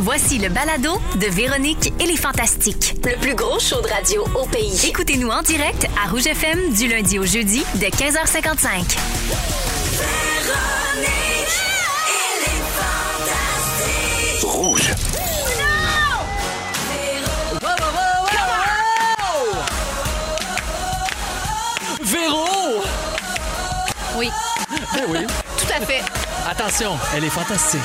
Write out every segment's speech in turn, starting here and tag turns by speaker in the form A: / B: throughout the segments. A: Voici le balado de Véronique et les Fantastiques.
B: Le plus gros show de radio au pays.
A: Écoutez-nous en direct à Rouge FM du lundi au jeudi de 15h55.
C: Rouge.
D: Véro!
E: Oui,
D: Ben oui.
E: tout à fait.
D: Attention, elle est fantastique.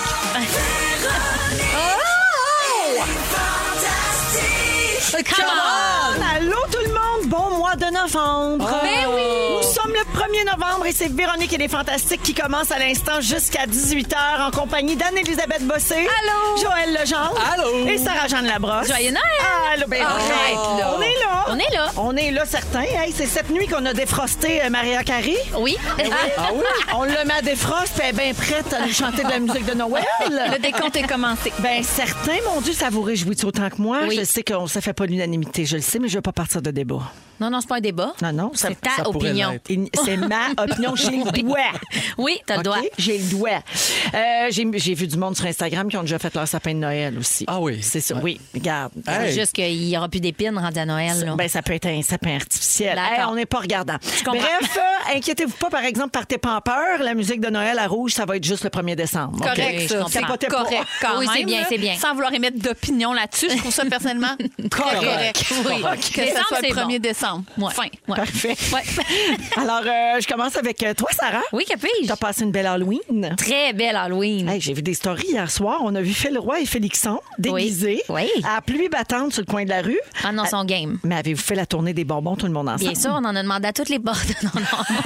E: Come on!
F: Allô tout le monde, bon mois de novembre.
E: Mais oui!
F: Nous sommes le 1er novembre et c'est Véronique et les Fantastiques qui commencent à l'instant jusqu'à 18h en compagnie d'Anne-Élisabeth Bossé.
E: Allô?
F: Joël Legendre.
D: Allô?
F: Et Sarah-Jeanne Labrosse.
E: Joyeux Noël! Ah,
F: Allô, ben,
E: Arrête, là.
F: On est là!
E: On est là.
F: On est là, certain. Hey, c'est cette nuit qu'on a défrosté euh, Maria Carey.
E: Oui.
F: Ah oui? On le met à défrost, puis elle est bien prête à nous chanter de la musique de Noël.
E: Ah. Le décompte est commencé.
F: Ben certain, mon Dieu, ça vous réjouit autant que moi.
E: Oui.
F: Je sais qu'on ça fait pas l'unanimité, je le sais, mais je veux pas partir de débat.
E: Non, non, c'est pas un débat.
F: Non, non, ça,
E: C'est ta
F: ça pourrait
E: opinion.
F: l'être. Il- C'est ma opinion, j'ai le doigt.
E: Oui, t'as le
F: OK?
E: doigt.
F: J'ai le doigt. Euh, j'ai j'ai vu du monde sur Instagram qui ont déjà fait leur sapin de Noël aussi.
D: Ah oui?
F: C'est ça, oui. Regarde.
D: Hey.
E: Juste qu'il n'y aura plus d'épines rendues à Noël. là.
F: Ben, ça peut être un sapin artificiel.
E: D'accord.
F: Hey, on n'est pas regardant.
E: comprends.
F: Bref, euh, inquiétez-vous pas, par exemple, partez pas en peur. La musique de Noël à rouge, ça va être juste le 1er décembre. OK?
E: Correct, ça.
F: Capotez
E: C'est
F: pas.
E: correct quand
G: oui, c'est
E: même,
G: bien,
E: là,
G: c'est bien.
E: sans
G: vouloir émettre d'opinion là-dessus, je trouve ça personnellement
F: Correct. correct.
E: Oui.
G: que
E: Décembre, c'est bon.
G: décembre.
E: Ouais. Ouais.
F: Parfait.
E: Ouais.
F: Alors, euh, je commence avec euh, toi, Sarah.
E: Oui,
F: T'as
E: Capige.
F: passé une belle Halloween.
E: Très belle Halloween.
F: Hey, J'ai vu des stories hier soir. On a vu Phil Roy et Félixon déguisés
E: Oui.
F: à pluie battante sur le coin de la rue. Euh,
E: Ah non, son game.
F: Mais avez-vous fait la tournée des bonbons tout le monde ensemble?
E: Bien sûr, on en a demandé à toutes les bords. Non, non.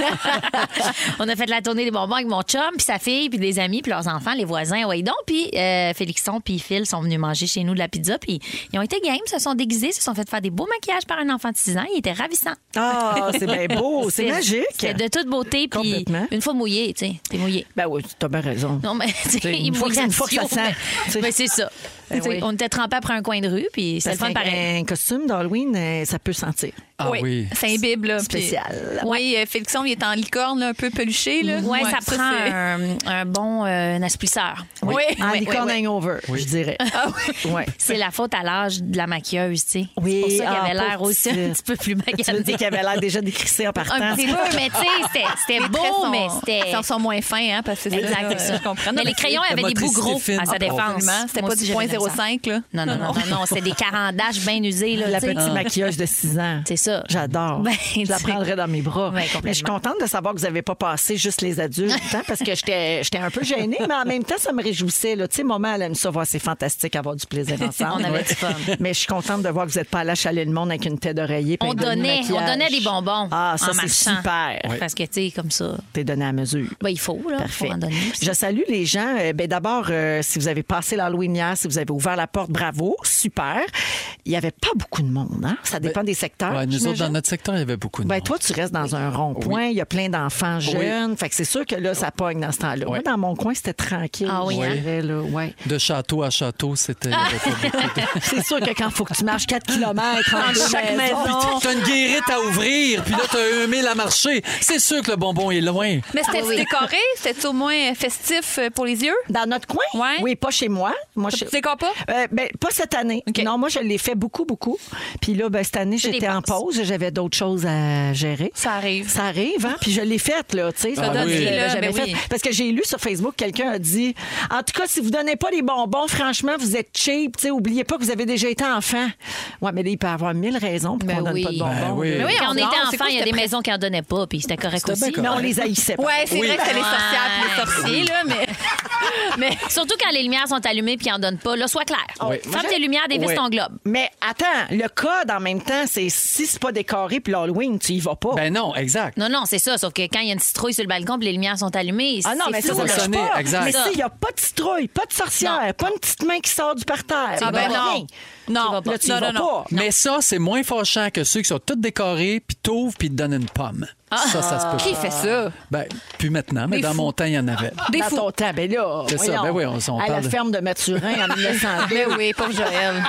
E: on a fait la tournée des bonbons avec mon chum, puis sa fille, puis des amis, puis leurs enfants, les voisins, ouais donc. Puis euh, Félixon, puis Phil sont venus manger chez nous de la pizza, puis ils ont été game, se sont déguisés, se sont fait faire des beaux maquillages par un enfant de 6 ans. Ils étaient ravissants.
F: Ah, c'est bien beau, c'est magique.
E: C'est de toute beauté, puis
F: Complètement.
E: une fois mouillé, tu sais, t'es mouillé.
F: Ben oui, t'as bien raison.
E: Non, mais tu sais,
F: une
E: il
F: fois que-
E: mouillait
F: une fois que ça
E: à
F: sent,
E: Tio, mais-
F: tu sais.
E: mais c'est ça.
F: Ben
E: Tu sais,
F: oui.
E: On était trempés après un coin de rue, puis c'est le
F: Parce
E: fun
F: qu'un
E: pareil.
F: un costume d'Halloween, euh, ça peut sentir.
D: Ah oui.
G: C'est un bib, là. puis-
F: Spécial.
G: Oui, euh, Félixon, il est en licorne, là, un peu peluché, là.
E: Ouais, ça,
G: c'est-
E: prend un, un bon euh, un assouplisseur.
G: Oui.
F: En
G: oui,
F: licorne
G: oui, oui.
F: hangover, je dirais.
G: Ah oui.
F: Ouais.
E: C'est la faute à l'âge de la maquilleuse, tu sais.
F: Oui,
E: c'est pour ça
F: ah,
E: qu'il avait l'air
F: pauvre
E: aussi un
F: petite.
E: petit peu plus
F: Tu me dis
E: magané.
F: qu'il avait l'air déjà décrissé en partant.
E: Un petit peu, mais tu sais, c'était- c'était
G: Les traits
E: beau,
G: sont-
E: mais c'était.
G: Ils en sont moins fins, hein, parce que c'est
E: Exact,
G: là,
E: c'est ça.
G: Je comprends.
E: Mais
G: Non,
E: les crayons
D: la
E: avaient des bouts
D: motricité
E: gros
D: fine.
E: à sa
D: Ah,
E: défense.
G: absolument. C'était
E: Moi
G: pas
E: aussi,
G: du
E: j'avais aimé ça.
G: 0.05, là.
E: Non, non, non, non, non, c'était des carandages bien usés, là.
F: La
E: tu sais.
F: petite maquilleuse de 6 ans.
E: C'est ça.
F: J'adore.
E: Ben,
F: je la
E: tu-
F: prendrais dans mes bras.
E: Ouais, complètement.
F: mais je suis contente de savoir que vous n'avez pas passé juste les adultes hein, parce que j'étais j'étais un peu gênée, mais en même temps, ça me réjouissait. Là. Tu sais, maman, elle aime ça voir, c'est fantastique, avoir du plaisir ensemble.
E: On avait du fun.
F: Mais je suis contente de voir que vous n'êtes pas allé chaler le monde avec une tête d'oreiller. puis
E: On
F: un demi
E: donnait, on
F: maquillage.
E: donnait des bonbons.
F: Ah, ça,
E: en
F: c'est
E: marchant.
F: super.
E: Parce que, tu sais, comme ça,
F: T'es donné à mesure.
E: ben, il faut, là.
F: Parfait.
E: Faut en donner.
F: Je salue les gens. Euh, ben D'abord, euh, si vous avez passé l'Halloween hier, si vous avez ouvert la porte, bravo, super. Il n'y avait pas beaucoup de monde. Hein? Ça dépend des secteurs.
D: Ben, Ouais, nous autres,
F: j'imagine.
D: dans notre secteur, il y avait beaucoup de
F: Ben,
D: monde.
F: toi, tu restes dans un rond-point. Il y a plein d'enfants jeunes. Fait que c'est sûr que là, ça pogne dans ce temps-là. Moi, dans mon coin, c'était tranquille.
E: Ah oui,
F: je
E: hein?
F: dirais, là, ouais.
D: De château à château, c'était... il y avait pas beaucoup de-
F: C'est sûr que quand il faut que tu marches 4 km en chaque
D: Puis T'as une guérite à ouvrir, puis là, t'as un mille à marcher. C'est sûr que le bonbon est loin.
G: Mais c'était-tu décoré? C'était-tu au moins festif euh, pour les yeux?
F: Dans notre coin?
G: Ouais.
F: Oui, pas chez moi. moi
G: Tu
F: je-
G: décores pas?
F: Euh, ben, pas cette année.
G: OK.
F: Non, moi, je l'ai fait beaucoup, beaucoup. Puis là, ben, cette année, j'étais en
E: dépenses.
F: pause. J'avais d'autres choses à gérer.
G: Ça arrive.
F: Ça arrive, hein? Puis je l'ai faite, là, tu sais.
D: Ah
F: donne-
D: oui.
F: je l'ai
G: Là,
F: jamais
G: ben oui.
F: faite. Parce que j'ai lu sur Facebook, quelqu'un a dit En tout cas, si vous donnez pas les bonbons, franchement, vous êtes cheap. Tu sais, oubliez pas que vous avez déjà été enfant. Ouais, mais là, il peut y avoir mille raisons pour
E: Ben
F: qu'on donne
E: oui.
F: pas de bonbons.
D: Ben oui.
F: là.
E: Mais oui, quand
G: on
E: on était
G: dort, c'est
E: enfant,
G: quoi,
E: il y a
G: c'était
E: des
G: pré-
E: maisons qui en donnaient pas, puis c'était correct
G: ben,
E: aussi.
F: Mais on les haïssait pas.
G: Ouais, c'est
D: Oui.
G: vrai que c'était les
E: Ouais.
G: sorcières puis les sorciers, là, mais. mais...
E: Surtout quand les lumières sont allumées puis qu'ils en donnent pas. Là, sois clair.
F: Ah
D: Oui. Moi,
E: Ferme tes lumières, dévisse
D: Ouais.
E: ton globe.
F: Mais attends, le code en même temps, c'est si c'est pas décoré puis l'Halloween, tu y vas pas.
D: Ben non, exact.
E: Non, non, c'est ça. Sauf que quand il y a une citrouille sur le balcon puis les lumières sont allumées,
F: Ah non,
E: c'est
F: mais ça,
E: flou,
F: ça
D: va
E: là.
F: marche
D: sonner,
F: pas.
D: exact.
F: Mais s'il n'y a pas de citrouille, pas de sorcière,
E: Non.
F: pas une petite main qui sort du parterre,
G: Ah ben
F: pas rien.
G: non. Non,
E: vas pas.
F: Là, tu y
G: non,
F: vas
G: non, non.
F: pas.
D: Mais ça, c'est moins fâchant que ceux qui sont tous décorés, puis t'ouvrent, puis te donnent une pomme. Ça, ça se peut
G: Qui
D: pas.
G: fait ça?
D: Ben, plus maintenant, mais
G: Des
D: dans
G: fous.
D: mon temps, il y en avait.
G: Des
F: Dans
G: fous.
F: ton temps, ben là,
D: C'est ça,
F: voyons,
D: ben oui, on- on
F: à la
D: parle de-
F: ferme de Mathurin en 1902.
G: Ben oui, pauvre Joël.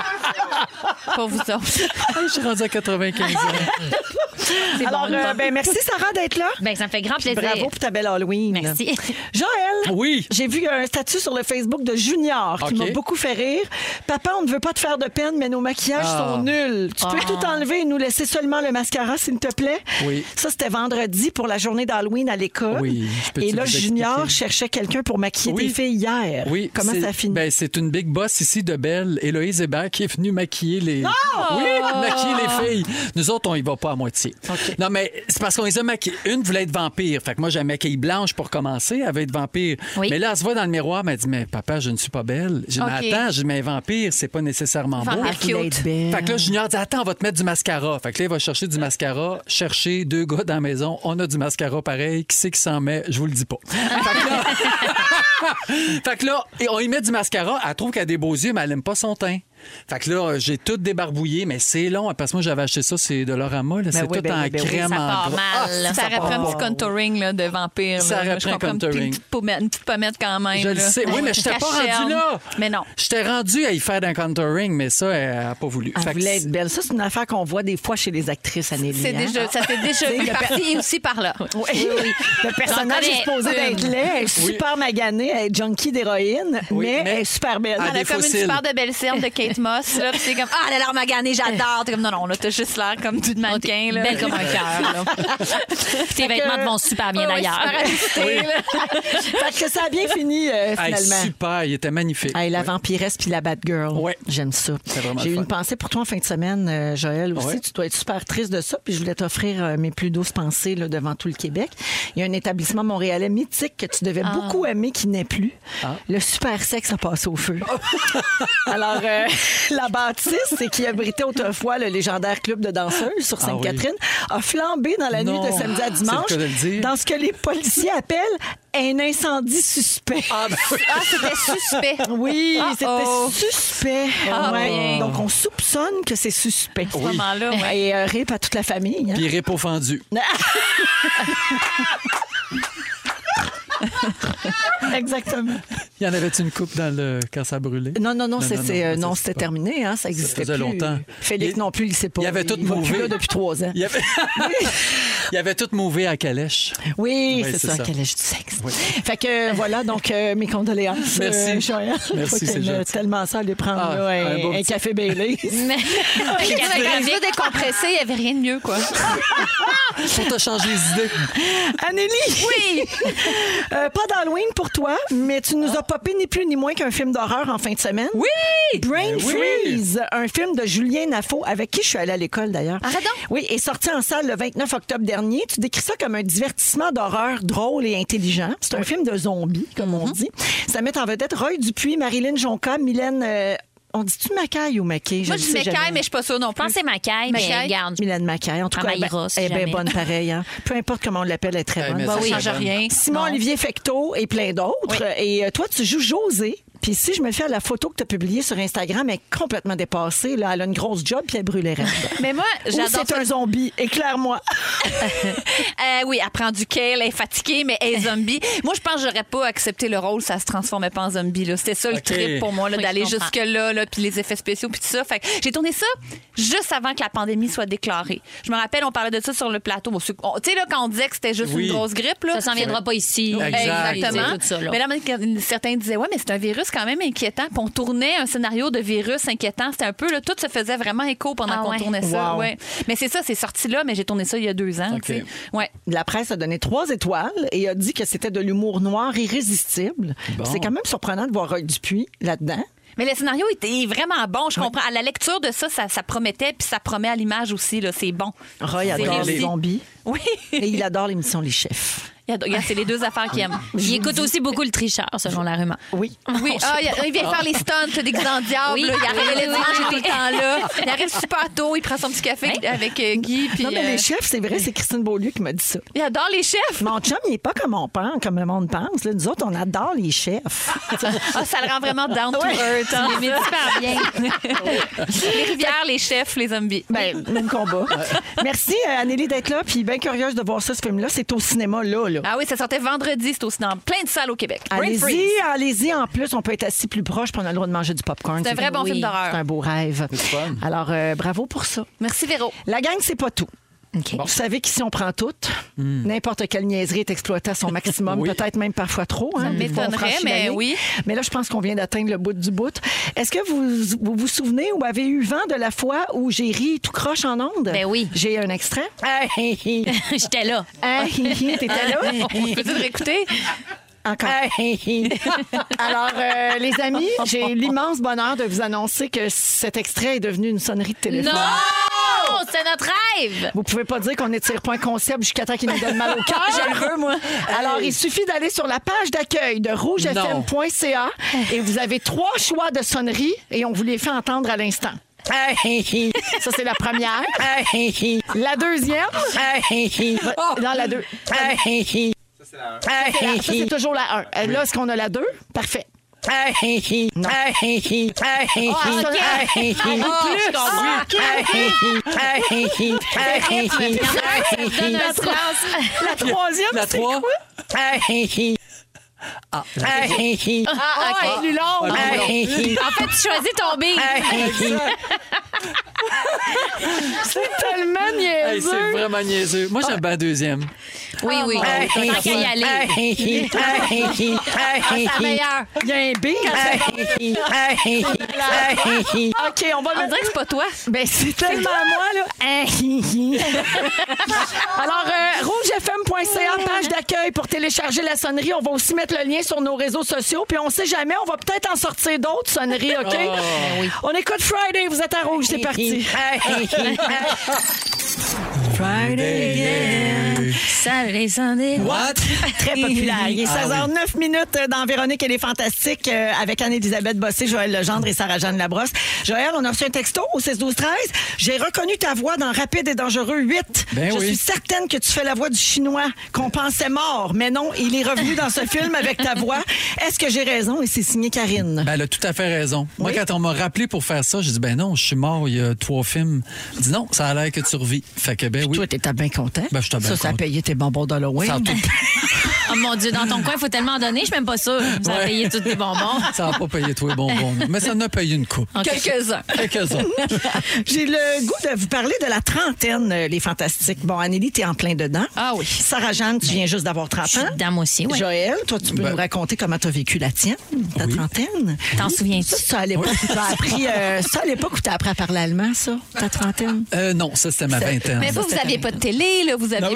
G: pauvre vous autres.
D: Je suis rendu à 95 ans.
F: Alors, euh, ben, merci Sarah d'être là.
E: Ben, ça me fait grand plaisir.
F: Bravo pour ta belle Halloween.
E: Merci.
F: Joël,
D: Oui.
F: J'ai vu un statut sur le Facebook de Junior qui
D: OK.
F: m'a beaucoup fait rire. Papa, on ne veut pas te faire de peine, mais nos maquillages
D: Ah.
F: sont nuls. Tu peux tout enlever et nous laisser seulement le mascara, s'il te plaît.
D: Oui.
F: Ça, c'était vendredi pour la journée d'Halloween à l'école.
D: Oui, je peux-tu
F: Et là,
D: vous
F: Junior
D: expliquer?
F: cherchait quelqu'un pour maquiller
D: Oui.
F: des filles hier.
D: Oui,
F: Comment
D: c'est-
F: ça finit?
D: ben, c'est une big boss ici de Belle, Héloïse Hébert, qui est venue maquiller les. Oui, maquiller les filles. Nous autres, on y va pas à moitié. Non, mais c'est parce qu'on les a maquillées. Une voulait être vampire. Fait que moi, j'ai maquillé blanche pour commencer. Elle veut être vampire.
E: Oui.
D: Mais là, elle se voit dans le miroir, mais elle dit Mais papa, je ne suis pas belle. Je
G: OK.
D: mais attends, je dis, mais vampire, c'est pas nécessairement beau.
G: Vampire cute.
D: Fait que là, Junior dit Attends, on va te mettre du mascara. Fait que là, il va chercher du mascara, chercher deux gars dans la maison. On a du mascara pareil. Qui c'est qui s'en met Je vous le dis pas. fait que là, fait que là, et on y met du mascara. Elle trouve qu'elle a des beaux yeux, mais elle aime pas son teint. Fait que là, j'ai tout débarbouillé, mais c'est long. Parce que moi, j'avais acheté ça, c'est de l'orama. là. C'est
F: oui,
D: tout
F: ben
D: en
F: oui, ben oui,
D: crème
E: ça
D: en
E: part
D: gras.
E: mal.
G: Ça aurait pris un petit contouring là, de vampire.
D: Ça
G: là.
D: aurait
G: Je
D: pris un
G: comprends. Puis
D: contouring.
G: Une petite pommette, une petite pommette quand même.
D: Je le
G: là.
F: Ben
D: sais. Oui, mais je t'ai pas
G: Cacherne.
D: rendu là.
G: Mais non.
D: Je t'ai rendu à y faire d'un contouring, mais ça, elle a pas voulu.
F: Elle
D: Fait que
F: voulait
D: c'est-
F: être belle. Ça, c'est une affaire qu'on voit des fois chez les actrices, Anneli.
G: C'est
F: hein?
G: déjà, ça s'est déjà
F: C'est-
G: vu parti aussi par là.
F: Oui, oui. Le personnage est
E: connais
F: supposé
E: une.
F: d'être laid, elle est super maganée, elle est junkie d'héroïne,
D: Oui,
F: mais,
D: mais-
F: elle est super belle.
D: Ah,
G: Elle a
D: des
G: comme
D: fossiles.
G: une super de belle cerne de Kate Moss. Là, puis c'est comme, ah, elle a l'air maganée, j'adore. T'es comme, non, non, là, t'as juste l'air comme d'une mannequin. Là.
E: Belle comme un cœur. là. Puis tes vêtements te vont super bien
G: Ouais, ouais,
E: d'ailleurs.
G: super ajustée, là.
F: Parce que ça a bien fini, euh,
D: Hey,
F: finalement.
D: super, il était magnifique.
F: Hey, la vampiresse puis la Batgirl.
D: Ouais.
F: J'aime ça.
D: C'est vraiment
F: J'ai
D: le
F: eu
D: fun.
F: une pensée pour toi en fin de semaine, euh, Joël, aussi.
D: Ouais.
F: Tu dois être super triste de ça. Puis je voulais t'offrir euh, mes plus douces pensées là, devant tout le Québec. Il y a un établissement montréalais mythique que tu devais beaucoup aimer qui n'est plus.
D: Ah.
F: Le super sexe a passé au feu. Alors, euh, la bâtisse, c'est qui abritait autrefois le légendaire club de danseuses sur
D: Ah oui.
F: Sainte-Catherine, a flambé dans la
D: Non.
F: nuit de samedi à
D: C'est le
F: dimanche
D: cas de le dire.
F: dans ce que les policiers appellent un incendie suspect.
D: Ah, ben oui.
G: Ah, c'était suspect.
F: Oui,
G: Ah,
F: c'était
G: oh.
F: suspect.
G: Ah,
F: Ouais.
G: bien.
F: Donc, on soupçonne que c'est suspect.
G: À ce moment-là, ouais.
F: Et euh, rip à toute la famille. hein.
D: Puis rip au fendu.
F: Exactement.
D: Il y en avait une coupe dans le quand ça brûlait?
F: Non, non, non, c'est- c'est, euh,
D: ça,
F: non,
D: c'est
F: c'était
D: pas.
F: terminé. Hein, ça existait
D: faisait
F: plus.
D: longtemps.
F: Félix
D: Il-
F: non plus, il sait pas.
D: il avait tout
F: va plus
D: mouvé.
F: là depuis trois ans.
D: Il y avait, il y avait tout mouvé à calèche. Oui,
F: Oui, c'est
D: c'est
F: ça,
D: ça.
F: quel âge du sexe. Fait que euh, voilà, donc euh, mes condoléances.
D: Merci.
F: euh, Joël.
D: Merci,
F: Faut
D: c'est
F: qu'elle, euh,
D: gentil.
F: tellement ça, aller prendre
D: Ah,
F: là,
D: un beau
F: un, un
D: petit-
F: café Bailey.
E: Mais-
G: Fait qu'avec un vieux décompressé, il n'y avait rien de mieux, quoi.
D: Pour te changer les idées.
F: Anélie! Oui! pas d'Halloween pour toi, mais tu nous as popé ni plus ni moins qu'un film d'horreur en fin de semaine. Oui!
D: Ben
F: Brain
D: oui!
F: Freeze, un film de Julien Nafo, avec qui je suis allée à l'école d'ailleurs.
G: Arrête donc!
F: Oui, est sorti en salle le 29 octobre dernier. Tu décris ça comme un divertissement d'horreur drôle et intelligent. C'est un film de zombies, comme on dit. Ça met en vedette Roy Dupuis, Marilyn Jonca, Mylène... euh, on dit-tu Macaille ou Mackay?
G: Moi,
F: ne
G: je
F: sais
G: m'écaille,
F: jamais.
G: mais je suis pas sûre non
E: Je pense que
G: plus.
E: c'est ma caille, mais
G: Macaille.
E: regarde.
F: Mylène Macaille, en tout
E: Ah,
F: cas,
E: Maïra, si
F: elle est
E: jamais.
F: bien bonne pareil. hein. Peu importe comment on l'appelle, elle est très
D: Eh,
F: bonne.
D: mais
G: Bah
D: ça,
G: oui,
D: c'est bon.
G: change rien. Non.
F: Simon-Olivier Fecteau et plein d'autres. Et euh, toi, tu joues José. Puis si je me fais à la photo que tu as publiée sur Instagram, elle est complètement dépassée. Là. Elle a une grosse job puis elle brûle les rêves.
G: Mais moi,
F: Ou
G: j'adore
F: c'est
G: ça.
F: un zombie, éclaire-moi.
G: Euh, oui, elle prend du kale, elle est fatiguée, mais elle est zombie. moi, je pense que j'aurais pas accepté le rôle, ça se transformait pas en zombie. là. C'était ça le
D: OK.
G: trip pour moi, là,
E: Oui,
G: d'aller
E: je comprends.
G: jusque-là, là, puis les effets spéciaux, puis tout ça. Fait que j'ai tourné ça juste avant que la pandémie soit déclarée. Je me rappelle, on parlait de ça sur le plateau. Bon, c'est- on- tu sais, là, quand on disait que c'était juste
D: Oui.
G: une grosse grippe, là.
E: Ça s'en viendra pas ici.
D: Exact.
G: Exactement.
E: Tout ça, là.
G: Mais là, même, certains disaient, ouais, mais c'est un virus quand même inquiétant. Puis on tournait un scénario de virus inquiétant. C'était un peu, là, tout se faisait vraiment écho pendant
E: Ah
G: qu'on
E: ouais.
G: tournait ça.
F: Wow.
G: Ouais. Mais c'est ça, c'est sorti là, mais j'ai tourné ça il y a deux ans.
D: OK.
G: tu sais. Ouais.
F: La presse a donné trois étoiles et a dit que c'était de l'humour noir irrésistible.
D: Bon.
F: C'est quand même surprenant de voir Roy Dupuis là-dedans.
G: Mais le scénario était vraiment bon, je comprends. À la lecture de ça, ça, ça promettait, puis ça promet à l'image aussi, là, c'est bon.
F: Roy
G: C'est
F: adore les
G: réussi.
F: zombies
G: Oui.
F: et il adore l'émission Les Chefs.
G: Il adore- Regarde, c'est les deux affaires qu'il aime.
E: Il écoute aussi beaucoup le tricheur, selon la rumeur.
F: Oui.
G: Oui, ah, il, il vient faire les stunts des grands diables.
E: Oui.
G: là. il arrive
E: Oui,
G: le
E: oui,
G: dimanche, il
E: oui.
G: est tout le temps là. Il arrive super tôt, il prend son petit café avec euh, Guy. Puis,
F: non, mais
G: euh,
F: Les Chefs, c'est vrai, c'est Christine Beaulieu qui m'a dit ça.
G: il adore les chefs.
F: Mon chum, il n'est pas comme on pense, comme le monde pense. là. Nous autres, on adore les chefs.
G: Ah, ça le rend vraiment down to earth. hein.
E: Il est super bien.
G: les rivières, les chefs, les zombies.
F: Ben, même combat. Merci, euh, Anneli, d'être là. Puis bien curieuse de voir ça, ce film-là. C'est au cinéma, là. là.
G: Ah oui, ça sortait vendredi, c'est aussi dans plein de salles au Québec. Ah, Brain
F: Allez-y,
G: Freeze.
F: allez-y. En plus, on peut être assis plus proche puis on a le droit de manger du popcorn.
G: C'est un vrai bon
F: Oui,
G: film d'horreur.
F: C'est un beau rêve.
D: C'est fun.
F: Alors, euh, bravo pour ça.
G: Merci Véro.
F: La gang, c'est pas tout.
E: OK.
F: Vous savez qu'ici, on prend toutes. N'importe quelle niaiserie est exploitée à son maximum,
D: Oui.
F: peut-être même parfois trop. hein, des fois, on
G: m'étonnerait,
F: franchit la
G: mais
F: ligne.
G: oui.
F: Mais là, je pense qu'on vient d'atteindre le bout du bout. Est-ce que vous, vous vous souvenez ou avez eu vent de la fois où j'ai ri tout croche en ondes?
E: Ben oui.
F: J'ai un extrait. Hey, hey, hey.
E: J'étais là.
F: Hey, hey, hey. T'étais là?
G: Peux-tu le réécouter?
F: Encore. Alors, euh, les amis, j'ai l'immense bonheur de vous annoncer que cet extrait est devenu une sonnerie de téléphone.
E: Non! C'est notre rêve!
F: Vous pouvez pas dire qu'on n'étire pas un concept jusqu'à temps qu'il nous donne mal au cœur.
G: J'aime moi.
F: Alors, il suffit d'aller sur la page d'accueil de rougefm.ca et vous avez trois choix de sonneries et on vous les fait entendre à l'instant. Ça, c'est la première. La deuxième. Non, la deux. Ça, c'est toujours la 1. Là, est-ce qu'on a la 2? Parfait. Non. Ah, ok. Ah,
E: Donne un silence.
F: La troisième,
D: La
F: c'est
D: trois.
F: quoi? Ah, ok. plus long.
E: En fait, tu choisis ton beat.
F: C'est tellement
D: Hey,
F: niaiseux.
D: c'est vraiment niaiseux. Moi,
F: Ah.
D: j'aime bien la deuxième.
G: Ah,
E: Oui, oui. Tant qu'à y aller. C'est la meilleure.
F: Il y a un B. OK, on va
G: On
F: le
G: dirait que c'est pas toi.
F: Ben, c'est tellement moi, là. Hein, hi, hi. Alors, euh, rougefm.ca, page d'accueil pour télécharger la sonnerie. On va aussi mettre le lien sur nos réseaux sociaux. Puis on sait jamais, on va peut-être en sortir d'autres sonneries, OK? On écoute Friday, vous êtes à rouge, c'est parti.
E: Ça descendait.
D: What?
F: Très populaire. Il est
D: Ah
F: 16h09 minutes euh, dans Véronique et les Fantastiques euh, avec Anne-Élisabeth Bossé, Joël Legendre et Sarah-Jeanne Labrosse. Joël, on a reçu un texto au 16-12-13. J'ai reconnu ta voix dans Rapide et Dangereux 8.
D: Ben
F: Je
D: oui.
F: suis certaine que tu fais la voix du Chinois qu'on pensait mort, mais non, il est revenu dans ce film avec ta voix. Est-ce que j'ai raison? Et c'est signé Karine.
D: Ben, elle a tout à fait raison. Moi,
F: Oui.
D: quand on m'a rappelé pour faire ça, j'ai dit, ben non, je suis mort il y a trois films. Dis non, ça a l'air que tu revis. Fait que, ben oui.
F: Toi, t'étais bien content.
D: Ben, j'étais bien
F: ça, ça a
D: content.
F: payé tes bonbons d'Halloween.
D: Ça a, tout-
E: Oh mon Dieu, dans ton coin, il faut tellement en donner, je suis même pas sûre. Vous avez
D: Ouais.
E: payé tous les bonbons.
D: ça a pas payé tous les bonbons. Mais ça en a payé une coupe.
E: OK.
G: Quelques-uns.
D: Quelques-uns.
F: J'ai le goût de vous parler de la trentaine, euh, les fantastiques. Bon, Anélie, t'es en plein dedans.
E: Ah oui.
F: Sarah-Jeanne, tu viens juste d'avoir
E: Je
F: 30
E: suis
F: ans.
E: dedans, moi aussi, ouais.
F: Joël, toi, tu peux
D: Ben-
F: nous raconter comment t'as vécu la tienne, ta trentaine.
E: T'en souviens-tu?
F: Ça, c'est à l'époque où t'as appris, euh, ça, à l'époque où t'as appris à parler allemand, ça, ta trentaine.
D: Euh, non, ça, c'était ma vingtaine.
G: Mais vous, vous aviez pas de télé, là. Vous aviez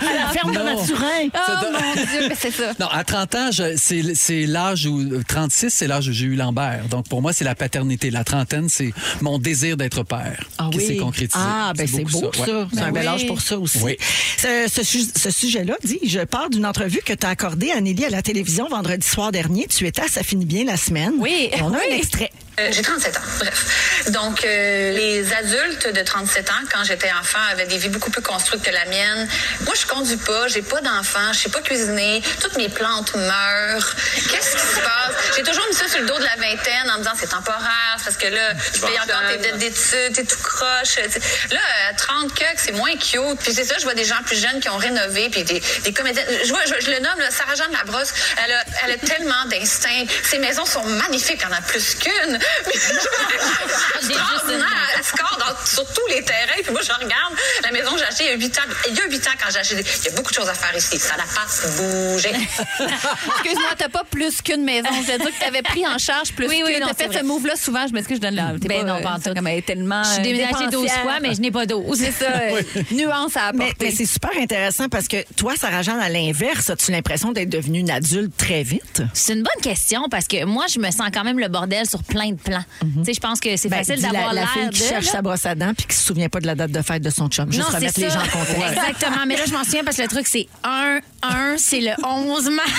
F: À la ferme de
D: Non.
F: Maturin.
G: pas.
D: C'est
G: Oh
D: de-
G: mon Dieu, mais c'est ça.
D: Non, à 30 ans, je- c'est c'est l'âge où. 36, c'est l'âge où j'ai eu Lambert. Donc, pour moi, c'est la paternité. La trentaine, c'est mon désir d'être père qui s'est concrétisé.
F: Ah, ben c'est
D: beaucoup
F: beau, ça.
D: ouais.
F: C'est un
D: Ben
F: bel
D: oui.
F: âge pour ça aussi.
D: Oui.
F: Ce, ce su- ce sujet-là, dit, je pars d'une entrevue que tu as accordée à Nelly à la télévision vendredi soir dernier. Tu étais à Ça finit bien la semaine.
G: Oui.
F: On a
G: Oui.
F: un extrait.
H: Euh, j'ai 37 ans, bref. Donc, euh, les adultes de 37 ans, quand j'étais enfant, avaient des vies beaucoup plus construites que la mienne. Moi, je conduis pas, j'ai pas d'enfant, je sais pas cuisiner, toutes mes plantes meurent. Qu'est-ce qui se passe? J'ai toujours mis ça sur le dos de la vingtaine en me disant c'est temporaire, c'est parce que là, tu payes encore tes dettes d'études, t'es tout croche. tu sais. Là, à 30 que c'est moins cute. Puis c'est ça, je vois des gens plus jeunes qui ont rénové, puis des, des comédiennes. Je, vois, je, je le nomme, là, Sarah-Jeanne Labrosse, elle a, elle a tellement d'instinct. Ses maisons sont magnifiques, il y en a plus qu'une.
E: J'ai juste une.
H: Extraordinaire. Elle score dans- sur tous les terrains. Puis moi, je regarde la maison que j'ai achetée il y a 8 ans. Il y a 8 ans, quand j'ai acheté, il y a beaucoup de choses à faire ici. Ça la passe bouger.
G: Excuse-moi, t'as pas plus qu'une maison. Je veux dire que t'avais pris en charge plus
E: Oui, oui,
G: qu'une.
E: non,
G: T'as
E: c'est
G: fait
E: vrai.
G: ce move-là souvent. Je m'excuse, je donne la. t'es
E: Ben non,
G: euh,
E: pas en tout.
G: Comme elle est tellement.
E: Je suis déménagée
G: euh,
E: 12
G: dépensière.
E: fois, mais je n'ai pas 12.
G: C'est ça. euh, Nuance à
F: Mais,
G: apporter.
F: mais c'est super intéressant parce que toi, Sarah-Jeanne, à l'inverse, as-tu l'impression d'être devenue une adulte très vite?
E: C'est une bonne question parce que moi, je me sens quand même le bordel sur plein de plans. Tu sais, je pense que c'est
F: Ben,
E: facile
F: dis la-
E: d'avoir
F: la,
E: l'air
F: fille
E: de.
F: qui cherche
E: là.
F: sa brosse à dents puis qui se souvient pas de la date de fête de son chum. Juste
E: non,
F: remettre
E: c'est
F: les gens
E: ça.
F: en contexte.
E: Exactement. Mais là, je m'en souviens parce que le truc, c'est 1, 1, c'est le 11 mars.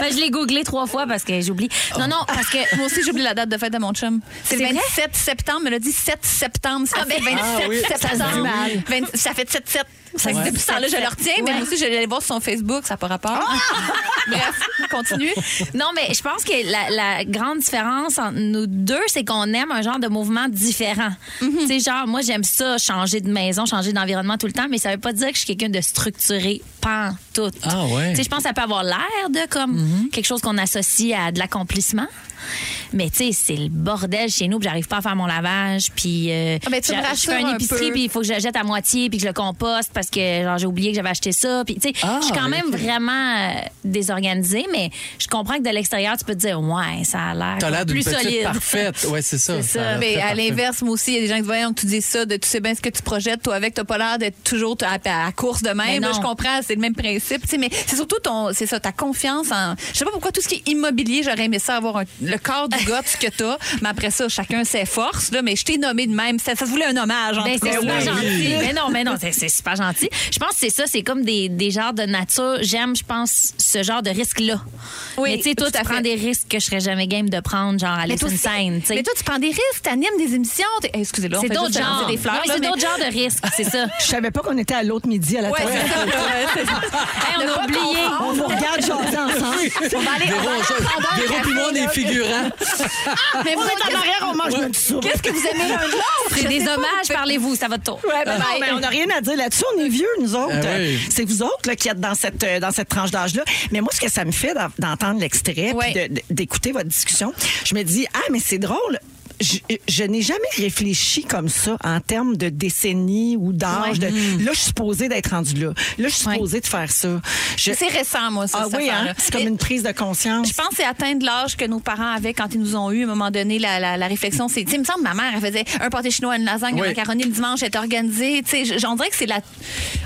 E: 1, 1. Ben, je l'ai googlé trois fois parce que j'oublie. Non, non, parce que.
G: Moi aussi, j'oublie la date de fête de mon chum. C'est le
E: C'est vrai? ben,
G: 27 septembre. Elle a dit 7 septembre. Ça fait 27
D: Ah oui, ça se dit
G: septembre.
D: mal.
G: 20 ça fait 7-7. Ça
D: Ouais.
G: existe depuis ce temps-là, je le retiens, mais moi aussi, je vais aller voir sur son Facebook, ça n'a pas rapport.
E: Ah!
G: Bref, continue.
E: Non, mais je pense que la, la grande différence entre nous deux, c'est qu'on aime un genre de mouvement différent.
G: Mhm.
E: Tu sais, genre, moi, j'aime ça, changer de maison, changer d'environnement tout le temps, mais ça veut pas dire que je suis quelqu'un de structuré, pan, tout.
D: Ah ouais. Mhm.
E: Tu sais, je pense que ça peut avoir l'air de comme quelque chose qu'on associe à de l'accomplissement. Mais tu sais, c'est le bordel chez nous, puis j'arrive pas à faire mon lavage, puis euh,
G: Ah, ben, tu me
E: j'a- je fais
G: rassures
E: une
G: un
E: épicerie,
G: peu.
E: puis il faut que je la jette à moitié, puis que je le composte parce que genre j'ai oublié que j'avais acheté ça, puis tu sais,
D: Ah,
E: je suis quand même
D: ok.
E: vraiment euh, désorganisée, mais je comprends que de l'extérieur, tu peux te dire, ouais, ça a l'air
D: T'as l'air d'une
E: plus
D: petite
E: solide.
D: parfaite. Ouais, c'est ça.
E: C'est ça.
D: a l'air
G: Mais
D: très
G: à
D: parfait.
G: l'inverse, moi aussi, il y a des gens qui disent Voyons que tu dis ça, de tu sais bien ce que tu projettes, toi avec, t'as pas l'air d'être toujours à, à- à course de
E: Mais
G: même. Là,
E: Ben non.
G: je comprends, c'est le même principe. tu sais, Mais c'est surtout ton, c'est ça, ta confiance en. Je sais pas pourquoi tout ce qui est immobilier, j'aurais aimé ça avoir un- le corps du gars, ce que t'as. Mais après ça, chacun ses forces. Là, mais je t'ai nommé de même. Ça, ça se voulait un hommage. en
E: Ben,
G: tout
E: c'est
D: Ah
G: cas.
E: super
G: Oui.
E: gentil. Mais non, mais non, c'est- c'est super gentil. Je pense que c'est ça, c'est comme des, des genres de nature. J'aime, je pense, ce genre de risque-là.
G: Oui,
E: mais tu sais, toi,
G: tout
E: tu
G: à
E: prends
G: fait.
E: des risques que je serais jamais game de prendre, genre aller
G: Mais
E: sur
G: toi,
E: une
G: aussi-
E: scène. tu sais.
G: mais toi, tu prends des risques, t'animes des émissions. t'es- eh, Excusez-le, on
E: C'est
G: fait
E: d'autres
G: juste lancer
E: genres.
G: des fleurs.
E: Non, mais
G: là,
E: c'est
G: mais-
E: d'autres genres de risques, c'est ça.
F: Je savais pas qu'on était à l'autre midi à la
G: Ouais,
F: table.
G: c'est ça. Ouais, c'est ça.
E: Hey, on a oublié.
F: On vous regarde jaser ensemble.
G: On va aller- on
D: Véro,
G: va aller
D: je-
G: prendre un
D: Véro
G: café,
D: puis moi, on
G: là.
D: est figurants.
G: Mais vous êtes en arrière, on mange
F: notre soupe.
G: Qu'est-ce que vous aimez l'un de l'autre?
E: C'est
G: Je
E: des
G: sais pas.
E: hommages, parlez-vous, ça va de tour.
G: Ouais, ben,
F: Ah, Non,
G: ben,
F: mais on n'a rien à dire là-dessus. On est vieux, nous autres. Euh,
D: Ah oui.
F: C'est vous autres là, qui êtes dans cette, euh, dans cette tranche d'âge-là. Mais moi, ce que ça me fait d'en- d'entendre l'extrait puis
G: Ouais.
F: de- de- d'écouter votre discussion, je me dis Ah, mais c'est drôle. Je, je n'ai jamais réfléchi comme ça en termes de décennies ou d'âge. de- Là, je suis supposée d'être rendue là. Là, je suis supposée de faire ça. Je-
G: C'est récent, moi, ça.
F: ah
G: cette
F: oui, hein?
G: affaire-là.
F: c'est comme
G: Mais
F: une prise de conscience.
G: Je pense que c'est atteindre l'âge que nos parents avaient quand ils nous ont eu. À un moment donné, la, la- la réflexion, c'est. Tu sais, il me semble que ma mère, elle faisait un pâté chinois, une lasagne,
D: Oui.
G: un macaroni le dimanche, elle était organisée. Tu sais, j- on dirait que c'est la.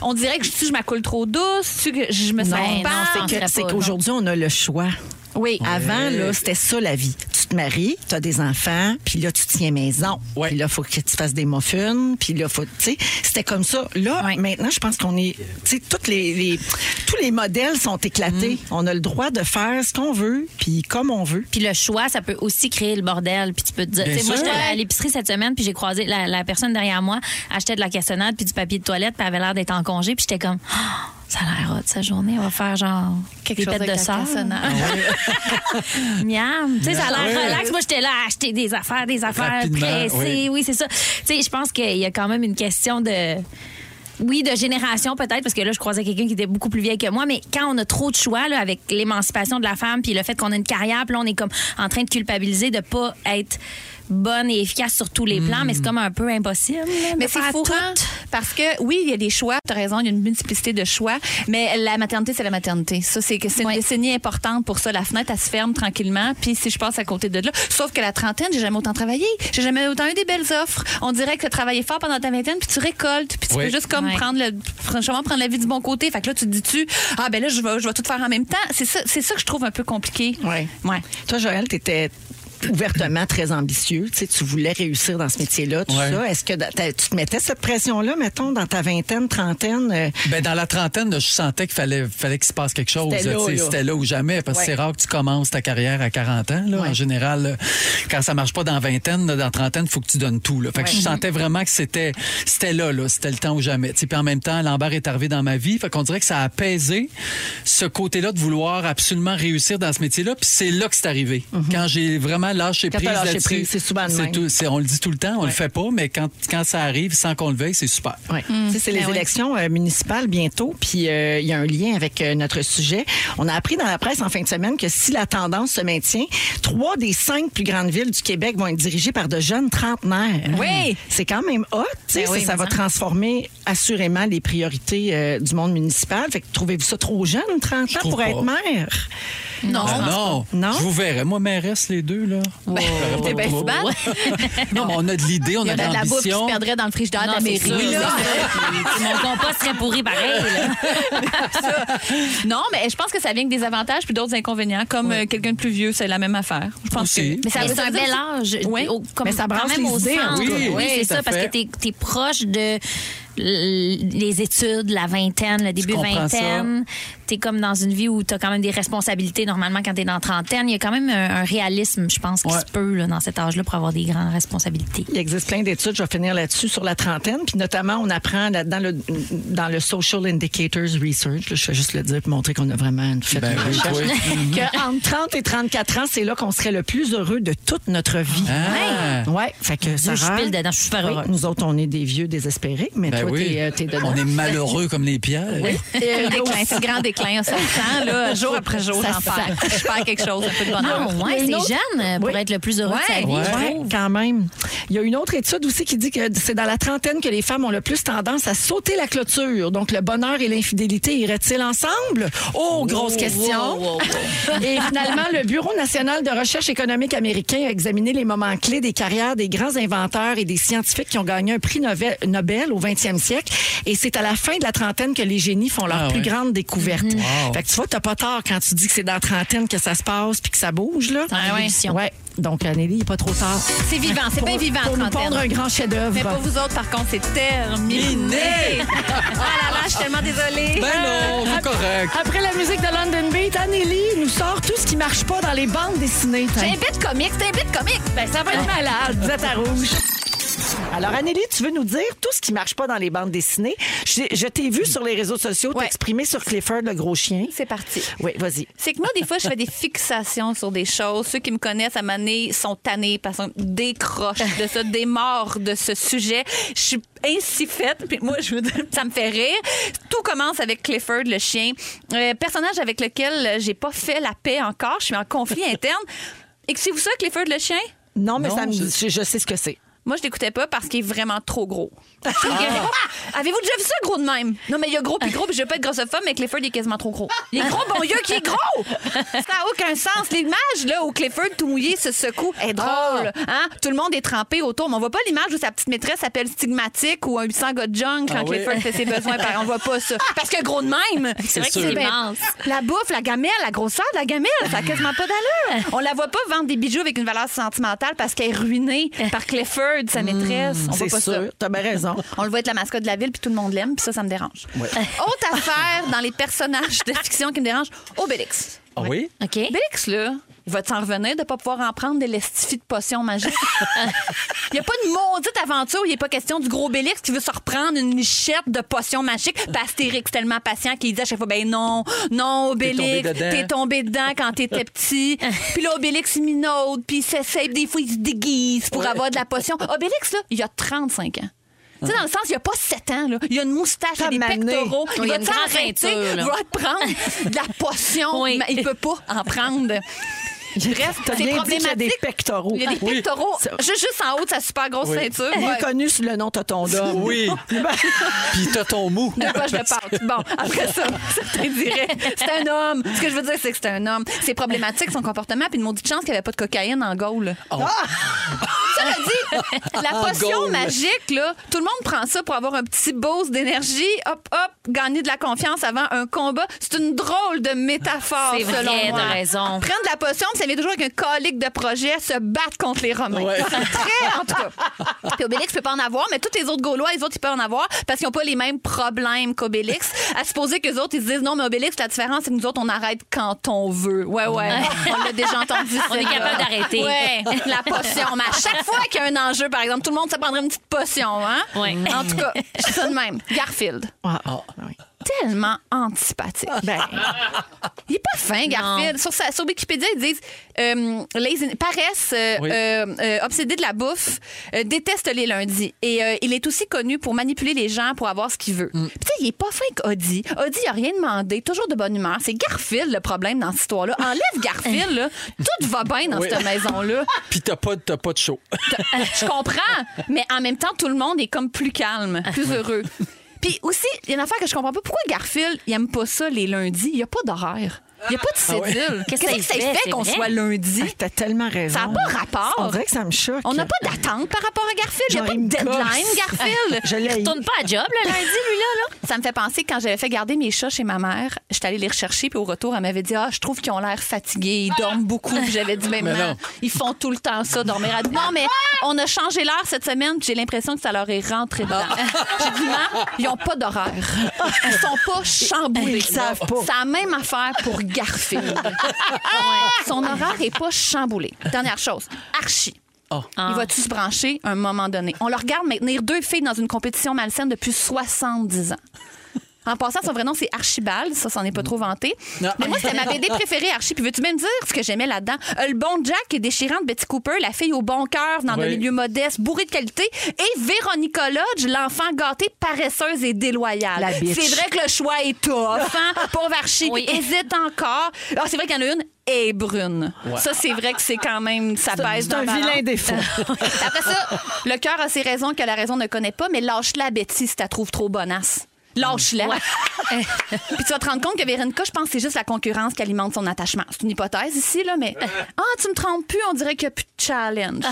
G: On dirait que je, je m'accoule trop douce, tu- que je me sens
E: non,
G: pas.
E: c'est
F: que-
E: penserais
F: Ben c'est
E: pas,
F: qu'aujourd'hui, on a le choix. Oui. Avant, là, c'était ça la vie. Tu te maries, tu as des enfants, puis là, tu tiens maison.
D: Ouais.
F: Puis là, faut que tu fasses des muffins, puis là, faut. Tu sais, c'était comme ça. Là, maintenant, je pense qu'on est. Tu sais, toutes les, les- tous les modèles sont éclatés. On a le droit de faire ce qu'on veut, puis comme on veut.
E: Puis le choix, ça peut aussi créer le bordel. Puis tu peux te dire.
D: Bien
E: Tu sais, Moi,
D: sûr.
E: j'étais allée à l'épicerie cette semaine, puis j'ai croisé la, la personne derrière moi, achetait de la cassonade, puis du papier de toilette, puis elle avait l'air d'être en congé. Puis j'étais comme, Ah, ça a l'air hot, sa journée. On va faire genre des pètes
G: avec
E: de
G: la hein.
E: sœur.
F: Ah
G: cassonade.
E: Miam. Tu sais, ça a l'air
D: Ouais.
E: relax. Moi, j'étais là à acheter des affaires, des affaires
D: Rapidement,
E: pressées.
D: oui.
E: Oui, c'est ça. Tu sais, je pense qu'il y a quand même une question de. Oui, de génération peut-être, parce que là, je croisais quelqu'un qui était beaucoup plus vieil que moi, mais quand on a trop de choix, là, avec l'émancipation de la femme, puis le fait qu'on a une carrière, puis là, on est comme en train de culpabiliser de pas être bonne et efficace sur tous les plans, mais c'est comme un peu impossible. là, de
G: Mais c'est
E: faire
G: fourrant
E: tout.
G: parce que oui, il y a des choix, tu as raison, il y a une multiplicité de choix, mais la maternité c'est la maternité. Ça c'est que c'est une décennie importante pour ça la fenêtre elle se ferme tranquillement, puis si je passe à côté de là, sauf que la trentaine, j'ai jamais autant travaillé, j'ai jamais autant eu des belles offres. On dirait que travailler fort pendant ta vingtaine, puis tu récoltes, puis tu
D: Oui.
G: peux juste comme
E: Ouais.
G: prendre le franchement prendre la vie du bon côté. Fait que là tu te dis tu ah ben là je vais je vais tout faire en même temps. C'est ça c'est ça que je trouve un peu compliqué.
F: Ouais.
G: Ouais.
F: Toi, Joël, tu étais ouvertement très ambitieux. Tu sais, tu voulais réussir dans ce métier-là, tout
D: Ouais.
F: ça. Est-ce que da- t'as- tu te mettais cette pression-là, mettons, dans ta vingtaine, trentaine? euh,
D: Ben, dans la trentaine, là, je sentais qu'il fallait, fallait qu'il se passe quelque chose.
F: C'était là,
D: tu sais,
F: là.
D: C'était là ou jamais, parce que c'est rare que tu commences ta carrière à 40 ans. là. En général, euh, quand ça marche pas dans vingtaine, là, dans trentaine, il faut que tu donnes tout. Là. Fait que je sentais vraiment que c'était c'était là, là c'était le temps ou jamais. Tu sais, Puis en même temps, l'embarre est arrivé dans ma vie. Fait qu'on dirait que ça a apaisé ce côté-là de vouloir absolument réussir dans ce métier-là. Puis c'est là que c'est arrivé. Quand j'ai vraiment lâché
F: Mm-hmm. Quand t'as
D: prise
F: lâché
D: là-dessus,
F: prise, c'est souvent le même.
D: tout- c'est- on le dit tout le temps, on le fait pas, mais quand, quand ça arrive sans qu'on le veuille, c'est super.
F: Ouais. Tu sais, c'est les élections euh, municipales bientôt, puis euh, il y a un lien avec euh, notre sujet. On a appris dans la presse en fin de semaine que si la tendance se maintient, trois des cinq plus grandes villes du Québec vont être dirigées par de jeunes trentenaires.
G: Oui.
F: C'est quand même hot, tu sais,
E: Ben oui,
F: ça, ça va
E: mais
F: transformer assurément les priorités euh, du monde municipal. Fait que trouvez-vous ça trop jeune, 30 ans,
D: trouve
F: pour
D: pas.
F: être maire?
G: Non.
D: Ah non.
F: Non?
D: Je vous verrai. Moi, mairesse, les deux, là. J'aurais pas
G: t'es
D: de
G: bien
D: trouble.
G: foubane.
D: Non, mais on a de l'idée, on
G: Il y
D: a de
G: aurait de la bouffe qui se
D: l'ambition.
G: perdrait dans le frigidaire de
E: Non,
G: la
E: c'est
G: mairie.
E: sûr, c'est ça. Puis Mon compost serait pourri pareil. là.
G: Non, mais je pense que ça vient avec des avantages puis d'autres inconvénients. Comme euh, quelqu'un de plus vieux, c'est la même affaire. Je pense
D: Aussi.
G: que.
E: Mais ça
G: veut
E: c'est un
G: dire
E: bel
G: que-
E: âge.
G: Oui.
E: Au- comme,
F: Mais ça brasse
E: quand même
F: les
E: au
G: hein,
F: idées, hein. en
E: centre.
D: tout cas.
E: Oui,
D: Oui,
E: c'est
D: tout
E: ça,
D: à
E: parce
D: fait.
E: que t'es es proche de l- les études, la vingtaine, le début
D: comprends ça.
E: vingtaine. t'es comme dans une vie où t'as quand même des responsabilités normalement quand t'es dans la trentaine. Il y a quand même un, un réalisme, je pense, qui
D: Ouais.
E: se peut là, dans cet âge-là pour avoir des grandes responsabilités.
F: Il existe plein d'études, je vais finir là-dessus, sur la trentaine. Puis notamment, on apprend là- dans le, dans le Social Indicators Research, là, je vais juste le dire pour montrer qu'on a vraiment fait
D: Ben
F: une
D: oui,
F: recherche,
D: oui.
F: que Euh, entre 30 et 34 ans, c'est là qu'on serait le plus heureux de toute notre vie.
D: Ah.
F: Ouais, fait que
E: Dieu,
F: ça
E: je pile dedans, je suis super heureuse.
F: Nous autres, on est des vieux désespérés, mais
D: Ben
F: toi,
D: oui.
F: t'es, euh, t'es dedans.
D: On est malheureux comme les pierres.
E: Euh,
G: C'est un déclin, c'est un grand déclin, ça se sent, là, jour après jour,
E: Ça
G: j'en
E: se
G: perds. Je perds quelque chose, un peu de bonheur.
E: Non, Ah, ouais,
F: Il y a
E: c'est
F: une autre-
E: jeune euh, pour
F: Oui.
E: être le plus heureux de sa vie.
D: Ouais.
E: je
F: Ouais,
E: trouve.
F: quand même. Il y a une autre étude aussi qui dit que c'est dans la trentaine que les femmes ont le plus tendance à sauter la clôture. Donc, le bonheur et l'infidélité iraient-ils ensemble? Oh, grosse question! Et finalement, le Bureau national de recherche économique américain a examiné les moments clés des carrières des grands inventeurs et des scientifiques qui ont gagné un prix Nove- Nobel au 20e siècle. Et c'est à la fin de la trentaine que les génies font leur
D: Ah
F: plus
D: ouais.
F: grande découverte.
G: Mhm.
D: Wow.
F: Fait que tu vois, t'as pas tort quand tu dis que c'est dans la trentaine que ça se passe puis que ça bouge, là.
E: Dans l'évolution.
F: Ouais. Donc, Anneli, il n'est pas trop tard.
G: Ah C'est vivant, c'est
F: Pour-
G: bien vivant,
F: Pour nous
G: trentaine.
F: pondre un grand chef-d'œuvre.
G: Mais pour vous autres, par contre, c'est terminé. ah là là, je suis tellement désolée.
D: Ben non, c'est correct.
F: Après la musique de London Beat, Anneli nous sort tout ce qui marche pas dans les bandes dessinées.
G: C'est un bit comique, c'est un bit comique. Ah.
F: Ben, ça va être malade, vous êtes à rouge. Alors, Anneli, tu veux nous dire tout ce qui marche pas dans les bandes dessinées. Je, je t'ai vu sur les réseaux sociaux
G: Ouais.
F: t'exprimer sur Clifford, le gros chien.
G: C'est parti.
F: Oui, vas-y.
G: C'est que moi, des fois, je fais des fixations sur des choses. Ceux qui me connaissent à m'année sont tannés parce qu'on décroche de ça, des morts de ce sujet. Je suis ainsi faite. Puis moi, je veux dire, ça me fait rire. Tout commence avec Clifford, le chien. Euh, personnage avec lequel j'ai pas fait la paix encore. Je suis en conflit interne. Et que c'est vous ça, Clifford, le chien?
F: Non, mais
D: Non,
F: ça me
D: je-
F: dit- je, je sais ce que c'est.
G: Moi, je l'écoutais pas parce qu'il est vraiment trop gros. Je
E: Ah.
G: trouve qu'il est gros. Avez-vous déjà vu ça, gros de même? Non, mais il y a gros puis gros, puis je veux pas être grossophobe, mais Clifford, il est quasiment trop gros. Il est gros, bon Dieu, qui est gros! Ça n'a aucun sens. L'image, là, où Clifford, tout mouillé, se secoue, est drôle. Hein? Tout le monde est trempé autour, mais on voit pas l'image où sa petite maîtresse s'appelle Stigmatique ou un 800 gars de junk quand
D: Ah oui.
G: Clifford fait ses besoins. par- On voit pas ça. Parce que gros de même,
E: C'est vrai que
D: sûr.
E: c'est immense.
G: la bouffe, la gamelle, la grosseur de la gamelle, ça a quasiment pas d'allure. On la voit pas vendre des bijoux avec une valeur sentimentale parce qu'elle est ruinée par Clifford, sa maîtresse. On voit
F: C'est
G: pas ça.
F: sûr, Euh, t'as bien raison.
G: On le voit être la mascotte de la ville, puis tout le monde l'aime, puis ça, ça me dérange. Autre affaire dans les personnages de fiction qui me dérange, Obélix.
D: Ah oui?
E: OK?
G: Obélix, là, il va t'en revenir de ne pas pouvoir en prendre des lestifis de potions magiques. il n'y a pas de maudite aventure où il n'est pas question du gros Obélix qui veut se reprendre une lichette de potions magiques. Puis Astérix, tellement patient, qu'il dit à chaque fois Ben non, non, Obélix,
D: tombé dedans.
G: t'es tombé dedans quand t'étais petit. Puis là, Obélix, il minaude, puis il s'essaye, des fois, il se déguise pour avoir de la potion. Obélix, là, il a 35 ans. Tu sais, dans le sens, il a pas 7 ans, là. Il a une moustache, il a des
F: Tamané.
G: pectoraux.
E: Oui, il
G: Il
E: y a
G: va
E: une grande
G: s'arrêter,
E: ceinture, là.
G: il va prendre de la potion,
E: Oui.
G: mais il peut pas en prendre. Bref,
F: T'as
G: c'est
F: bien dit qu'il y a des
G: problématique.
F: pectoraux.
G: Il y a des
F: Ah Oui.
G: pectoraux
F: Ça-
G: ju- juste en haut de sa super grosse
D: Oui.
G: ceinture.
F: Il
G: Ouais.
F: est connu sous le nom Totondom.
D: Ah Oui. Puis t'as ton mou.
G: Une poche de pâte. Bon, après ça, certains diraient, c'est un homme. Ce que je veux dire, c'est que c'est un homme. C'est problématique, son comportement, puis une maudite chance qu'il n'y avait pas de cocaïne en Gaule. Ah! Ça l'a dit, la
D: En
G: potion
D: Gaule.
G: magique, là, tout le monde prend ça pour avoir un petit boost d'énergie, hop, hop, gagner de la confiance avant un combat. C'est une drôle de métaphore,
E: C'est vrai,
G: selon moi.
E: t'as raison.
G: Prendre la potion, puis ça vient toujours avec un colique de projet, se battre contre les Romains.
D: Ouais.
G: C'est très, en tout cas. Puis Obélix peut pas en avoir, mais tous les autres Gaulois, les autres, ils peuvent en avoir parce qu'ils n'ont pas les mêmes problèmes qu'Obélix. À supposer que les autres, ils se disent non, mais Obélix, la différence, c'est que nous autres, on arrête quand on veut. Ouais, ouais. on l'a déjà entendu.
E: On est
G: celle-là.
E: capable d'arrêter.
G: Ouais. La potion. Mais à chaque fois qu'il y a un enjeu, par exemple, tout le monde, ça prendrait une petite potion, hein?
E: Ouais.
G: En tout cas, je dis ça de même. Garfield,
F: Ah, ah, oui.
G: tellement antipathique.
F: Ben,
G: Il est pas fin, Garfield. Sur, sa- sur Wikipédia, ils disent euh, lazy- paresse, euh,
D: Oui.
G: euh, euh, obsédé de la bouffe, euh, déteste les lundis. Et euh, il est aussi connu pour manipuler les gens pour avoir ce qu'il veut.
D: Mm.
G: Puis tu sais, il est pas fin qu'Audi. Audi, il a rien demandé, toujours de bonne humeur. C'est Garfield le problème dans cette histoire-là. Enlève Garfield, là, tout va bien dans
D: Oui.
G: cette maison-là.
D: Puis t'as pas, t'as pas de chaud.
G: Je comprends, mais en même temps, tout le monde est comme plus calme, plus heureux. Puis aussi, il y a une affaire que je comprends pas. Pourquoi Garfield, il aime pas ça les lundis? Il y a pas d'horaire. Il n'y a pas de
D: Ah ouais.
G: cédule. Qu'est-ce que ça fait,
E: c'est
G: qu'on
E: vrai?
G: soit lundi?
F: Hey, T'as tellement raison.
G: Ça n'a pas rapport.
F: On dirait que ça me choque.
G: On n'a pas d'attente par rapport à Garfield. Il n'y a
F: Genre,
G: pas
F: il
G: de
F: me
G: deadline,
F: gosse.
G: Garfield.
F: Je l'ai.
E: Tourne pas à job, le lundi, lui-là. là.
G: Ça me fait penser que quand j'avais fait garder mes chats chez ma mère, j'étais allée les rechercher, puis au retour, elle m'avait dit Ah, je trouve qu'ils ont l'air fatigués, ils dorment beaucoup. Puis j'avais dit Mais
D: Mais
G: non,
D: non.
G: ils font tout le temps ça, dormir. Elle dit Non, mais on a changé l'heure cette semaine, puis j'ai l'impression que ça leur est rentré dedans. J'ai dit Non, ils n'ont pas d'horaire. Ils sont pas chamboulés.
F: Ils savent pas.
G: C'est la même affaire pour Garfield. Ouais. Son horaire n'est pas chamboulé. Dernière chose Archie.
D: Oh.
G: Il va-tu se brancher à un moment donné? On le regarde maintenir deux filles dans une compétition malsaine depuis 70 ans. En passant, son vrai nom, c'est Archibald. Ça, c'en est pas trop vanté.
D: Non.
G: Mais moi, c'était ma BD préférée, Archie. Puis veux-tu même dire ce que j'aimais là-dedans? Euh, le bon Jack est déchirant de Betty Cooper, la fille au bon cœur, dans un
D: Oui.
G: milieu modeste, bourrée de qualité. Et Véronica Lodge, l'enfant gâté, paresseuse et déloyale.
F: La bitch.
G: C'est vrai que le choix est tough. Hein? Pauvre Archie,
E: Oui.
G: qui hésite encore. Ah, c'est vrai qu'il y en a une. Et brune. Ça, c'est vrai que c'est quand même. Ça pèse
F: C'est
G: dans
F: un
G: la balance.
F: vilain défaut.
G: Après ça, le cœur a ses raisons que la raison ne connaît pas, mais lâche-la, Betty, si tu la trouves trop bonasse. Lâche-la. Puis tu vas te rendre compte que Véronica, je pense que c'est juste la concurrence qui alimente son attachement. C'est une hypothèse ici, là, mais. Ah, tu me trompes plus, on dirait qu'il n'y a plus de challenge.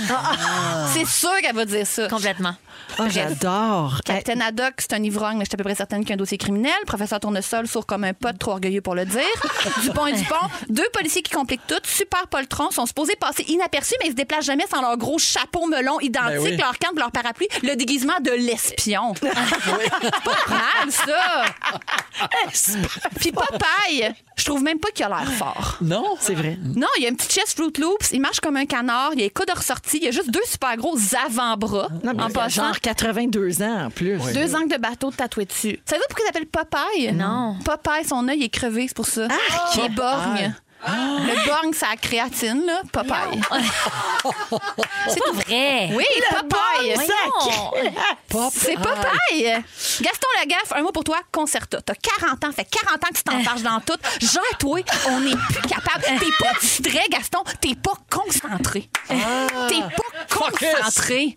G: C'est sûr qu'elle va dire ça.
E: Complètement.
F: Ah, J'adore. Hey,
G: Captain Haddock, c'est un ivrogne, mais je suis à peu près certaine qu'il y a un dossier criminel. Professeur Tournesol sourd comme un pote, trop orgueilleux pour le dire. Dupont et Dupont, deux policiers qui compliquent tout, super poltron, sont supposés passer inaperçus, mais ils se déplacent jamais sans leur gros chapeau melon identique,
D: Ben oui.
G: leur canne, leur parapluie, le déguisement de l'espion. c'est pas mal, ça! Puis Popeye, je trouve même pas qu'il a l'air fort.
D: Non?
F: C'est vrai.
G: Non, il a une petite chest Fruit Loops, il marche comme un canard, il a les coudes ressortis, il a juste deux super gros avant-bras.
F: Non, mais
G: en
F: il a
G: passant,
F: genre 82 ans en plus.
G: deux angles de bateau tatoués dessus. Savez-vous pourquoi il s'appelle Popeye?
E: Non.
G: Popeye, son œil est crevé, c'est pour ça. Qui est borgne. Le borgne, c'est la créatine, là. Popeye.
E: C'est pas vrai.
G: Oui, Popeye.
E: Voyons.
D: Pop.
G: C'est Popeye. Gaston Lagaffe, un mot pour toi, concerto. T'as 40 ans, fait 40 ans que tu t'embarges dans tout. Gère-toi, on n'est plus capable. T'es pas distrait, Gaston, t'es pas concentré. T'es pas
D: Focus.
G: concentré.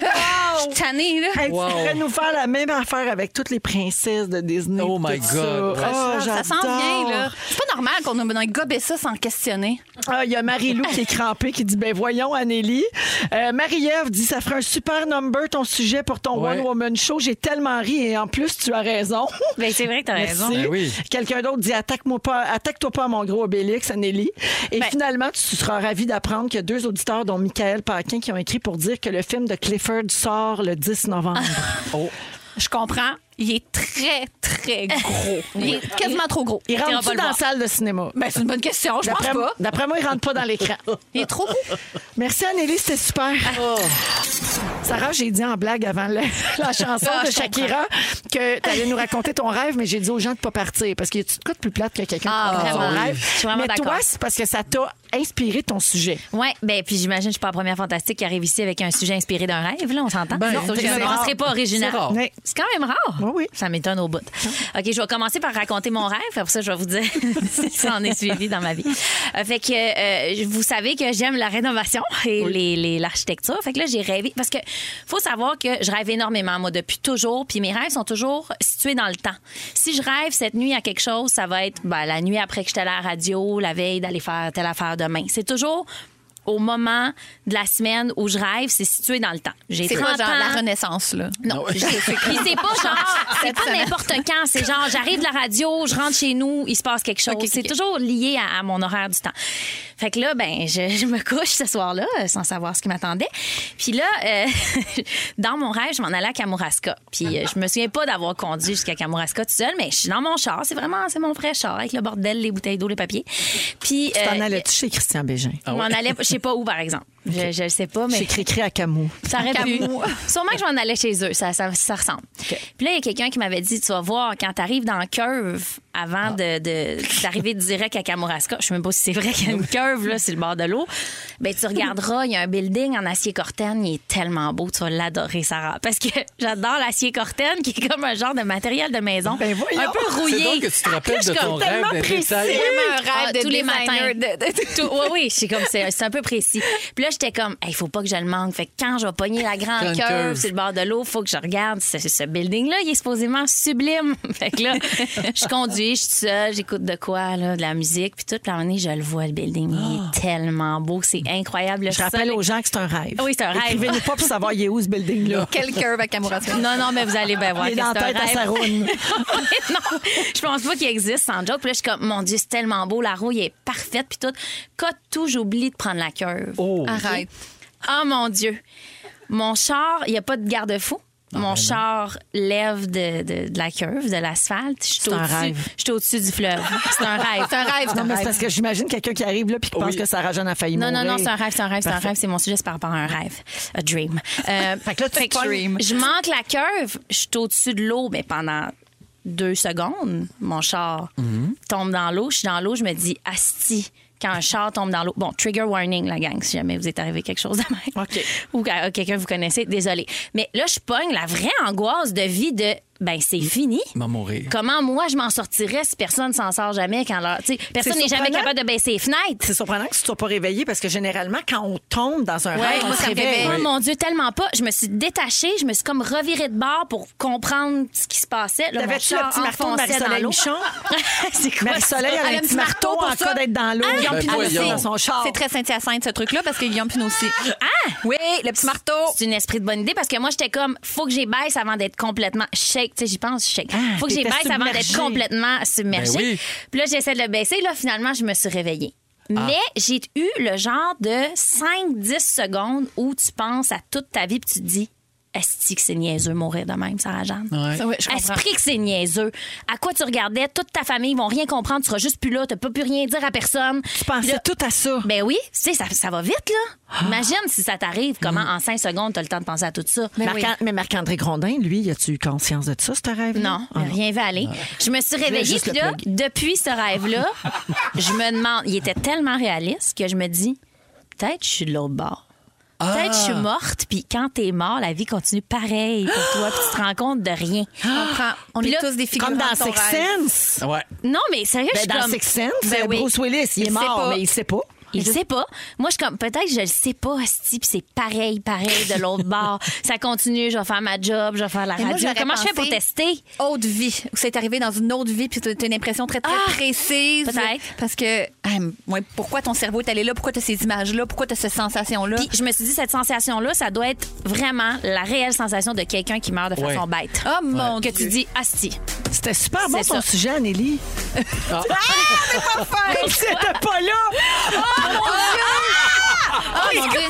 G: Je suis tannée, là.
F: Hey,
D: Wow.
F: Tu pourrais nous faire la même affaire avec toutes les princesses de Disney.
D: Oh my
F: tout
D: God, ouais.
F: Ça, Ah,
G: ça sent
F: j'adore.
G: bien, là. C'est pas normal qu'on ait gobé ça sans questionner.
F: Ah, Il y a Marie-Lou qui est crampée, qui dit Ben voyons, Anélie. Euh, Marie-Ève dit Ça ferait un super number ton sujet pour ton
D: Ouais.
F: One Woman Show. J'ai tellement ri et en plus, tu as raison.
E: Ben, c'est vrai que t'as raison.
F: Merci.
D: Ben oui.
F: Quelqu'un d'autre dit Attaque-moi pas, attaque-toi pas à mon gros Obélix, Anélie. Et
G: Ben-
F: finalement, tu seras ravi d'apprendre qu'il y a deux auditeurs, dont Michael Paquin, qui ont écrit pour dire que le film de Clifford sort le 10 novembre.
G: Ah.
D: Oh.
G: Je comprends. Il est très, très gros. Il est quasiment trop gros.
F: Il
E: T'ira
F: rentre
E: pas le
F: dans la
E: voir.
F: salle de cinéma.
G: Ben, c'est une bonne question, je pense
F: D'après
G: pas.
F: d'après moi, il rentre pas dans l'écran.
G: Il est trop gros.
F: Merci, Anneli, c'était super.
E: Oh.
F: Sarah, j'ai dit en blague avant la, la chanson
G: Ah,
F: de
G: je comprends.
F: Shakira que tu allais nous raconter ton rêve, mais j'ai dit aux gens de pas partir parce qu'il y a de quoi de plus plate que quelqu'un
E: Ah,
F: qui raconte son
E: vraiment.
F: rêve.
E: Je suis vraiment
F: mais toi,
E: d'accord.
F: c'est parce que ça t'a inspiré ton sujet.
E: Oui, ben puis j'imagine que je suis pas la première fantastique qui arrive ici avec un sujet inspiré d'un rêve, là, on s'entend?
D: Ben,
E: non,
D: c'est
E: je me
D: rare.
E: penserais pas original.
D: C'est rare.
F: Mais-
E: C'est quand même rare.
F: Oui, oui.
E: Ça m'étonne au bout.
G: Ah.
E: OK, je vais commencer par raconter mon rêve. Après ça, je vais vous dire si ça en est suivi dans ma vie. Euh, fait que euh, vous savez que j'aime la rénovation et les- les- l'architecture. fait que là, j'ai rêvé. Parce que faut savoir que je rêve énormément, moi, depuis toujours. Puis mes rêves sont toujours situés dans le temps. Si je rêve cette nuit à quelque chose, ça va être ben, la nuit après que j'étais à la radio, la veille d'aller faire telle affaire demain. C'est toujours au moment de la semaine où je rêve, c'est situé dans le temps. J'ai
G: C'est
E: 30
G: pas genre
E: ans.
G: la Renaissance, là.
E: Non,
D: Non.
E: je- puis c'est pas genre, c'est
G: Cette
E: pas
G: semaine.
E: n'importe quand. C'est genre, j'arrive de la radio, je rentre chez nous, il se passe quelque chose.
G: Ok, ok.
E: c'est toujours lié à, à mon horaire du temps. Fait que là, ben, je, je me couche ce soir-là euh, sans savoir ce qui m'attendait. Puis là, euh, dans mon rêve, je m'en allais à Kamouraska. Puis euh, je me souviens pas d'avoir conduit jusqu'à Kamouraska tout seul, mais je suis dans mon char. C'est vraiment, c'est mon vrai char avec le bordel, les bouteilles d'eau, les papiers. Puis
F: Tu t'en
E: euh,
F: allais-tu chez Christian Bégin?
E: je m'en allais, je sais pas où par exemple. Je, je sais pas, mais
F: Chez Cricri à Camus.
E: ça aurait pu.
G: Camus.
E: Sûrement que je m'en allais chez eux, ça, ça, ça ressemble. Puis là, il y a quelqu'un qui m'avait dit, tu vas voir, quand t'arrives dans la curve,
D: Ah.
E: avant de- de- d'arriver direct à Kamouraska, je sais même pas si c'est vrai qu'il y a une curve, là, sur le bord de l'eau, ben tu regarderas, il y a un building en acier corten, il est tellement beau, tu vas l'adorer, Sarah. Parce que j'adore l'acier corten, qui est comme un genre de matériel de maison.
F: Ben voyons.
E: un peu
D: C'est
E: rouillé.
D: donc que tu te
E: Là,
D: rappelles
E: je
D: de
E: suis
D: ton
E: comme
D: rêve
E: tellement
D: de
E: précis.
D: détail.
G: vraiment un rêve
E: Ah,
G: de
E: tous les
G: designer
E: matins.
G: de- de-
E: Tout- oui, oui, je suis comme c'est, c'est un peu précis. Puis là, j'étais comme, il faut pas que je le manque. Fait que quand je vais pogner la grande
D: Grande
E: curve
D: curve.
E: sur le bord de l'eau, faut que je regarde ce, ce building-là. Il est supposément sublime. fait que là, je conduis, je suis toute seule, j'écoute de quoi, là, de la musique, puis tout. Puis à un moment donné, je le vois, le building. Il est tellement beau. C'est incroyable. Le
F: Ah. Je rappelle
E: sol-
F: aux gens que c'est un rêve.
E: Oui, c'est un rêve.
F: Écrivez-nous pas pour savoir il est où ce building-là.
G: Quel curve à Kamouraska.
E: Non, non, mais vous allez bien voir.
F: Il est
E: que
F: dans
E: c'est un
F: la tête à
E: rêve.
F: Saroune.
E: Ouais, non, je pense pas qu'il existe sans joke. Puis là, je suis comme, mon Dieu, c'est tellement beau. La rouille est parfaite. Puis tout. Cote tout, j'oublie de prendre la curve.
D: Oh,
G: Arrête.
E: Ah mon Dieu. Mon char, il n'y a pas de garde-fou. Mon char lève de, de- de la curve, de l'asphalte. Je suis
F: C'est un
E: au-dessus-
F: rêve.
E: Je suis au-dessus du fleuve. C'est un rêve.
G: C'est un rêve, c'est
F: Non,
G: un
F: mais c'est
G: rêve.
F: parce que j'imagine quelqu'un qui arrive là puis qui pense que Sarah Jeanne a failli
E: Non, non,
F: mourir.
E: non, c'est un rêve, c'est un rêve, c'est un rêve. C'est mon sujet, c'est par rapport à un rêve. A dream. Euh,
F: Fait que là, tu
E: fait
F: te pognes.
E: Je manque la curve. Je suis au-dessus de l'eau, mais pendant deux secondes, mon char
F: Mm-hmm.
E: tombe dans l'eau. Je suis dans l'eau, je me dis, asti. Quand un char tombe dans l'eau. Bon, trigger warning, la gang, si jamais vous est arrivé quelque chose de même.
F: OK.
E: Ou à- à quelqu'un que vous connaissez, désolé. Mais là, je pogne la vraie angoisse de vie de. Ben, c'est fini.
D: m'en mourir.
E: Comment moi je m'en sortirais si personne s'en sort jamais quand leur, tu sais, personne n'est jamais
F: surprenant.
E: capable de baisser les fenêtres.
F: C'est surprenant que tu ne sois pas réveillé parce que généralement, quand on tombe dans un rêve,
G: moi,
F: on se
G: ça me
F: réveille.
G: réveille.
E: Oh mon Dieu, tellement pas. Je me suis détachée, je me suis comme revirée de bord pour comprendre ce qui se passait. Là, mon
F: T'avais-tu le
E: char
F: petit marteau de
E: enfonçait dans
F: Marie-Soleil
E: l'eau.
F: Michon?
E: C'est quoi
F: Marie-Soleil,
E: ça?
F: elle a un petit marteau en
E: ça.
F: cas d'être dans l'eau.
E: Ah,
F: Guillaume
D: Ben
F: Pinot,
D: voyons.
F: dans son char.
G: C'est très Saint-Hyacinthe, ce truc-là, parce que Guillaume Pinot aussi.
E: Ah!
G: Oui, le petit marteau.
D: Oh.
E: C'est une esprit de bonne idée parce que moi, j'étais comme, faut que j'ai baisse avant d'être complètement shake. Tu sais, j'y pense, shake. faut que j'ai
F: t'étais
E: baisse avant d'être
F: submergée.
E: complètement submergée.
D: Ah, Ben oui.
E: Puis là, j'essaie de le baisser. Là, finalement, je me suis réveillée.
D: Ah.
E: Mais j'ai eu le genre de 5-10 secondes où tu penses à toute ta vie puis tu te dis, est-ce que c'est niaiseux mourir de même, Sarah-Jeanne?
D: Ouais.
G: Oui, je comprends.
E: Esprit que c'est niaiseux. À quoi tu regardais? Toute ta famille vont rien comprendre. Tu seras juste plus là. Tu pas pu rien dire à personne.
F: Tu pensais tout à ça.
E: Ben oui, tu sais, ça, ça va vite, là. Imagine si ça t'arrive, comment en 5 secondes, tu as le temps de penser à tout ça. Ben,
F: Marc- Mais, Marc-André Grondin, lui, il a-tu eu conscience de ça, ce rêve?
E: Non, rien va aller. Je me suis réveillée,
F: juste
E: puis
F: le
E: là, depuis ce rêve-là, je me demande, il était tellement réaliste que je me dis, peut-être je suis de l'autre bord. Peut-être je suis
F: Ah!
E: morte, puis quand t'es mort, la vie continue pareil pour toi, puis tu te rends compte de rien.
G: On comprend. On
E: Puis
G: est
E: là,
G: tous des figurants
F: Comme dans
G: de ton
F: Six
G: rêve.
F: Sense.
D: Ouais.
E: Non, mais sérieux,
F: Ben,
E: je suis
F: dans
E: comme...
F: Six Sense, euh,
E: Ben oui.
F: Bruce Willis, il, est
G: sait
F: mort,
G: pas.
F: mais il sait pas.
E: Il le sait pas. Moi, je suis comme, peut-être que je le sais pas, Asti, puis c'est pareil, pareil de l'autre bord. Ça continue, je vais faire ma job, je vais faire la
G: Mais moi,
E: radio.
G: j'aurais
E: Comment je fais pour
G: pensé-
E: tester?
G: Autre vie. où C'est arrivé dans une autre vie, puis t'as t'as une impression très, très
E: Ah!
G: précise.
E: Peut-être.
G: Parce que, ah, ouais, pourquoi ton cerveau est allé là? Pourquoi t'as ces images-là? Pourquoi t'as cette sensation-là?
E: Puis je me suis dit, cette sensation-là, ça doit être vraiment la réelle sensation de quelqu'un qui meurt de façon
D: Ouais.
E: bête.
G: Oh mon
E: que
G: Dieu.
E: tu dis, Asti.
F: C'était super bon
E: C'est
F: ton
E: ça.
F: sujet, Anélie.
D: Ah.
F: Comme si t'étais pas là!
G: Oh mon Dieu!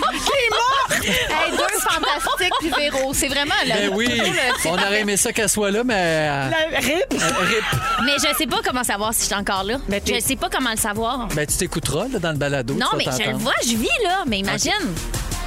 G: Hey, deux fantastiques, puis Véro. C'est vraiment là.
D: Ben oui, on aurait aimé ça qu'elle soit là, mais.
F: La rip!
D: euh, rip.
E: Mais je sais pas comment savoir si je suis encore là.
F: Mais Ben, t'es-
E: je sais pas comment le savoir.
D: Ben, tu t'écouteras là, dans le balado.
E: non, mais
D: tu vas
E: je le
D: t'entendre.
E: vois, je vis, là. Mais imagine.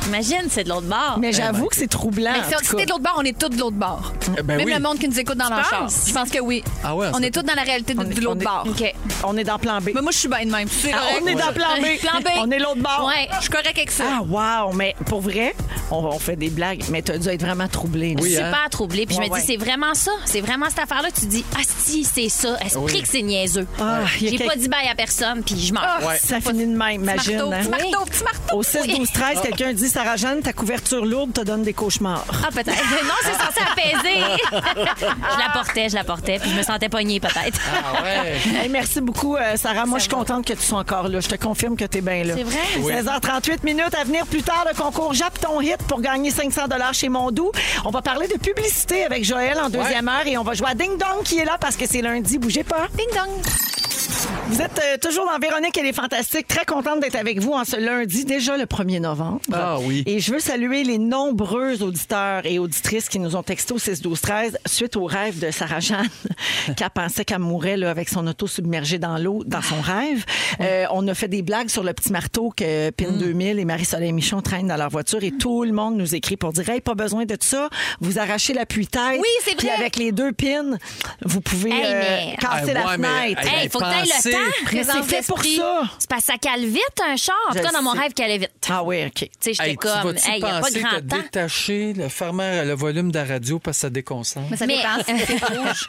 E: Imagine, c'est de l'autre bord.
F: Mais
D: ben.
F: j'avoue que c'est troublant.
G: Mais si
F: en
G: on
F: tout
G: était de
F: cas.
G: l'autre bord, on est tous de l'autre bord.
D: Eh ben
G: Même
D: oui.
G: le monde qui nous écoute dans
E: Tu
G: leur char.
E: penses?
G: Je pense que oui.
D: Ah ouais, on
G: on
D: sait
G: est tous dans la réalité de,
F: On est-
G: de l'autre
F: on est-
G: bord.
E: OK.
F: on est dans plan B.
G: Mais moi, je suis bien de même. C'est
F: Ah,
G: correct.
F: on est dans plan B.
G: Plan B.
F: On est l'autre bord.
E: Ouais.
G: Je suis correct avec ça.
F: Ah, wow! Mais pour vrai, on, on fait des blagues, mais t'as dû être vraiment troublé.
D: Oui, hein.
E: super troublée. Puis je
F: Ouais,
E: me dis,
F: ouais.
E: c'est vraiment ça. C'est vraiment cette affaire-là. Tu dis, ah si, c'est ça. Esprit
D: Oui.
E: que c'est niaiseux.
F: Ah, il y a
E: J'ai
F: quelque-
E: pas dit bail à personne, puis je m'en
G: Ah,
D: Ouais.
F: Ça finit de même, imagine.
G: marteau,
F: hein.
G: petit
I: Ah,
G: marteau, petit marteau.
F: Au 16, 12, 13, quelqu'un dit Sarah Jeanne, ta couverture lourde te donne des cauchemars.
E: Ah, peut-être. Non, c'est censé apaiser. je la portais, je la portais, puis je me sentais pognée, peut-être.
D: Ah ouais.
F: Hey, merci beaucoup, euh, Sarah. Moi, je suis contente que tu sois encore là. Je te confirme que tu es bien là.
E: C'est vrai?
D: Oui.
F: 16h38 minutes à venir plus tard, le concours Jappe ton hit pour gagner 500 chez Mondou. On va parler de publicité avec Joël en deuxième heure et on va jouer à Ding Dong qui est là parce que c'est lundi. Bougez pas.
G: Ding dong.
F: Vous êtes euh, toujours dans Véronique et les Fantastiques. Très contente d'être avec vous en ce lundi, déjà le 1er novembre.
D: Ah oui.
F: Et je veux saluer les nombreux auditeurs et auditrices qui nous ont texté au 6 12 13 suite au rêve de Sarah Jeanne, qui pensait qu'elle mourait là, avec son auto submergée dans l'eau dans son rêve. Euh, on a fait des blagues sur le petit marteau que
D: Mm.
F: Pin 2000 et Marie-Soleil Michon traînent dans leur voiture et tout le monde nous écrit pour dire Hey, pas besoin de ça, vous arrachez la puitaille.
E: Oui, c'est
F: Puis
E: vrai.
F: avec les deux pins, vous pouvez
E: Hey,
F: euh,
E: mais-
F: casser
D: Hey,
F: la
D: ouais, mais-
F: fenêtre.
E: Hey,
D: ben,
E: faut que t'ailles le
D: pensez
F: Ah, Mais c'est
E: Présence
F: fait pour
E: d'esprit.
F: ça.
E: C'est parce que ça cale vite un char. En
F: Je
E: tout cas, dans mon
F: sais.
E: rêve, qu'elle est vite.
F: Ah oui, OK.
E: Tu sais, j'étais
D: Hey, tu
E: comme,
D: vas-tu
E: hey, il n'y a pas
D: penser
E: grand
D: te
E: temps.
D: détacher le fermer le volume de la radio parce que ça déconcentre?
G: Mais ça
E: Mais-
G: dépend si c'est rouge.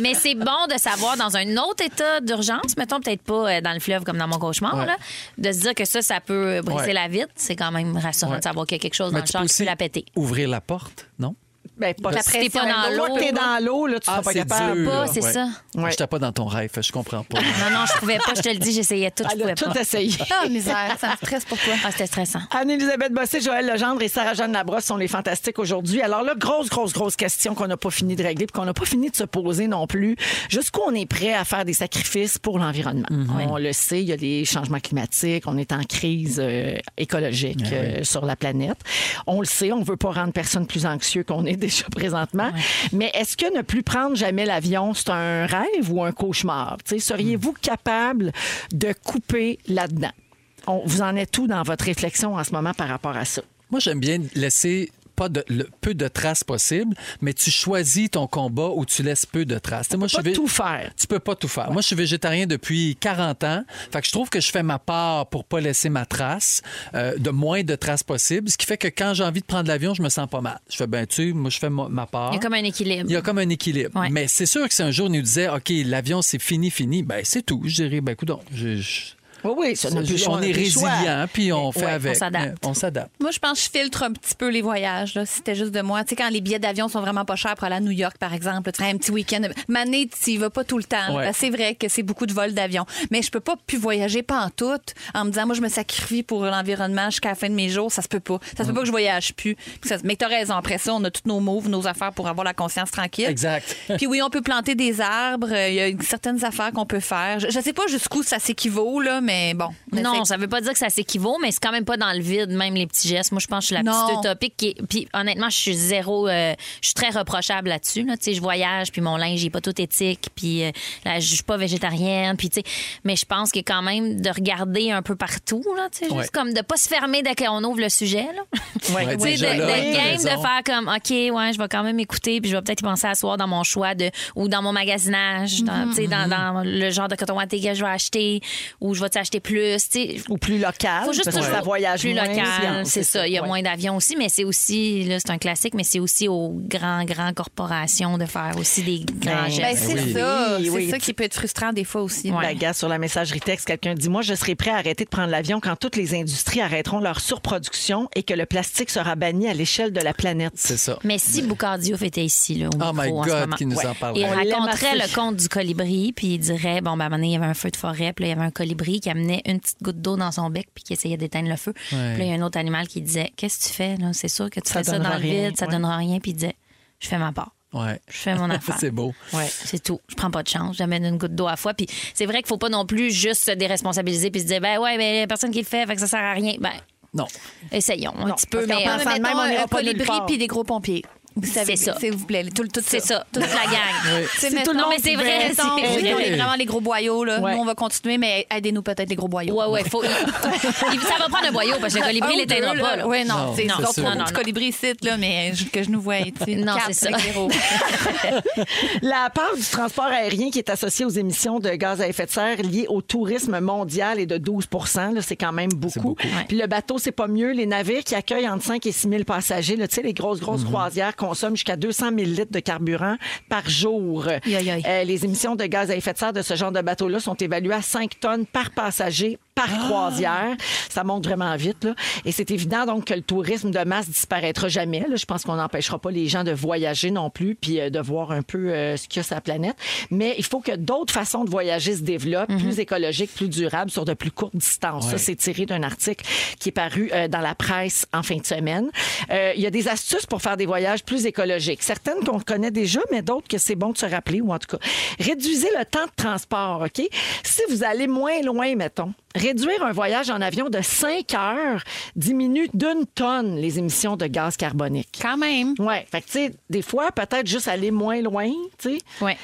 E: Mais c'est bon de savoir dans un autre état d'urgence, mettons peut-être pas euh, dans le fleuve comme dans mon cauchemar,
D: Ouais.
E: là, de se dire que ça, ça peut briser
D: Ouais.
E: la vitre. C'est quand même rassurant
D: Ouais.
E: de savoir qu'il y a quelque chose
D: Mais
E: dans le
D: tu
E: char
D: peux
E: qui peut
D: aussi
E: la péter.
D: ouvrir la porte, non?
F: Ben, pas
E: La
F: si
E: pression
F: t'es
E: dans l'eau.
F: T'es dans l'eau, là, tu seras Ah, pas
D: Ah, c'est
F: capable.
D: dur,
E: Pas,
D: là.
E: c'est ça.
F: Ouais.
D: J'étais pas dans ton rêve, je comprends pas.
E: Non, non, je pouvais pas, je te le dis, j'essayais tout, je
F: Elle
E: pouvais
F: a tout
E: pas.
F: essayé.
G: Ah, misère, ça me stresse pour toi.
E: Ah, c'était stressant.
F: Anne-Elisabeth Bossé, Joël Legendre et Sarah-Jeanne Labrosse sont les fantastiques aujourd'hui. Alors là, grosse, grosse, grosse question qu'on n'a pas fini de régler puis qu'on n'a pas fini de se poser non plus. Jusqu'où on est prêt à faire des sacrifices pour l'environnement? On le sait, il y a des changements climatiques, on est en crise euh, écologique euh, sur la planète. On le sait, on veut pas rendre personne plus anxieux qu'on est déjà présentement. Mais est-ce que ne plus prendre jamais l'avion, c'est un rêve ou un cauchemar? Tu sais, Seriez-vous capable de couper là-dedans? On- vous en êtes tout dans votre réflexion en ce moment par rapport à ça?
D: Moi, j'aime bien laisser pas de, le peu de traces possible, mais tu choisis ton combat où tu laisses peu de traces. Tu sais, Moi,
F: Pas
D: je vais-
F: tout faire.
D: Tu peux pas tout faire. Moi, je suis végétarien depuis 40 ans. Fait que je trouve que je fais ma part pour pas laisser ma trace, euh, de moins de traces possible. Ce qui fait que quand j'ai envie de prendre l'avion, je me sens pas mal. Je fais, ben, tu sais, moi, je fais mo- ma part.
E: Il y a comme un équilibre.
D: Ah. Il y a comme un équilibre.
E: Ouais.
D: Mais c'est sûr que si un jour on nous disait, OK, l'avion, c'est fini, fini, ben, c'est tout. Je dirais, ben, écoute,
F: Oui, oui, ça n'a plus le choix,
D: on est
F: plus le choix.
D: résilient, puis on fait
E: ouais, on
D: avec.
E: s'adapte.
D: Mais On s'adapte.
G: Moi, je pense que je filtre un petit peu les voyages. Là, si c'était juste de moi. Tu sais, quand les billets d'avion sont vraiment pas chers pour aller à New York, par exemple, tu fais un petit week-end. Mané, tu y vas pas tout le temps. là,
D: Ouais.
G: parce que c'est vrai que c'est beaucoup de vols d'avion. Mais je peux pas plus voyager pas en tout en me disant, moi, je me sacrifie pour l'environnement jusqu'à la fin de mes jours. Ça se peut pas. Ça se
D: Mm.
G: peut pas que je voyage plus. Puis ça- Mais t'as raison. Après ça, on a tous nos moves, nos affaires pour avoir la conscience tranquille.
D: Exact.
G: Puis oui, on peut planter des arbres. Euh, Il y a une- certaines affaires qu'on peut faire. Je, je sais pas jusqu'où ça s'équivaut, là, mais bon. on essaie.
E: Non, ça veut pas dire que ça s'équivaut, mais c'est quand même pas dans le vide, même les petits gestes. Moi, je pense que je suis la
G: Non.
E: petite utopique. Qui est- Puis honnêtement, je suis zéro, euh, je suis très reprochable là-dessus. Là. Tu sais, je voyage, puis mon linge, il est pas tout éthique, puis euh, là, je suis pas végétarienne, puis tu sais. Mais je pense que quand même de regarder un peu partout, là, tu sais,
D: Ouais.
E: juste comme de pas se fermer dès qu'on ouvre le sujet, là.
D: Ouais,
E: Tu sais,
D: déjà
E: de-
D: là,
E: d'être
D: t'as
E: game,
D: raison.
E: de faire comme, OK, ouais, je vais quand même écouter, puis je vais peut-être y penser à soir dans mon choix de, ou dans mon magasinage,
F: Mm-hmm.
E: dans, tu sais, dans,
D: Mm-hmm.
E: dans le genre de coton ouaté que je vais acheter, ou je vais acheter plus. tu sais.
F: Ou plus local.
E: faut juste
F: parce que
E: toujours
F: ça voyage
E: plus
F: moins,
E: local,
F: puis-
E: c'est ça. Il y a
F: ouais.
E: moins d'avions aussi, mais c'est aussi, là, c'est un classique, mais c'est aussi aux grands, grands corporations de faire aussi des grands
F: Ben,
G: Ben,
E: gestes.
G: c'est
D: Oui.
G: ça.
F: Oui,
G: c'est
F: oui.
G: ça qui peut être frustrant des fois aussi. Ben,
E: Ouais.
F: La gare sur la messagerie texte, quelqu'un dit Moi, je serai prêt à arrêter de prendre l'avion quand toutes les industries arrêteront leur surproduction et que le plastique sera banni à l'échelle de la planète.
D: C'est ça.
E: Mais si Boucardiouf était ici, là, au
D: Oh my
E: micro en ce
D: God,
E: moment,
D: qui nous en
E: Il
D: parlerait.
F: On l'aime
E: raconterait le
F: assez.
E: conte du colibri, puis il dirait bon, ben, à un moment donné, il y avait un feu de forêt, puis là, il y avait un colibri qui amenait une petite goutte d'eau dans son bec, puis qui essayait d'éteindre le feu. Puis là, il y a un autre animal qui disait Qu'est-ce que tu fais là? C'est sûr que tu
F: Ça
E: fais ça dans
F: donnera
E: le
F: rien,
E: vide, ça
F: ouais.
E: donnera rien, puis il disait Je fais ma part.
D: Ouais.
E: Je fais mon affaire.
D: C'est beau.
E: Ouais. C'est tout. Je prends pas de chance. J'amène une goutte d'eau à fois. Puis c'est vrai qu'il faut pas non plus juste se déresponsabiliser puis se dire ben ouais, mais personne qui le fait, fait que ça sert à rien. Ben
D: Non.
E: essayons un petit peu,
F: parce
E: mais
F: qu'en
E: euh,
F: pensant de même, on
G: un
F: n'ira pas nulle
G: colibri
F: part.
G: puis des gros pompiers. Vous savez,
E: C'est ça.
G: S'il vous plaît, tout, tout
E: c'est ça, toute la gang.
G: C'est
F: tout le
G: mettons-
E: monde mais c'est vrai,
G: mettons,
E: c'est
G: oui,
E: vrai.
G: on est vraiment les gros boyaux. Là.
F: Ouais.
G: Nous, on va continuer, mais aidez-nous peut-être les gros boyaux. Ah,
E: Ouais, ouais, faut. il- il- ça va prendre un boyau parce que le colibri l'éteindra pas. là.
G: Oui, non,
D: Non,
G: c'est
D: non,
G: notre
D: c'est sûr.
G: petit colibri ici, là, mais je- que je nous vois. tu sais,
E: Non,
G: quatre
E: c'est ça.
G: avec les gros.
F: La part du transport aérien qui est associée aux émissions de gaz à effet de serre liées au tourisme mondial est de 12 là, C'est quand même beaucoup.
E: Ouais.
F: Puis le bateau, c'est pas mieux. Les navires qui accueillent entre 5 et 6 000 passagers, là, tu sais, les grosses, grosses croisières consomment jusqu'à 200 000 litres de carburant par jour.
E: Aïe, aïe, aïe.
F: Euh, les émissions de gaz à effet de serre de ce genre de bateau-là sont évaluées à 5 tonnes par passager par croisière. Ça monte vraiment vite. Là. Et c'est évident donc que le tourisme de masse disparaîtra jamais. là. Je pense qu'on n'empêchera pas les gens de voyager non plus, puis euh, de voir un peu euh, ce qu'il y a sur la planète. Mais il faut que d'autres façons de voyager se développent, plus écologiques, plus durables, sur de plus courtes distances. Ça,
D: Mhm. Ouais.
F: c'est tiré d'un article qui est paru euh, dans la presse en fin de semaine. Euh, il y a des astuces pour faire des voyages plus écologiques. Certaines qu'on connaît déjà, mais d'autres que c'est bon de se rappeler, ou en tout cas, réduisez le temps de transport, OK? Si vous allez moins loin, mettons, réduire un voyage en avion de 5 heures diminue d'une tonne les émissions de gaz carbonique.
G: Quand même.
F: Ouais, fait que tu sais, des fois peut-être juste aller moins loin, tu sais.
E: Ouais.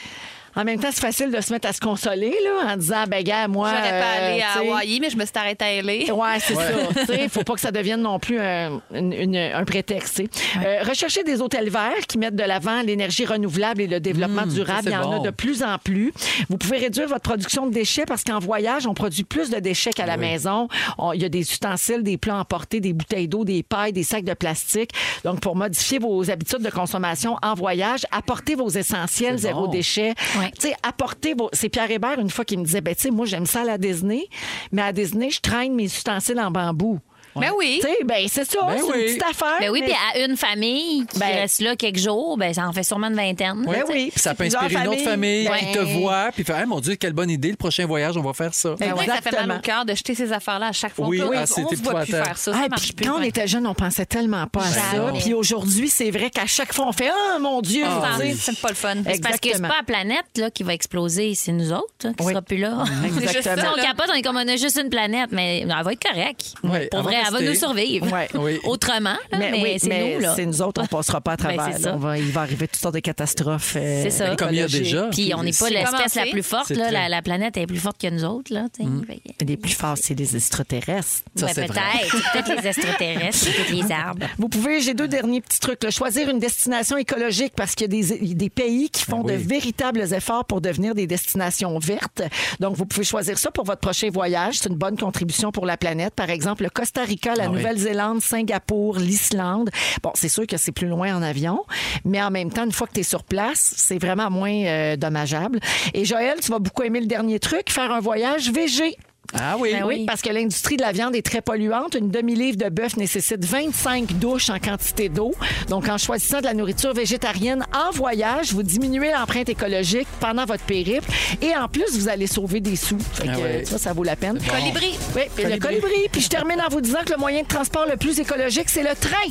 F: En même temps, c'est facile de se mettre à se consoler là, en disant, ben gars, moi.
G: J'aurais pas
F: euh,
G: allé à
F: tu sais,
G: Hawaii, mais je me suis arrêtée à LA.
F: Ouais, c'est ça. Il ne faut pas que ça devienne non plus un, une- une- un prétexte. tu sais. Euh, rechercher des hôtels verts qui mettent de l'avant l'énergie renouvelable et le développement durable.
D: Mmh, ça,
F: Il
D: c'est
F: y en
D: bon.
F: a de plus en plus. Vous pouvez réduire votre production de déchets parce qu'en voyage, on produit plus de déchets qu'à la maison. On- Il y a des ustensiles, des plats emportés, des bouteilles d'eau, des pailles, des sacs de plastique. Donc, pour modifier vos habitudes de consommation en voyage, apportez vos essentiels
D: C'est
F: zéro
D: bon.
F: déchet.
E: Ouais.
F: Tu sais, apportez vos. C'est Pierre Hébert, une fois, qui me disait, ben, tu sais, moi, j'aime ça à la Disney, mais à Disney, je traîne mes ustensiles en bambou.
G: Ben oui.
F: Tu sais, ben, c'est ça,
D: Ben
F: c'est
D: oui.
F: une petite affaire.
E: Ben oui,
F: mais-
E: puis à une famille qui
F: Ben-
E: reste là quelques jours, ben ça en fait sûrement une vingtaine.
F: Ben
E: là, tu sais.
F: oui.
D: Ça peut
F: Plusieurs
D: inspirer une autre famille
F: familles.
D: qui te
F: Ben-
D: voit, puis fait, Ah, mon Dieu, quelle bonne idée, le prochain voyage, on va faire ça.
G: Ben oui, ça fait mal
F: Exactement.
G: au cœur de jeter ces affaires-là à chaque fois.
D: Oui,
G: on peut-
D: ah,
G: on
D: c'est
G: se voit plus
D: épouvantable.
G: faire ça.
F: Ah,
G: ça
F: puis
G: marche plus.
F: quand on était jeune, on pensait tellement pas à ça.
E: Jamais.
F: Puis aujourd'hui, c'est vrai qu'à chaque fois, on fait Ah, mon Dieu,
G: Ah,
F: tu sais.
G: oui. C'est pas le fun.
E: Ben, C'est parce que c'est
F: Exactement.
E: pas la planète là, qui va exploser, c'est nous autres là, qui
F: Oui.
E: sera plus là.
G: C'est
E: Si
G: juste
F: Exactement.
E: on capote, on est comme on a juste une planète, mais elle va être correcte.
D: Ouais,
E: Pour
D: elle va
E: vrai, elle va
D: rester.
E: nous survivre.
F: Ouais.
D: Oui.
E: Autrement, là, mais,
F: oui,
E: c'est
F: mais
E: nous. Là.
F: c'est nous autres, on passera pas à
E: Ben,
F: travers.
E: c'est
F: là.
E: ça.
F: on va, il va arriver toutes sortes de catastrophes. euh,
E: C'est ça.
D: Comme il y a déjà.
E: Puis on n'est pas
D: C'est
E: l'espèce
G: commencé.
E: la plus forte.
D: C'est
E: Là,
D: très-
E: la, la planète est plus forte que nous autres. Là, tu sais. Fait que-
F: Les plus forts, c'est les extraterrestres.
D: Ça,
E: Ouais,
D: c'est vrai.
E: peut-être. Peut-être les extraterrestres, peut-être les arbres.
F: Vous pouvez, j'ai deux derniers petits trucs. là. Choisir une destination écologique parce qu'il y a des, des pays qui font
D: Ben oui.
F: de véritables efforts pour devenir des destinations vertes. Donc, vous pouvez choisir ça pour votre prochain voyage. C'est une bonne contribution pour la planète. Par exemple, le Costa Rica, la
D: Ah oui.
F: Nouvelle-Zélande, Singapour, l'Islande. Bon, c'est sûr que c'est plus loin en avion, mais en même temps, une fois que tu es sur place, c'est vraiment moins euh, dommageable. Et Joël, tu vas beaucoup aimer le dernier truc, faire un voyage végé.
D: Ah oui.
E: Ben
F: Oui, parce que l'industrie de la viande est très polluante. Une demi-livre de bœuf nécessite 25 douches en quantité d'eau. Donc, en choisissant de la nourriture végétarienne en voyage, vous diminuez l'empreinte écologique pendant votre périple. Et en plus, vous allez sauver des sous. Fait que,
D: Ah ouais.
F: tu vois, ça vaut la peine.
G: Colibri.
F: Oui, et le colibri. Puis je termine en vous disant que le moyen de transport le plus écologique, c'est le train.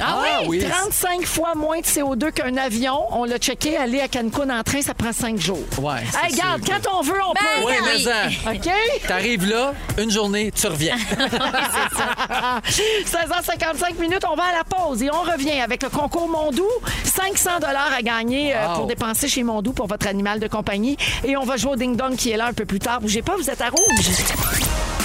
D: Ah oui.
F: 35 fois moins de CO2 qu'un avion. On l'a checké, aller à Cancun en train, ça prend 5 jours.
D: Ouais, c'est
F: Hey, regarde,
D: sûr.
F: quand on veut, on
D: Oui,
F: peut.
D: mais en.
F: OK?
D: T'arrives là, une journée, tu reviens.
F: 16h55 minutes, on va à la pause et on revient avec le concours Mondou. 500 dollars à gagner euh,
D: Wow.
F: pour dépenser chez Mondou pour votre animal de compagnie. Et on va jouer au Ding Dong qui est là un peu plus tard. Bougez pas, vous êtes à rouge.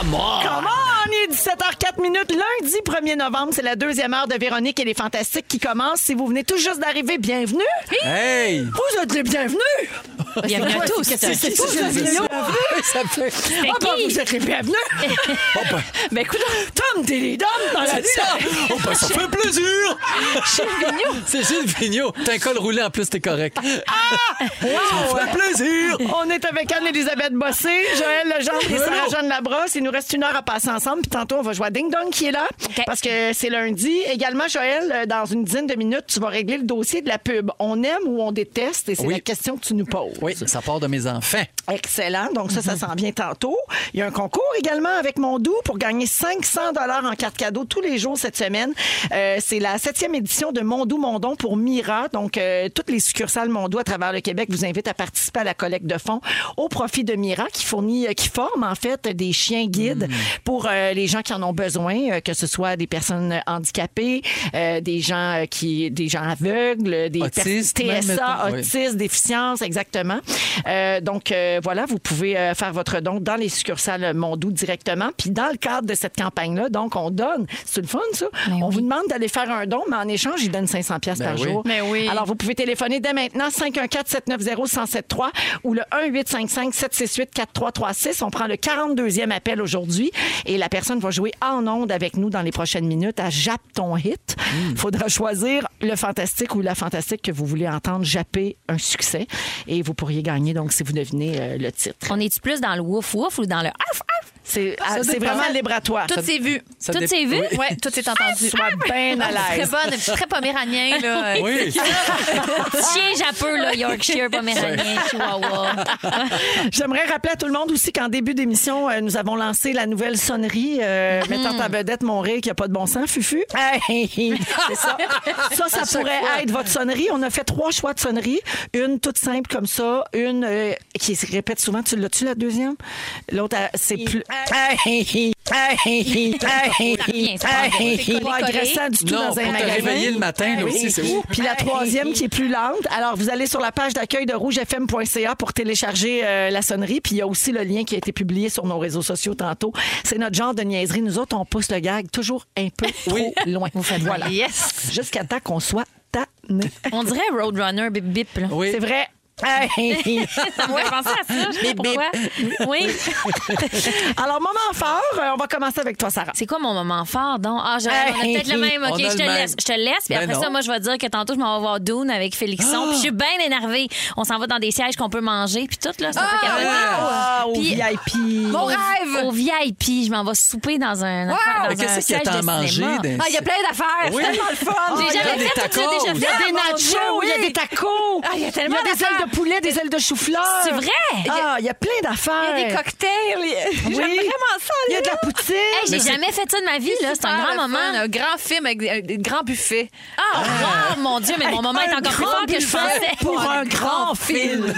D: Come on!
F: Comment on est 17h04 minutes lundi 1er novembre, c'est la deuxième heure de Véronique et les Fantastiques qui commence. Si vous venez tout juste d'arriver, bienvenue.
D: Hey!
F: Vous êtes les bienvenus.
E: Bienvenue à
F: C'est quoi,
E: tous.
F: c'est- c'est- c'est-
D: Qu'est-ce
F: c'est-
D: que c'est
F: c'est-
D: ça? Ça fait-
F: Ah, ben,
E: qui?
F: vous êtes les bienvenus. ben écoute, Tom, t'es les dames dans la
D: C'est ça! Oh, ben, ça fait plaisir!
F: Chez Vigneault.
D: C'est Gilles Vigneault. T'as un col roulé en plus, t'es correct.
F: Ah! Wow!
D: Ça fait plaisir!
F: On est avec Anne-Elisabeth Bossé, Joël Legendre et Sarah-Jeanne Labrosse. Il nous reste une heure à passer ensemble. Puis tantôt, on va jouer à Ding Dong qui est là
E: OK.
F: parce que c'est lundi. Également, Joël, euh, dans une dizaine de minutes, tu vas régler le dossier de la pub. On aime ou on déteste? Et c'est
D: Oui.
F: la question que tu nous poses.
D: Oui, ça part de mes enfants.
F: Excellent. Donc ça,
D: Mhm.
F: ça s'en vient tantôt. Il y a un concours également avec Mondou pour gagner 500 dollars en cartes cadeaux tous les jours cette semaine. Euh, c'est la septième édition de Mondou Mondon pour Mira. Donc euh, toutes les succursales Mondou à travers le Québec vous invitent à participer à la collecte de fonds au profit de Mira qui fournit, euh, qui forme en fait des chiens guides
D: Mhm.
F: pour euh, les gens qui en ont besoin, euh, que ce soit des personnes handicapées, euh, des gens euh, qui, des gens aveugles, des
D: Autistes,
F: pers-
D: même,
F: TSA,
D: mettons, oui.
F: autistes déficience, déficience, exactement. Euh, donc, euh, voilà, vous pouvez euh, faire votre don dans les succursales Mondou directement. Puis, dans le cadre de cette campagne-là, donc, on donne, c'est le fun, ça. on vous demande d'aller faire un don, mais en échange, ils donnent 500 pièces
D: Ben
F: par
D: oui.
F: jour.
G: Mais oui.
F: Alors, vous pouvez téléphoner dès maintenant 514-790-1073 ou le 1-855-768-4336. On prend le 42e appel aujourd'hui et la personne va jouer en onde avec nous dans les prochaines minutes à Jappe ton hit. Il faudra choisir le fantastique ou la fantastique que vous voulez entendre japper un succès et vous pourriez gagner donc si vous devinez euh, le titre.
E: On est-tu plus dans le wouf wouf ou dans le ouf ouf?
F: C'est ah,
D: Ça
F: c'est
D: dépend.
F: vraiment libératoire.
G: Tout s'est vu.
D: Ça
E: Tout
D: dé-
E: s'est vu?
D: Oui.
G: Ouais, tout s'est entendu. Ah,
F: Sois bien à
G: Très
F: l'aise.
G: bonne, je suis très poméranienne, là.
D: Oui.
E: Chien japeux, là, Yorkshire, Poméranien,
G: Ah,
E: Chihuahua.
F: J'aimerais rappeler à tout le monde aussi qu'en début d'émission, euh, nous avons lancé la nouvelle sonnerie euh, mettant à vedette mon rire qui a pas de bon sens, Fufu. Hey, c'est ça. Ça, ça pourrait être votre sonnerie. On a fait trois choix de sonnerie. Une toute simple comme ça, une euh, qui se répète souvent. Tu l'as-tu la deuxième? L'autre, euh, c'est plus... Hey, hey, hey, hey,
E: revient, ça
F: hey,
E: revient.
F: pas agressant du tout
D: Non,
F: dans
D: pour
F: un
D: te
F: magasin. Ben
D: réveiller le matin, là
F: Oui. Ben,
D: aussi, c'est ouf.
F: Puis la troisième qui est plus lente. Alors, vous allez sur la page d'accueil de rougefm.ca pour télécharger euh, la sonnerie. Puis il y a aussi le lien qui a été publié sur nos réseaux sociaux tantôt. C'est notre genre de niaiserie. Nous autres, on pousse le gag toujours un peu
D: Oui.
F: trop loin. Vous faites voilà.
E: Yes!
F: Jusqu'à temps qu'on soit tanné.
E: On dirait Roadrunner, bip bip, là.
D: Oui.
F: C'est vrai. Hey.
E: Ça me fait penser à ça, je sais pas pourquoi. Oui.
F: Alors, moment fort, euh, on va commencer avec toi, Sarah.
E: C'est quoi mon moment fort, donc? Ah, je- on a
F: Hey,
E: peut-être le même.
D: on
E: OK,
D: a
E: je te
D: le même.
E: laisse. Je te laisse. Puis
D: Ben
E: après
D: non.
E: ça, moi, je vais dire que tantôt, je m'en vais voir Dune avec Félixon. Puis je suis bien énervée. On s'en va dans des sièges qu'on peut manger. Puis tout, là, c'est un peu capoté.
F: Ah, au
E: Puis-
F: VIP.
G: Mon
E: Au-
G: rêve!
E: Au VIP, je m'en vais souper dans un. affaire-
D: Mais
E: dans un
D: qu'est-ce qu'il y a
E: siège
D: tant à
E: de
D: manger?
E: cinéma.
D: dans-
G: Ah, il y a plein d'affaires.
D: Oui.
G: C'est tellement le fun.
E: J'ai
D: il y a
E: jamais
D: des
E: fait tout ça,
D: tacos.
E: déjà
F: Il y
E: fait.
F: a
E: Ah,
F: des
E: mon
F: nachos,
E: Dieu,
F: il y a
E: oui.
F: des tacos.
G: Ah, il y a tellement
F: Il y a des
G: d'affaires.
F: ailes de poulet, des ailes de chou-fleur.
E: C'est vrai?
F: Ah, il y a plein d'affaires.
G: Il y a des cocktails. J'aime
F: Oui.
G: vraiment ça.
F: Il y a de la poutine.
E: Hey, j'ai jamais fait ça de ma vie, là. C'est un grand moment.
G: Un grand film avec des- un grand buffet.
E: Ah, wow, mon Dieu, mais mon moment est
F: Un
E: encore plus
F: grand
E: fort que je
F: buffet
E: pensais.
F: Pour un grand film.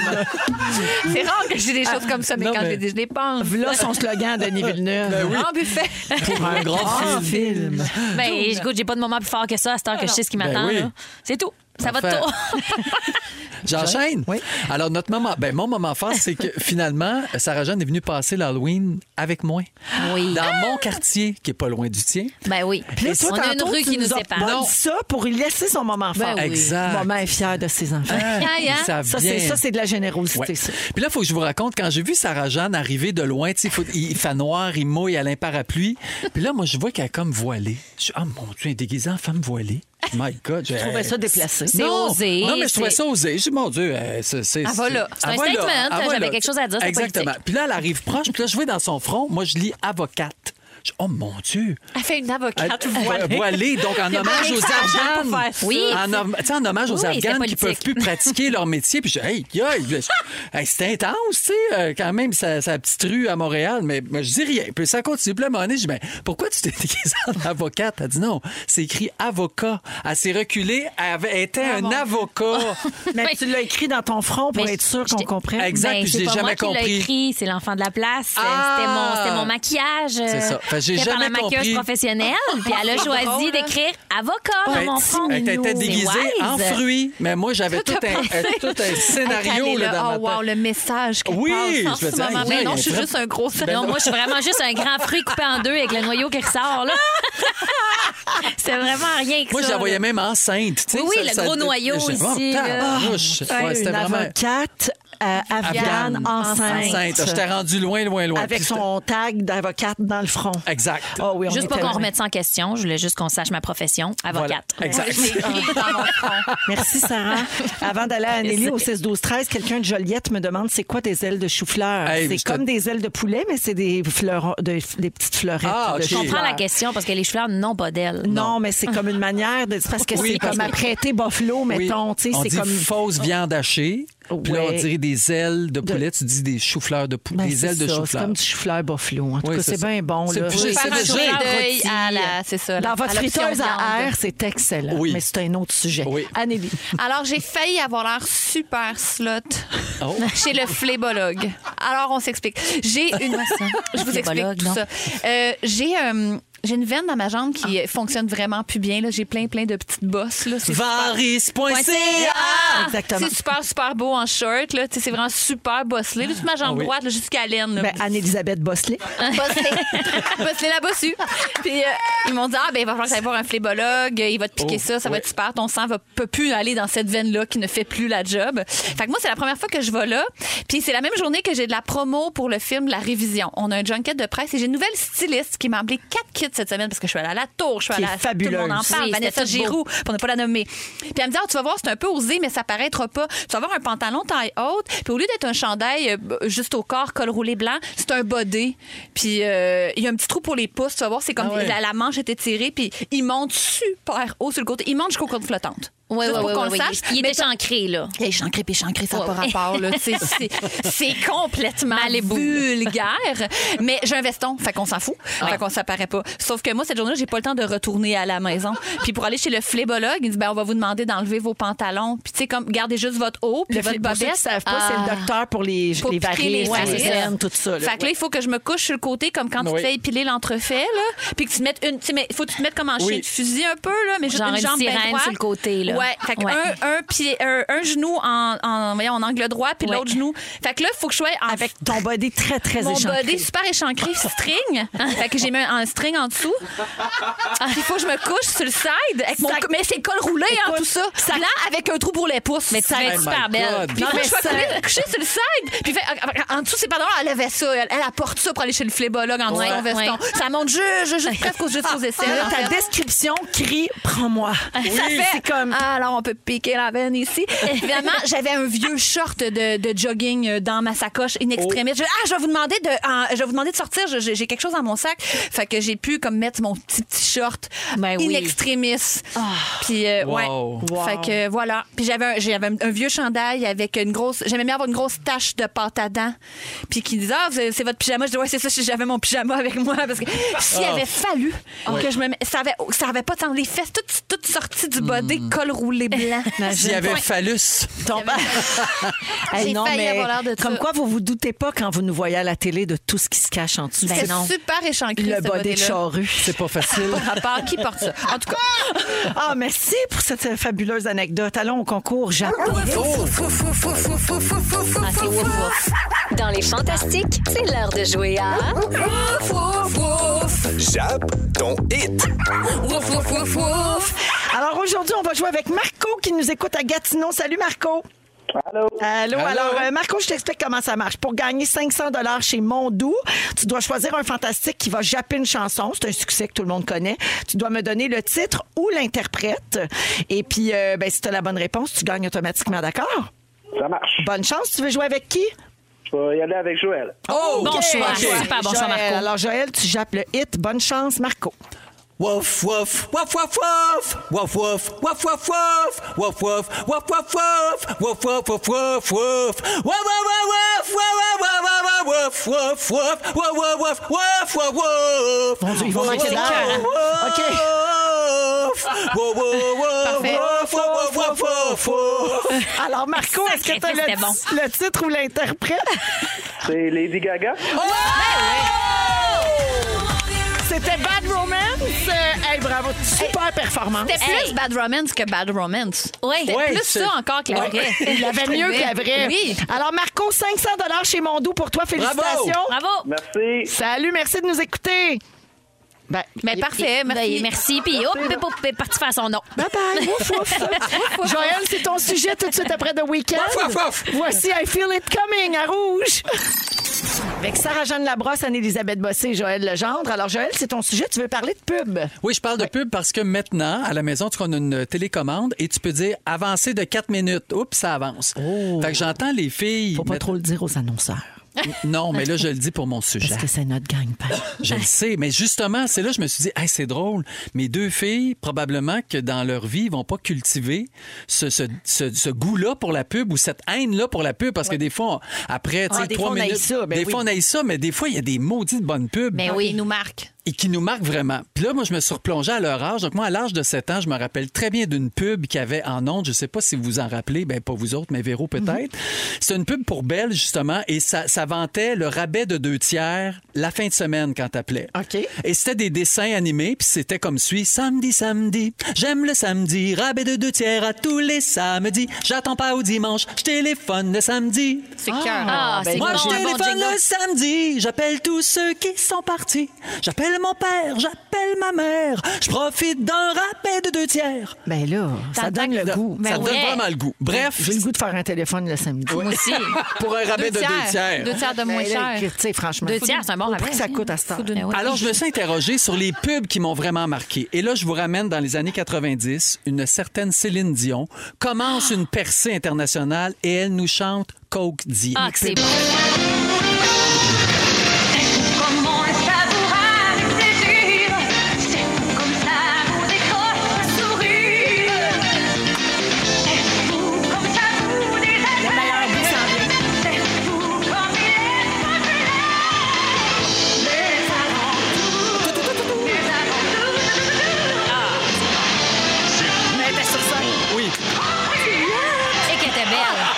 G: C'est rare que j'ai des choses comme ça, mais
D: non,
G: quand
D: mais-
G: je les- je les pense.
F: Là, son slogan, Denis Villeneuve.
E: Ben
G: Grand buffet.
D: Pour un grand
F: Grand
D: film.
F: film.
E: Mais Ben, écoute, j'ai pas de moment plus fort que ça à cette heure que je sais ce qui
D: Ben
E: m'attend.
D: oui.
E: là. C'est tout. Ça va de
D: Parfait.
E: tout.
D: J'enchaîne.
F: Oui.
D: Alors, notre moment, ben, mon moment fort, c'est que finalement, Sarah Jeanne est venue passer l'Halloween avec moi.
E: Oui.
D: Dans mon quartier, qui est pas loin du tien.
E: Ben oui.
F: Puis là, toi,
E: On a une
F: tantôt,
E: rue
F: tu
E: qui nous
F: as
E: sépare.
F: donné
D: Non.
F: ça pour lui laisser son Ah moment fort.
E: Ben oui. Ah,
D: Exact. Ah,
F: Maman est fière de ses enfants.
E: aïe, aïe.
D: Ça
F: Ça,
D: vient.
F: c'est ça, c'est de la générosité,
D: Ouais.
F: ça.
D: Puis là, il faut que je vous raconte, quand j'ai vu Sarah Jeanne arriver de loin, tu sais, il faut- il fait noir, il mouille, elle a un parapluie. Puis là, moi, je vois qu'elle est comme voilée. Je suis, ah mon Dieu, elle est déguisée en femme voilée. My God. Je
F: Je trouvais ça déplacé.
E: C'est
D: non,
E: osé,
D: Non, mais je trouvais
E: c'est- Ah,
D: ça osé. J'ai dit, mon Dieu, euh, c'est. C'est ah,
G: va là.
E: C'est un statement, j'avais quelque chose à dire, c'est
D: Exactement.
E: politique.
D: Puis là, elle arrive proche, puis là, je vais dans son front. Moi, je lis avocate. Je dis, oh mon Dieu.
G: Elle fait une
D: Ah,
G: avocate.
D: Voilée. euh, donc en hommage aux Afghanes.
E: Oui.
D: En, hom- tu sais, en hommage aux
E: Oui, c'est
D: Afghanes qui
E: politique.
D: peuvent plus pratiquer leur métier. Puis je dis, hey, yo, yo, je- hey, c'est intense, tu sais, euh, quand même, sa, sa petite rue à Montréal. Mais mais je dis rien. Puis ça continue. Puis là, à un moment donné, je dis, ben, pourquoi tu t'es déguisée en avocate? Elle dit, non, c'est écrit avocat. Elle s'est reculée, elle avait- était un avocat.
F: Mais tu l'as écrit dans ton front pour
E: Mais
F: être sûr
E: je-
F: qu'on
E: je-
F: comprenne.
D: Exact,
E: Ben,
D: puis je
E: c'est
D: l'ai
E: pas
D: jamais
E: moi qui l'ai
D: compris.
E: écrit, c'est l'enfant de la place.
D: Ah!
E: C'était mon- C'était mon, maquillage. euh,
D: C'est ça. Fait que j'ai jamais
E: par la maquilleuse
D: compris.
E: professionnelle. Puis elle a choisi
G: drôle.
E: d'écrire avocat
D: Ben,
E: dans Ah, mon front.
D: elle était
E: C'est
D: déguisée en
E: wise.
D: fruit. Mais moi, j'avais tout, un, euh, tout un scénario là, dans
G: Oh,
D: ma tête.
G: wow, le message qu'elle
D: Oui,
G: passe
D: je
G: en
D: me
G: ce
D: dis,
G: moment.
D: hey,
G: Mais
D: là,
G: non,
D: il
G: je suis
D: est
G: juste un gros
E: Non, moi, je suis vraiment juste un grand fruit coupé en deux avec le noyau qui ressort. là. C'était vraiment rien que
D: Moi,
E: ça.
D: je la voyais
E: là.
D: même enceinte. tu sais,
E: Oui, oui, le gros noyau
D: je-
E: ici, là.
D: tabarnouche. Ouais,
F: Une
D: C'était vraiment
F: avocate euh, afghane
D: Afghane.
F: enceinte.
D: enceinte. Ah, J'étais rendu loin, loin, loin.
F: Avec
D: Puis
F: son tag d'avocate dans le front.
D: c'était- Exact.
F: Ah oui, on
E: Juste pas
F: était
E: qu'on
F: loin.
E: remette ça en question. Je voulais juste qu'on sache ma profession,
D: Voilà.
E: avocate.
D: Exact.
F: Merci, Sarah. Avant d'aller à Anélie au 6-12-13, quelqu'un de Joliette me demande c'est quoi des ailes de chou-fleur?
D: Hey,
F: c'est
D: je te-
F: comme des ailes de poulet, mais c'est des, fleurons- de- des petites fleurettes.
D: Ah, ok.
F: de
E: Je
F: chou-fleur.
E: comprends la question parce que les cheveux n'ont pas d'ailes.
F: Non, mais c'est comme une manière de. c'est Parce que
D: Oui,
F: c'est
D: parce
F: comme
D: que-
F: apprêter buffalo,
D: Oui.
F: mettons. tu sais,
D: on
F: c'est
D: dit
F: comme.
D: fausse viande hachée. Puis là, on
F: Ouais.
D: dirait des ailes de poulet. Tu dis des choux-fleurs de poulet.
F: Ben,
D: des
F: c'est
D: ailes de
F: ça, C'est
D: chou-fleur.
F: comme du chou-fleur buffalo. En tout
D: Oui,
F: cas,
D: c'est
F: c'est
D: ça.
F: bien bon.
D: C'est
F: là.
D: plus- c'est
G: Faire un
D: léger.
G: sourire d'œil à la- C'est ça.
F: Dans
G: la-
F: votre
G: à l'option
F: friteuse à
G: viande.
F: air, c'est excellent.
D: Oui.
F: Mais c'est un autre sujet.
D: Oui.
F: Anélie.
G: Alors, j'ai failli avoir l'air super slot
D: Oh.
G: chez le flébologue. Alors, on s'explique. J'ai une. Je vous explique
E: Flébologue,
G: tout
E: non?
G: ça. Euh, j'ai. euh, j'ai une veine dans ma jambe qui
F: Ah.
G: euh, fonctionne vraiment plus bien. là. J'ai plein, plein de petites bosses. là. C'est super.
D: Varis.ca.
F: Exactement.
G: C'est super, super beau en shirt. là. Tu sais, C'est vraiment super bosselé. Là, toute ma jambe
D: Ah oui.
G: droite là, jusqu'à l'aine. là.
F: Ben, Anne-Elisabeth Bosley.
G: Bosselé. Bosselé là-dessus. Puis euh, ils m'ont dit Ah, ben, il va falloir que t'ailles voir un flébologue. Il va te piquer
D: Oh,
G: ça. Ça va
D: ouais.
G: être super. Ton sang ne peut plus aller dans cette veine-là qui ne fait plus la job. Fait que moi, c'est la première fois que je vais là. Puis c'est la même journée que j'ai de la promo pour le film La Révision. On a un junket de presse et j'ai une nouvelle styliste qui m'a appelé quatre kits faite cette semaine parce que je suis allée à la tour, je suis
F: Qui
G: allée
F: est
G: à Tout le monde en
F: fabuleuse.
G: parle.
E: Oui,
G: Vanessa
E: c'était tout beau.
G: Giroux, pour ne pas la nommer. Puis elle me dit, Ah, tu vas voir, c'est un peu osé, mais ça paraîtra pas. Tu vas avoir un pantalon taille haute, puis au lieu d'être un chandail euh, juste au corps, col roulé blanc, c'est un body. Puis euh, il y a un petit trou pour les pouces, tu vas voir, c'est comme
D: Ah ouais.
G: la, la manche était tirée, puis il monte super haut sur le côté. Il monte jusqu'aux côtes flottantes.
E: Oui,
G: Juste
E: oui,
G: pour qu'on le
E: oui.
G: sache.
E: Il
G: Mais
E: était chancré, là.
G: Hey, chancré puis chancré, ça n'a
E: Ouais,
G: pas
E: ouais.
G: rapport. là. C'est- c'est- C'est complètement vulgaire. Mais j'ai un veston, fait qu'on s'en fout. Fait qu'on s'apparaît pas. Sauf que moi, cette journée-là, j'ai pas le temps de retourner à la maison. Puis pour aller chez le flébologue, il dit ben, on va vous demander d'enlever vos pantalons. Puis tu sais, comme, gardez juste votre haut, puis
F: Le
G: votre
F: fil- pour ceux qui
G: bobette.
F: ne savent pas, c'est
E: Ah.
F: le docteur pour les,
G: Pour
F: les
G: piquer les
F: varices, les
G: varices.
F: veines, tout ça. là.
G: Fait que là, il faut que je me couche sur le côté, comme quand tu
D: Oui.
G: te fais épiler l'entrefait, là. Puis que tu te mettes une. tu sais, mais faut que tu te mettes comme en
D: Oui.
G: chien de fusil un peu, là, mais juste
E: Genre
G: une
E: une
G: jambe bien
E: sirène
G: droite.
E: sur le côté, là.
G: Ouais. Fait que
E: Ouais.
G: un, un, pied, un, un genou en, en, voyons, en angle droit, puis
E: Ouais.
G: l'autre genou. Fait que là, faut que je sois en.
F: Avec ton body très, très
G: mon
F: échancré.
G: body super échancré, string. fait que j'ai mis un, un string en dessous. Il faut que je me couche sur le side. Avec mon, mais c'est le col roulé, hein, tout ça. Là, avec un trou pour les pouces.
E: Mais tu vas
D: Oh
E: être
D: my
E: super belle.
D: God.
G: Puis faut que je sois collée- couchée sur le side. Puis fait- en dessous, c'est pardon, elle avait ça. Elle, elle apporte ça pour aller chez le flébologue en dessous de son
E: Ouais,
G: veston.
E: ouais. Ah,
G: Ça monte juste, juste, juste presque aux- juste aux aisselles.
F: Là,
G: en
F: ta
G: fait.
F: description crie Prends-moi.
G: Ça fait-
F: C'est comme.
G: Ah, alors on peut piquer la veine ici. Évidemment, j'avais un vieux short de, de jogging euh, dans ma sacoche in extremis.
E: Oh.
G: Je- ah, je vais vous demander de, ah, je vais vous demander de sortir. Je- J'ai j'ai quelque chose dans mon sac. Fait que j'ai pu comme mettre mon petit petit short
E: Ben
G: in
E: oui. Ah.
G: extremis. Puis euh, ouais.
D: Wow.
G: Fait que voilà. Puis j'avais un, j'avais un- un vieux chandail avec une grosse. J'aimais bien avoir une grosse tache de pâte à dents. Puis qui disait ah c'est c'est votre pyjama. Je dis ouais c'est ça. J'avais mon pyjama avec moi parce que s'il
F: Ah.
G: avait fallu que je me mette- ça avait ça avait pas tant les fesses toutes toutes sorties du body
F: Mm.
G: col roulé blanc.
D: S'il y avait phallus.
F: Ton- Hey,
G: J'ai
F: non,
G: failli
F: mais
G: avoir l'air de
F: comme
G: ça.
F: quoi, vous vous doutez pas quand vous nous voyez à la télé de tout ce qui se cache en dessous.
G: C'est super échancré
F: le
G: ce
F: body de
G: body-là.
F: charrue.
D: C'est pas facile.
G: À part qui porte ça. En tout cas,
F: Ah, merci pour cette fabuleuse anecdote. Allons au concours Japon.
B: Dans les fantastiques, c'est l'heure de jouer à
C: Jap, ton hit.
F: Alors aujourd'hui, on va jouer avec Marco qui nous écoute à Gatineau. Salut Marco. Allô. Allô. Alors euh, Marco, je t'explique comment ça marche. Pour gagner 500 dollars chez Mondou, tu dois choisir un fantastique qui va japper une chanson. C'est un succès que tout le monde connaît. Tu dois me donner le titre ou l'interprète. Et puis, euh, ben, si tu as la bonne réponse, tu gagnes automatiquement, d'accord?
J: Ça marche.
F: Bonne chance. Tu veux jouer avec qui?
J: Je vais y aller avec Joël.
D: Oh,
E: Bon choix. Super bon choix,
F: Joël.
E: Marco.
F: Alors Joël, tu jappes le hit. Bonne chance, Marco.
D: Wouf, wouf, wouf, wouf, wouf. Wouf, wouf, wouf, wouf, wouf. Wouf, wouf, wouf, wouf, wouf. Wouf, wouf, wouf, wouf, wouf. Wouf, wouf, wouf, wouf, wouf, wouf, wouf, wouf, wouf. Wouf, wouf, wouf, wouf, wouf, wouf.
F: Mon Dieu, ils vont
D: Wouf,
F: manquer de
D: wouf,
F: cœur, hein.
D: wouf.
F: OK.
D: Wouf, wouf, wouf,
G: Parfait.
D: wouf, wouf, wouf, wouf, wouf.
F: Alors Marco, est-ce que tu as
E: Sacrifice,
F: le,
E: c'était bon.
F: le titre ou l'interprète?
J: C'est Lady Gaga.
F: C'était Bad Romance. Euh, Hey, bravo. Super performance.
G: c'était plus Bad Romance que Bad Romance.
E: Oui.
G: C'était
D: Ouais,
G: plus
D: c'est-
G: ça encore que la vraie.
F: Il l'avait mieux que la vraie.
G: Oui.
F: Alors, Marco, 500 chez Mondou pour toi. Félicitations.
E: Bravo.
J: Merci.
F: Salut, merci de nous écouter. Ben,
G: Mais parfait, merci.
E: Ben, merci. Puis, hop, pip, hop, pip, parti faire son nom.
F: Bye bye. Ouf, ouf. Joël, c'est ton sujet tout de suite après The Weeknd.
D: Ouf, ouf, ouf.
F: Voici I Feel It Coming à rouge. Avec Sarah-Jeanne Labrosse, Anne-Élisabeth Bossé et Joël Legendre. Alors, Joël, c'est ton sujet. Tu veux parler de pub?
D: Oui, je parle de pub parce que maintenant, à la maison, tu as une télécommande et tu peux dire avancer de 4 minutes. Oups, ça avance. Fait que j'entends les filles.
F: Oh. Faut pas
D: mettre-
F: trop le dire aux annonceurs.
D: Non, mais là, je le dis pour mon sujet.
F: Parce que c'est notre gagne-pain.
D: Je le sais. Mais justement, c'est là que je me suis dit, Hey, c'est drôle. Mes deux filles, probablement que dans leur vie, ils vont pas cultiver ce, ce- ce- ce goût-là pour la pub ou cette haine-là pour la pub. Parce que des fois, on- après, tu
F: Ah,
D: sais,
F: des
D: trois
F: fois, on haït
D: minutes.
F: ça, ben
D: des
F: oui. Ben
D: fois, on haït ça, mais des fois, il y a des maudites bonnes pubs
F: Eh
E: Mais
G: Il
E: oui.
G: nous marque.
D: et qui nous marquent vraiment. Puis là, moi, je me suis replongé à leur âge. Donc, moi, à l'âge de 7 ans, je me rappelle très bien d'une pub qu'il y avait en ondes. Je sais pas si vous vous en rappelez, ben pas vous autres, mais Véro peut-être. C'est une pub pour Belle, justement, et ça, ça vantait le rabais de deux tiers la fin de semaine quand t'appelais.
F: OK.
D: Et c'était des dessins animés, puis c'était comme suit. Samedi, samedi, j'aime le samedi, rabais de deux tiers à tous les samedis. J'attends pas au dimanche, je téléphone le samedi.
G: C'est cœur. Ben,
E: Ah, c'est
D: Moi,
E: bon,
D: je
E: un bon
D: téléphone
E: jingle.
D: le samedi. J'appelle tous ceux qui sont partis. J'appelle J'appelle mon père, j'appelle ma mère. Je profite d'un rappel de deux tiers.
F: Ben là, ça
E: T'entends
F: donne le
E: que-
F: goût.
E: Ben
D: ça donne
E: ouais.
D: vraiment le goût. Bref,
F: J'ai le goût de faire un téléphone le samedi.
E: Moi aussi.
D: pour un rabais de deux tiers.
G: Deux tiers de
F: Ben
G: moins
F: là,
G: cher.
F: que- Tu sais, franchement.
E: Deux tiers, c'est un bon
F: Au prix
E: rabais.
F: que ça coûte à ce temps.
G: Faut d'une-
E: Ben oui.
D: Alors, je me suis interrogé sur les pubs qui m'ont vraiment marqué. Et là, je vous ramène dans les années 90. Une certaine Céline Dion commence
E: Ah.
D: une percée internationale et elle nous chante Coke Diet.
E: Ah, que c'est bon.
B: Comment est-ce à vous avec plaisir C'est comme ça vous décroche un sourire C'est vous comme ça vous désagréez C'est vous comme il est populaire Les alentours Les alentours
D: Oui.
E: C'est qu'elle était
F: Ah,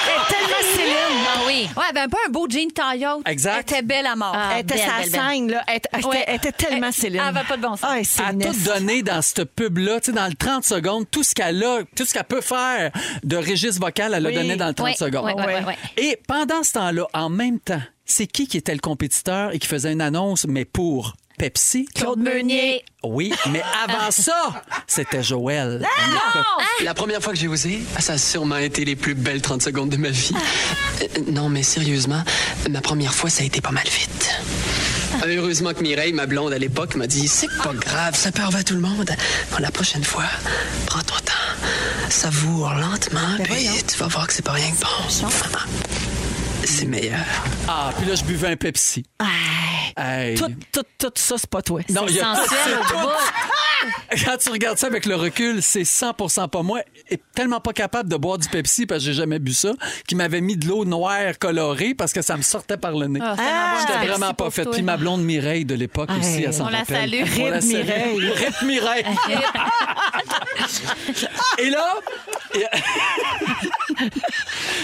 E: belle.
F: tellement Céline.
E: Ah oui.
G: Ouais, ben un peu un beau jean taillot.
D: Exact.
G: Elle était belle à mort.
E: Ah.
F: Elle était
E: belle,
F: sa
E: belle, belle.
F: scène, là. Elle, était- elle était-
G: Ouais.
F: elle était tellement
G: Elle-
F: Céline.
G: elle avait pas de bon sens.
F: Ah, c'est
D: à
F: une
D: tout donné dans cette pub-là, tu sais, dans le 30 secondes, tout ce qu'elle a, tout ce qu'elle peut faire de registre vocal, elle
F: Oui.
D: l'a donné dans le 30
E: Oui,
D: secondes.
E: oui, oui, oui, oui.
D: Et pendant ce temps-là, en même temps, c'est qui qui était le compétiteur et qui faisait une annonce, mais pour Pepsi?
F: Claude Meunier.
D: Oui, mais avant ça, c'était Joël.
F: Ah!
K: La première fois que j'ai osé, ah, ça a sûrement été les plus belles 30 secondes de ma vie. Euh, non, mais sérieusement, ma première fois, ça a été pas mal vite. Ah, Heureusement que Mireille, ma blonde à l'époque, m'a dit C'est pas grave, ça peut arriver à tout le monde. Bon, la prochaine fois, prends ton temps, savoure lentement, puis tu vas voir que c'est pas rien que bon. C'est meilleur.
D: Ah, puis là, je buvais un Pepsi. Hey.
F: Ah! Tout, tout, tout ça, c'est pas toi.
D: Non, il y a-
E: Sensuelle au bout.
D: quand tu regardes ça avec le recul, c'est 100% pas moi. Et tellement pas capable de boire du Pepsi parce que j'ai jamais bu ça, qui m'avait mis de l'eau noire colorée parce que ça me sortait par le nez.
F: Ah,
G: Ah, bon,
D: J'étais
G: merci
D: vraiment pas
G: pour
D: faite.
G: toi.
D: Puis ma blonde Mireille de l'époque aussi,
F: Hey.
D: elle s'en
G: On la
D: rappelle.
G: salue.
D: On la
F: Rip
D: salue.
F: Mireille.
D: Rip Mireille. Et là,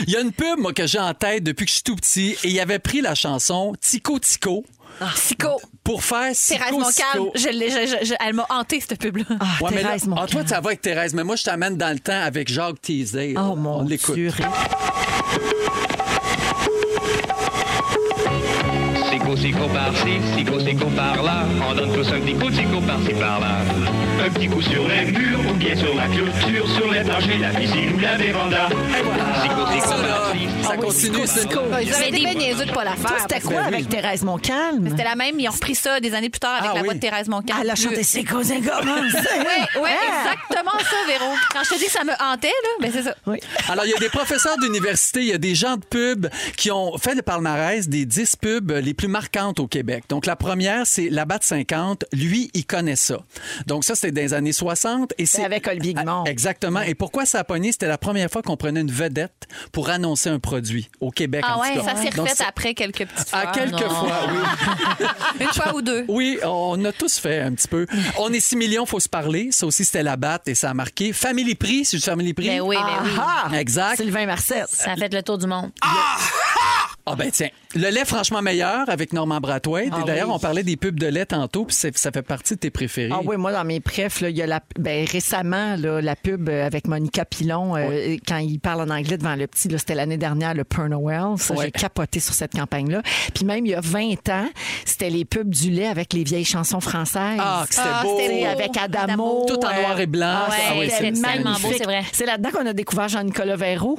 D: il y a une pub moi, que j'ai en tête depuis que je suis tout petit et il avait pris la chanson Tico Tico
G: Psycho.
D: pour faire
G: Thérèse
D: Tico
G: Moncal,
D: Tico.
G: je l'ai- je- je- je- elle m'a hantée, cette pub-là.
F: Ah,
D: Ouais, mais là-
F: Thérèse, mon
D: ah, toi,
F: cœur.
D: ça va avec Thérèse, mais moi, je t'amène dans le temps avec Jacques Teasley.
F: Oh
D: On
F: mon
D: l'écoute.
F: Dieu. Ré-
E: Ah,
L: Sico, sico par-ci, sico, sico par-là. On donne tous un petit coup de sico par-ci par-là. Un petit coup sur les murs, ou bien sur la clôture, sur les planchers, la piscine ou la véranda. Sico,
D: Et
L: sico
D: ça, là,
F: Ah
L: par-ci.
D: ça continue. c'est-
G: Ils
E: Mais
G: avaient
E: des-
G: ah, des niaiseux de pas la
F: Toi,
G: faire.
E: ben,
F: c'était quoi
D: oui.
F: avec Thérèse Moncalme?
G: C'était la même, ils ont repris ça des années plus tard avec
D: Ah
G: la
D: oui.
G: voix de Thérèse Moncal.
F: Elle a
G: Je-
F: chanté ses cousins
G: Oui, oui, exactement ça, Véro. Quand je te dis que ça me hantait, là, ben c'est ça.
F: Oui.
D: Alors, il y a des professeurs d'université, il y a des gens de pub qui ont fait le palmarès des 10 pubs les plus marquantes au Québec. Donc, la première, c'est la Batte 50. Lui, il connaît ça. Donc, ça, c'était dans les années 60. Et c'est
F: avec Olivier Guimond.
D: Ah, Exactement. Et pourquoi ça a pogné? C'était la première fois qu'on prenait une vedette pour annoncer un produit au Québec.
G: Ah
D: en
G: ouais,
D: tout cas.
G: ça s'est
D: Donc,
G: refait Ah,
D: c'est-
G: après quelques petites fois.
D: À quelques
E: non.
D: fois, oui.
G: Une fois ou deux.
D: Oui, on a tous fait un petit peu. On est 6 millions, faut se parler. Ça aussi, c'était la batte et ça a marqué. Family Prix, c'est du Family Prix.
E: Ben oui, ben oui.
F: Ah!
D: Exact.
F: Sylvain Marcel.
E: Ça a fait le tour du monde.
D: Ah ben tiens, le lait franchement meilleur avec Normand Brathwaite.
F: Ah
D: Et D'ailleurs, on parlait des pubs de lait tantôt, puis c'est- ça fait partie de tes préférés.
F: Ah oui, moi, dans mes préfs, là, il y a la, ben, récemment, là, la pub euh, avec Monica Pilon, euh, quand il parle en anglais devant le petit, là, c'était l'année dernière, le Pernowell. Ça,
D: Ouais.
F: j'ai capoté sur cette campagne-là. Puis même, il y a 20 ans, c'était les pubs du lait avec les vieilles chansons françaises.
D: Ah, que c'était
G: Ah,
D: beau.
G: c'était
F: T'sais,
G: beau.
F: avec
G: Adamo.
F: Adamo.
D: Tout en
F: euh,
D: noir et blanc.
E: ouais,
D: Ah oui,
E: c'est
D: c'est-
E: tellement beau,
F: magnifique.
E: c'est vrai.
F: C'est là-dedans qu'on a découvert Jean-Nicolas Véro.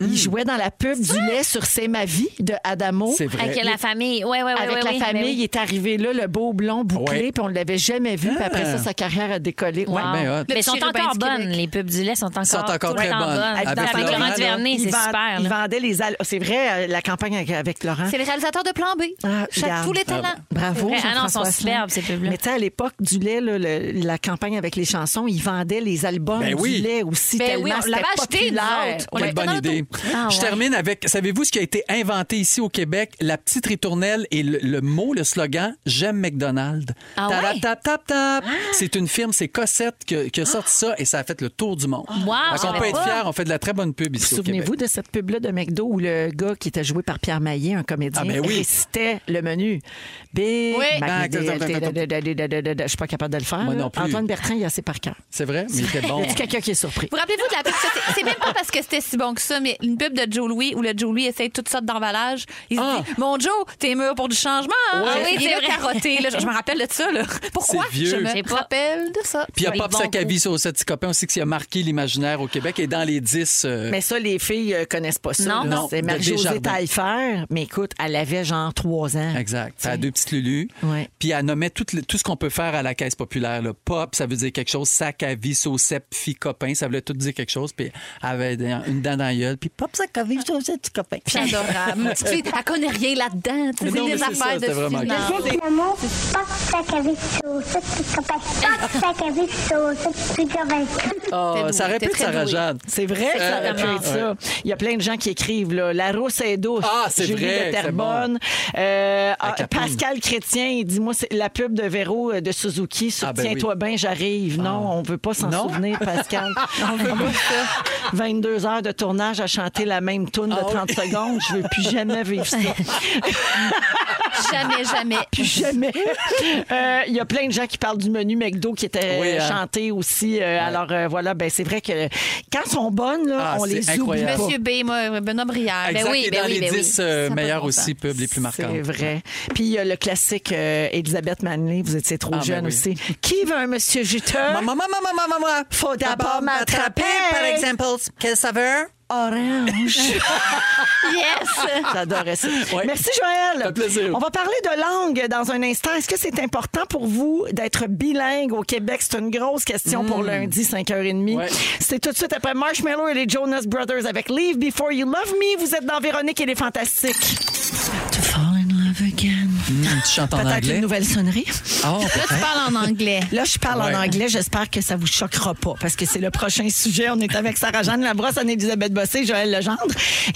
D: Hmm.
F: Il jouait dans la pub du lait sur C'est ma vie de Adamo.
D: c'est vrai.
E: Avec la famille. Oui, oui, oui.
F: Avec
E: oui,
F: la
E: oui.
F: famille,
E: Ben
F: il
E: oui.
F: est arrivé là, le beau blond bouclé,
D: Ouais. Ah.
F: puis on ne l'avait jamais vu. Puis après ça, sa carrière a décollé. Ouais.
E: Wow.
D: ben hot.
E: Mais
G: Le
E: elles sont
G: petit Rubin
E: encore
G: du
E: bonnes.
G: Québec.
E: Les pubs du lait sont encore,
D: Sont encore
E: tout le
D: très
E: temps
D: bonnes. Avec
E: Avec,
D: Laurent,
E: Laurent
D: là.
E: Duvernay,
F: Il
E: c'est
F: vend-
E: super.
F: Il
E: là.
F: vendait les al- C'est vrai, euh, la campagne avec, avec Laurent.
G: C'est le réalisateur de Plan B.
F: Hein? Ah,
G: Chaque-
F: regarde.
G: tous les talents.
F: Bravo.
E: C'est vrai. Ah non,
F: Jean-François
E: ils sont superbes,
F: Asselin.
E: ces pubs-là.
F: Mais tu sais, à l'époque du lait, là, le- la campagne avec les chansons, ils vendaient les albums
D: Ben
F: du
D: oui.
F: lait aussi.
G: Ben
F: tellement
G: oui, on
F: c'était
G: l'avait acheté, nous
F: populaire.
G: autres. On
D: Quelle
G: l'avait dans
D: bonne
G: l'auto.
D: idée.
E: Ah,
D: Je
E: ouais.
D: termine avec, savez-vous ce qui a été inventé ici au Québec? La petite ritournelle et le, le mot, le slogan, j'aime McDonald's.
E: Ah ouais? Ah!
D: tap, tap, tap. C'est une firme, c'est Cossette qui a, qui a sorti ça et ça a fait le tour du monde.
E: Oh, Wow,
D: Fait qu'on
E: j'avais
D: peut être
E: pas.
D: fiers, on fait de la très bonne pub ici au Québec.
F: Souvenez-vous de cette pub-là de McDo où le gars qui était joué par Pierre Maillet, un comédien,
D: Ah, ben oui.
F: récitait le menu. Big
G: Oui.
F: Mac,
D: Ben, attends, attends,
F: Je suis pas capable de le faire.
D: Moi
F: là.
D: non plus.
F: Antoine Bertrand, il a assez par cœur.
D: C'est vrai? Mais il était bon.
F: Y a quelqu'un qui est surpris?
G: Vous rappelez-vous de la pub? Ça, c'est- C'est même pas parce que c'était si bon que ça, mais une pub de Joe Louis où le Joe Louis essaye toutes sortes déballage. Il se dit Mon Joe, t'es mûr pour du changement. hein?
E: Ouais. Ah oui,
G: Il
E: c'est
G: est
E: vrai.
G: carotté. là. Je, je me rappelle de ça. Là. Pourquoi
D: C'est vieux.
G: je
D: Je sais
G: me
E: pas.
G: rappelle de ça?
D: Puis il y a
G: pas
D: Pop Sackavi sur Sept Copains aussi qui a marqué l'imaginaire au Québec et dans les 10. euh,
F: Mais ça, les filles euh, connaissent pas ça.
D: Non.
F: là.
D: Non,
F: C'est
D: de
F: Marie-Josée
D: Desjardins.
F: Taillefer. Mais écoute, elle avait genre trois ans.
D: Exact. Ça a deux petites Lulu.
F: Ouais.
D: Puis elle nommait tout, le- tout ce qu'on peut faire à la caisse populaire. Là. Pop, ça veut dire quelque chose. Sac à vie, saucep, fille, copain. Ça voulait tout dire quelque chose. Puis elle avait une dent dans la gueule. Puis pop, sac à vie, saucep, copain.
G: C'est adorable. Une petite fille, elle connaît rien là-dedans. tu sais,
D: Non,
G: C'est
D: mais
G: des
D: c'est ça,
G: affaires de
D: c'était vraiment
G: finance.
D: cool.
I: Maman, pop sac à vis sauce, petit copain. Pop sac à vis sauce, petit copain.
D: Ah, ça aurait pu être Sarah Jade.
F: C'est vrai que
D: Euh,
F: ça aurait pu être ça. Il y a plein de gens qui écrivent. Là. La rousse est douce.
D: Ah, c'est
F: Julie
D: vrai,
F: de
D: c'est
F: Terrebonne. Euh, ah,
D: Capone.
F: Pascal Chrétien, il dit Moi, c'est la pub de Véro euh, de Suzuki sur
D: Ah, ben oui. Ah.
F: Tiens-toi bien, j'arrive. Non, on veut pas s'en
D: Non?
F: souvenir, Pascal. on veut pas ça. 22 heures de tournage à chanter la même tune
D: Ah,
F: de 30 secondes. Je veux plus jamais vivre ça.
G: Jamais, jamais.
F: Plus jamais. Euh, Il y a plein de gens qui parlent du menu McDo qui était
D: Oui,
F: euh,
D: hein.
F: chanté aussi. Euh, Alors euh, voilà, ben c'est vrai que quand elles sont bonnes, là,
D: Ah,
F: on
D: c'est
F: les
D: incroyable.
F: oublie pas.
G: Monsieur B, moi, Benoît Brière.
D: Exact.
G: Ben oui,
D: et
G: ben
D: dans
G: oui,
D: les
G: ben oui.
D: 10 euh,
G: Ça a pas
D: meilleurs
G: de bon
D: aussi
G: sens.
D: pubs les plus marquants.
F: C'est vrai. Puis il y a le classique euh, Elisabeth Manley, vous étiez trop
D: Ah, ben
F: jeune
D: oui.
F: aussi. Qui veut un monsieur juteux?
D: Maman, maman, maman, maman, maman.
F: Faut d'abord m'attraper, par exemple.
D: Quelle saveur?
F: Orange.
G: Yes!
F: J'adorais ça.
D: Ouais.
F: Merci, Joël.
D: Ça fait plaisir.
F: On va parler de langue dans un instant. Est-ce que c'est important pour vous d'être bilingue au Québec? C'est une grosse question pour lundi, 5h30.
D: Hmm. Ouais.
F: C'est tout de suite après Marshmallow et les Jonas Brothers avec Leave Before You Love Me. Vous êtes dans Véronique et les Fantastiques. To fall in love again.
D: Hum, tu chantes en
F: Peut-être
D: anglais?
F: une nouvelle sonnerie.
D: Ah,
G: Là, tu parles en anglais.
F: Là, je parle
D: Ouais.
F: en anglais. J'espère que ça vous choquera pas parce que c'est le prochain sujet. On est avec Sarah-Jeanne Labrosse, Anne-Élisabeth Bossé, Joël Legendre.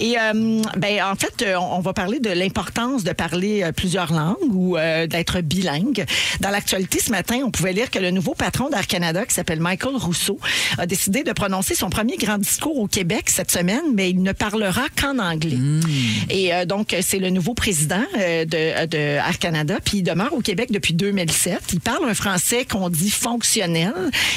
F: Et euh, ben, en fait, euh, on va parler de l'importance de parler euh, plusieurs langues ou euh, d'être bilingue. Dans l'actualité ce matin, on pouvait lire que le nouveau patron d'Air Canada, qui s'appelle Michael Rousseau, a décidé de prononcer son premier grand discours au Québec cette semaine, mais il ne parlera qu'en anglais.
D: Hmm.
F: Et euh, donc, c'est le nouveau président euh, de, de Air Canada, puis il demeure au Québec depuis 2007. Il parle un français qu'on dit fonctionnel.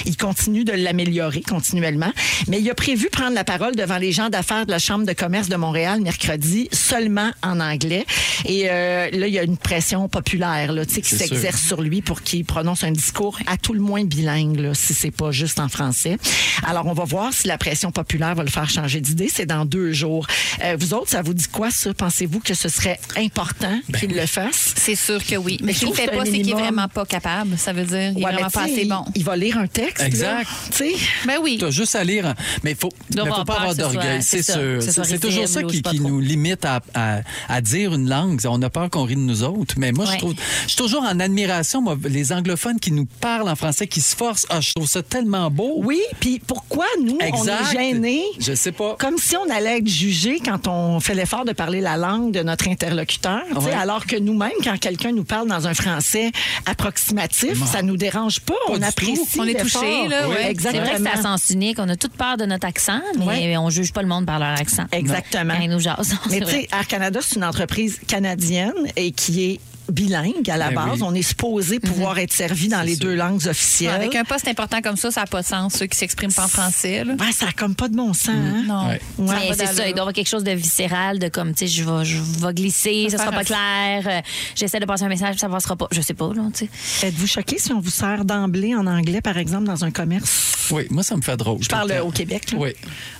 F: Il continue de l'améliorer continuellement. Mais il a prévu prendre la parole devant les gens d'affaires de la Chambre de commerce de Montréal mercredi seulement en anglais. Et euh, là, il y a une pression populaire là, tu sais, qui
D: C'est sûr.
F: s'exerce s'exerce sur lui pour qu'il prononce un discours à tout le moins bilingue, là, si c'est pas juste en français. Alors, on va voir si la pression populaire va le faire changer d'idée. C'est dans deux jours. Euh, vous autres, ça vous dit quoi, ça? Pensez-vous que ce serait important qu'il le fasse?
G: C'est sûr que oui. Mais
F: Je
G: s'il ne
F: trouve
G: fait
F: que c'est
G: pas,
F: un
G: c'est qu'il est
F: minimum.
G: vraiment pas capable. Ça veut dire qu'il est
F: Ouais, mais
G: vraiment pas
F: tu sais,
G: assez
F: il-
G: bon.
F: Il, va lire un texte. là.
D: Exact.
F: Tu sais?
G: Ben oui.
D: Tu as juste à lire, mais il faut, mais
E: D'avoir
D: faut pas
E: peur
D: avoir
E: que ce soit-
D: d'orgueil, c'est
E: c'est ça,
D: sûr.
E: que ce
D: C'est
E: soit
D: c'est toujours ça
E: risible ou
D: qui,
E: c'est pas
D: qui
E: trop.
D: nous limite à, à- à dire une langue. On a peur qu'on rie de nous autres, mais moi, je
E: Ouais.
D: trouve, je suis toujours en admiration, moi, les anglophones qui nous parlent en français, qui se forcent. Ah, je trouve ça tellement beau.
F: Oui, puis pourquoi nous, on
D: Exact.
F: est gênés?
D: Je sais pas.
F: Comme si on allait être jugé quand on fait l'effort de parler la langue de notre interlocuteur, tu sais,
D: Ouais.
F: alors que nous-mêmes, quand quelqu'un nous parle dans un français approximatif, ça nous dérange pas, on
D: du
F: apprécie.
G: tout. On est
F: l'effort.
G: touché, là, ouais.
E: C'est
F: Exactement.
E: vrai que c'est à sens unique. On a toute peur de notre accent, mais
F: Ouais.
E: on juge pas le monde par leur accent.
F: Exactement.
E: Quand ils nous jasent.
F: Mais
E: c'est
F: tu
E: vrai.
F: sais, Air Canada, c'est une entreprise canadienne et qui est bilingue à la
D: Ben
F: base.
D: oui.
F: On est supposé pouvoir être servi dans les deux langues officielles.
G: Avec un poste important comme ça, ça n'a pas de sens, ceux qui s'expriment pas en français. là.
F: Ouais, Ben, ça a comme pas de bon sens. hein?
G: Non.
D: Ouais.
G: Ça a
E: Mais
G: pas
E: c'est ça,
G: d'allure.
E: il doit y avoir quelque chose de viscéral, de comme, tu sais, je vais, je vais glisser, ça
G: Ça
E: sera pas
G: fait
E: clair, euh, j'essaie de passer un message, ça passera pas. Je sais pas, là, tu sais.
F: Êtes-vous choqué si on vous sert d'emblée en anglais, par exemple, dans un commerce?
D: Oui, moi, ça me fait drôle.
F: Je parle au Québec. là.
D: Oui.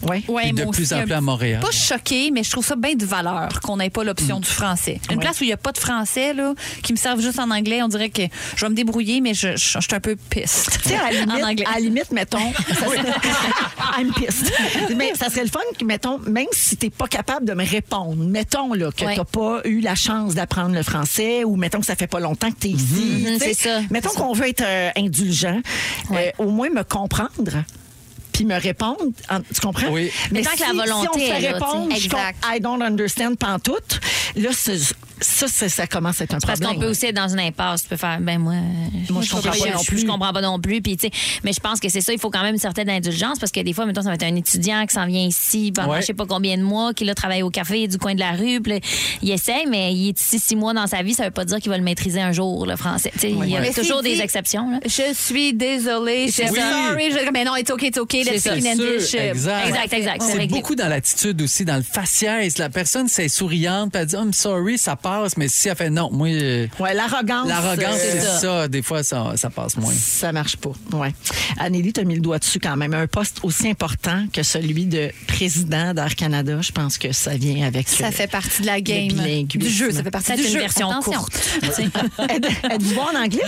F: Oui.
G: Ouais,
D: Puis de
G: moi
D: plus
G: aussi,
D: en
G: un
D: plus à
G: petit-
D: Montréal. Mm.
G: Pas choqué, mais je trouve ça bien de valeur qu'on n'ait pas l'option du français. Une place où il n'y a pas de français, là, qui me servent juste en anglais, on dirait que je vais me débrouiller, mais je, je- je suis un peu piste.
F: Tu sais, à la limite,
G: en anglais.
F: à la limite, mettons, ça serait- I'm pissed. Mais ça serait le fun que, mettons, même si t'es pas capable de me répondre, mettons là, que
E: Ouais.
F: t'as pas eu la chance d'apprendre le français ou mettons que ça fait pas longtemps que t'es
E: Mhm,
F: ici. tu
E: c'est
F: sais,
E: ça,
F: Mettons qu'on veut être euh, indulgent,
E: Ouais.
F: euh, au moins me comprendre. Puis me répondre, en- tu comprends?
D: Oui.
E: Mais tant que la
F: si-
E: volonté
F: si on se
E: est
F: fait
E: là, tu sais.
F: répondre, je
E: Exact.
F: com- I don't understand pantoute, là, c'est- ça, c'est- ça commence à être un
E: Parce
F: problème.
E: qu'on peut aussi être dans une impasse. Tu peux faire, ben moi,
F: Moi, je comprends pas
E: non
F: non
E: plus. Je
F: plus.
E: comprends pas non plus. Puis, tu sais, mais je pense que c'est ça. Il faut quand même une certaine indulgence parce que des fois, mettons, ça va être un étudiant qui s'en vient ici pendant
M: Ouais.
E: je sais pas combien de mois, qui là travaille au café du coin de la rue. Puis là, il essaie, mais il est ici six mois dans sa vie. Ça veut pas dire qu'il va le maîtriser un jour, le français. Tu sais, il y a
G: Mais
E: toujours
G: s'il
E: des
G: dit,
E: exceptions. là.
G: Je suis désolée. Je suis
E: C'est ça.
G: sorry. je- Mais non, it's OK, it's OK. Let's
E: ça,
G: fucking end
E: sûr,
G: this shit.
D: Exact. C'est beaucoup dans l'attitude aussi, dans le faciès. La personne, c'est souriante, puis elle dit, "Ah, I'm sorry, ça passe, mais si elle fait non, moi. euh,
F: Ouais, l'arrogance.
D: L'arrogance,
F: euh,
D: c'est ça. Des fois, ça, ça passe moins.
F: Ça marche pas. Ouais. Anneli, tu as mis le doigt dessus quand même. Un poste aussi important que celui de président d'Air Canada, je pense que ça vient avec.
G: Ça
F: euh,
G: fait partie de la game.
F: le bilinguisme.
G: Du jeu, ça fait partie
F: Ça,
G: du
F: c'est
G: jeu.
F: une version courte. Êtes-
G: Êtes-vous bon en anglais,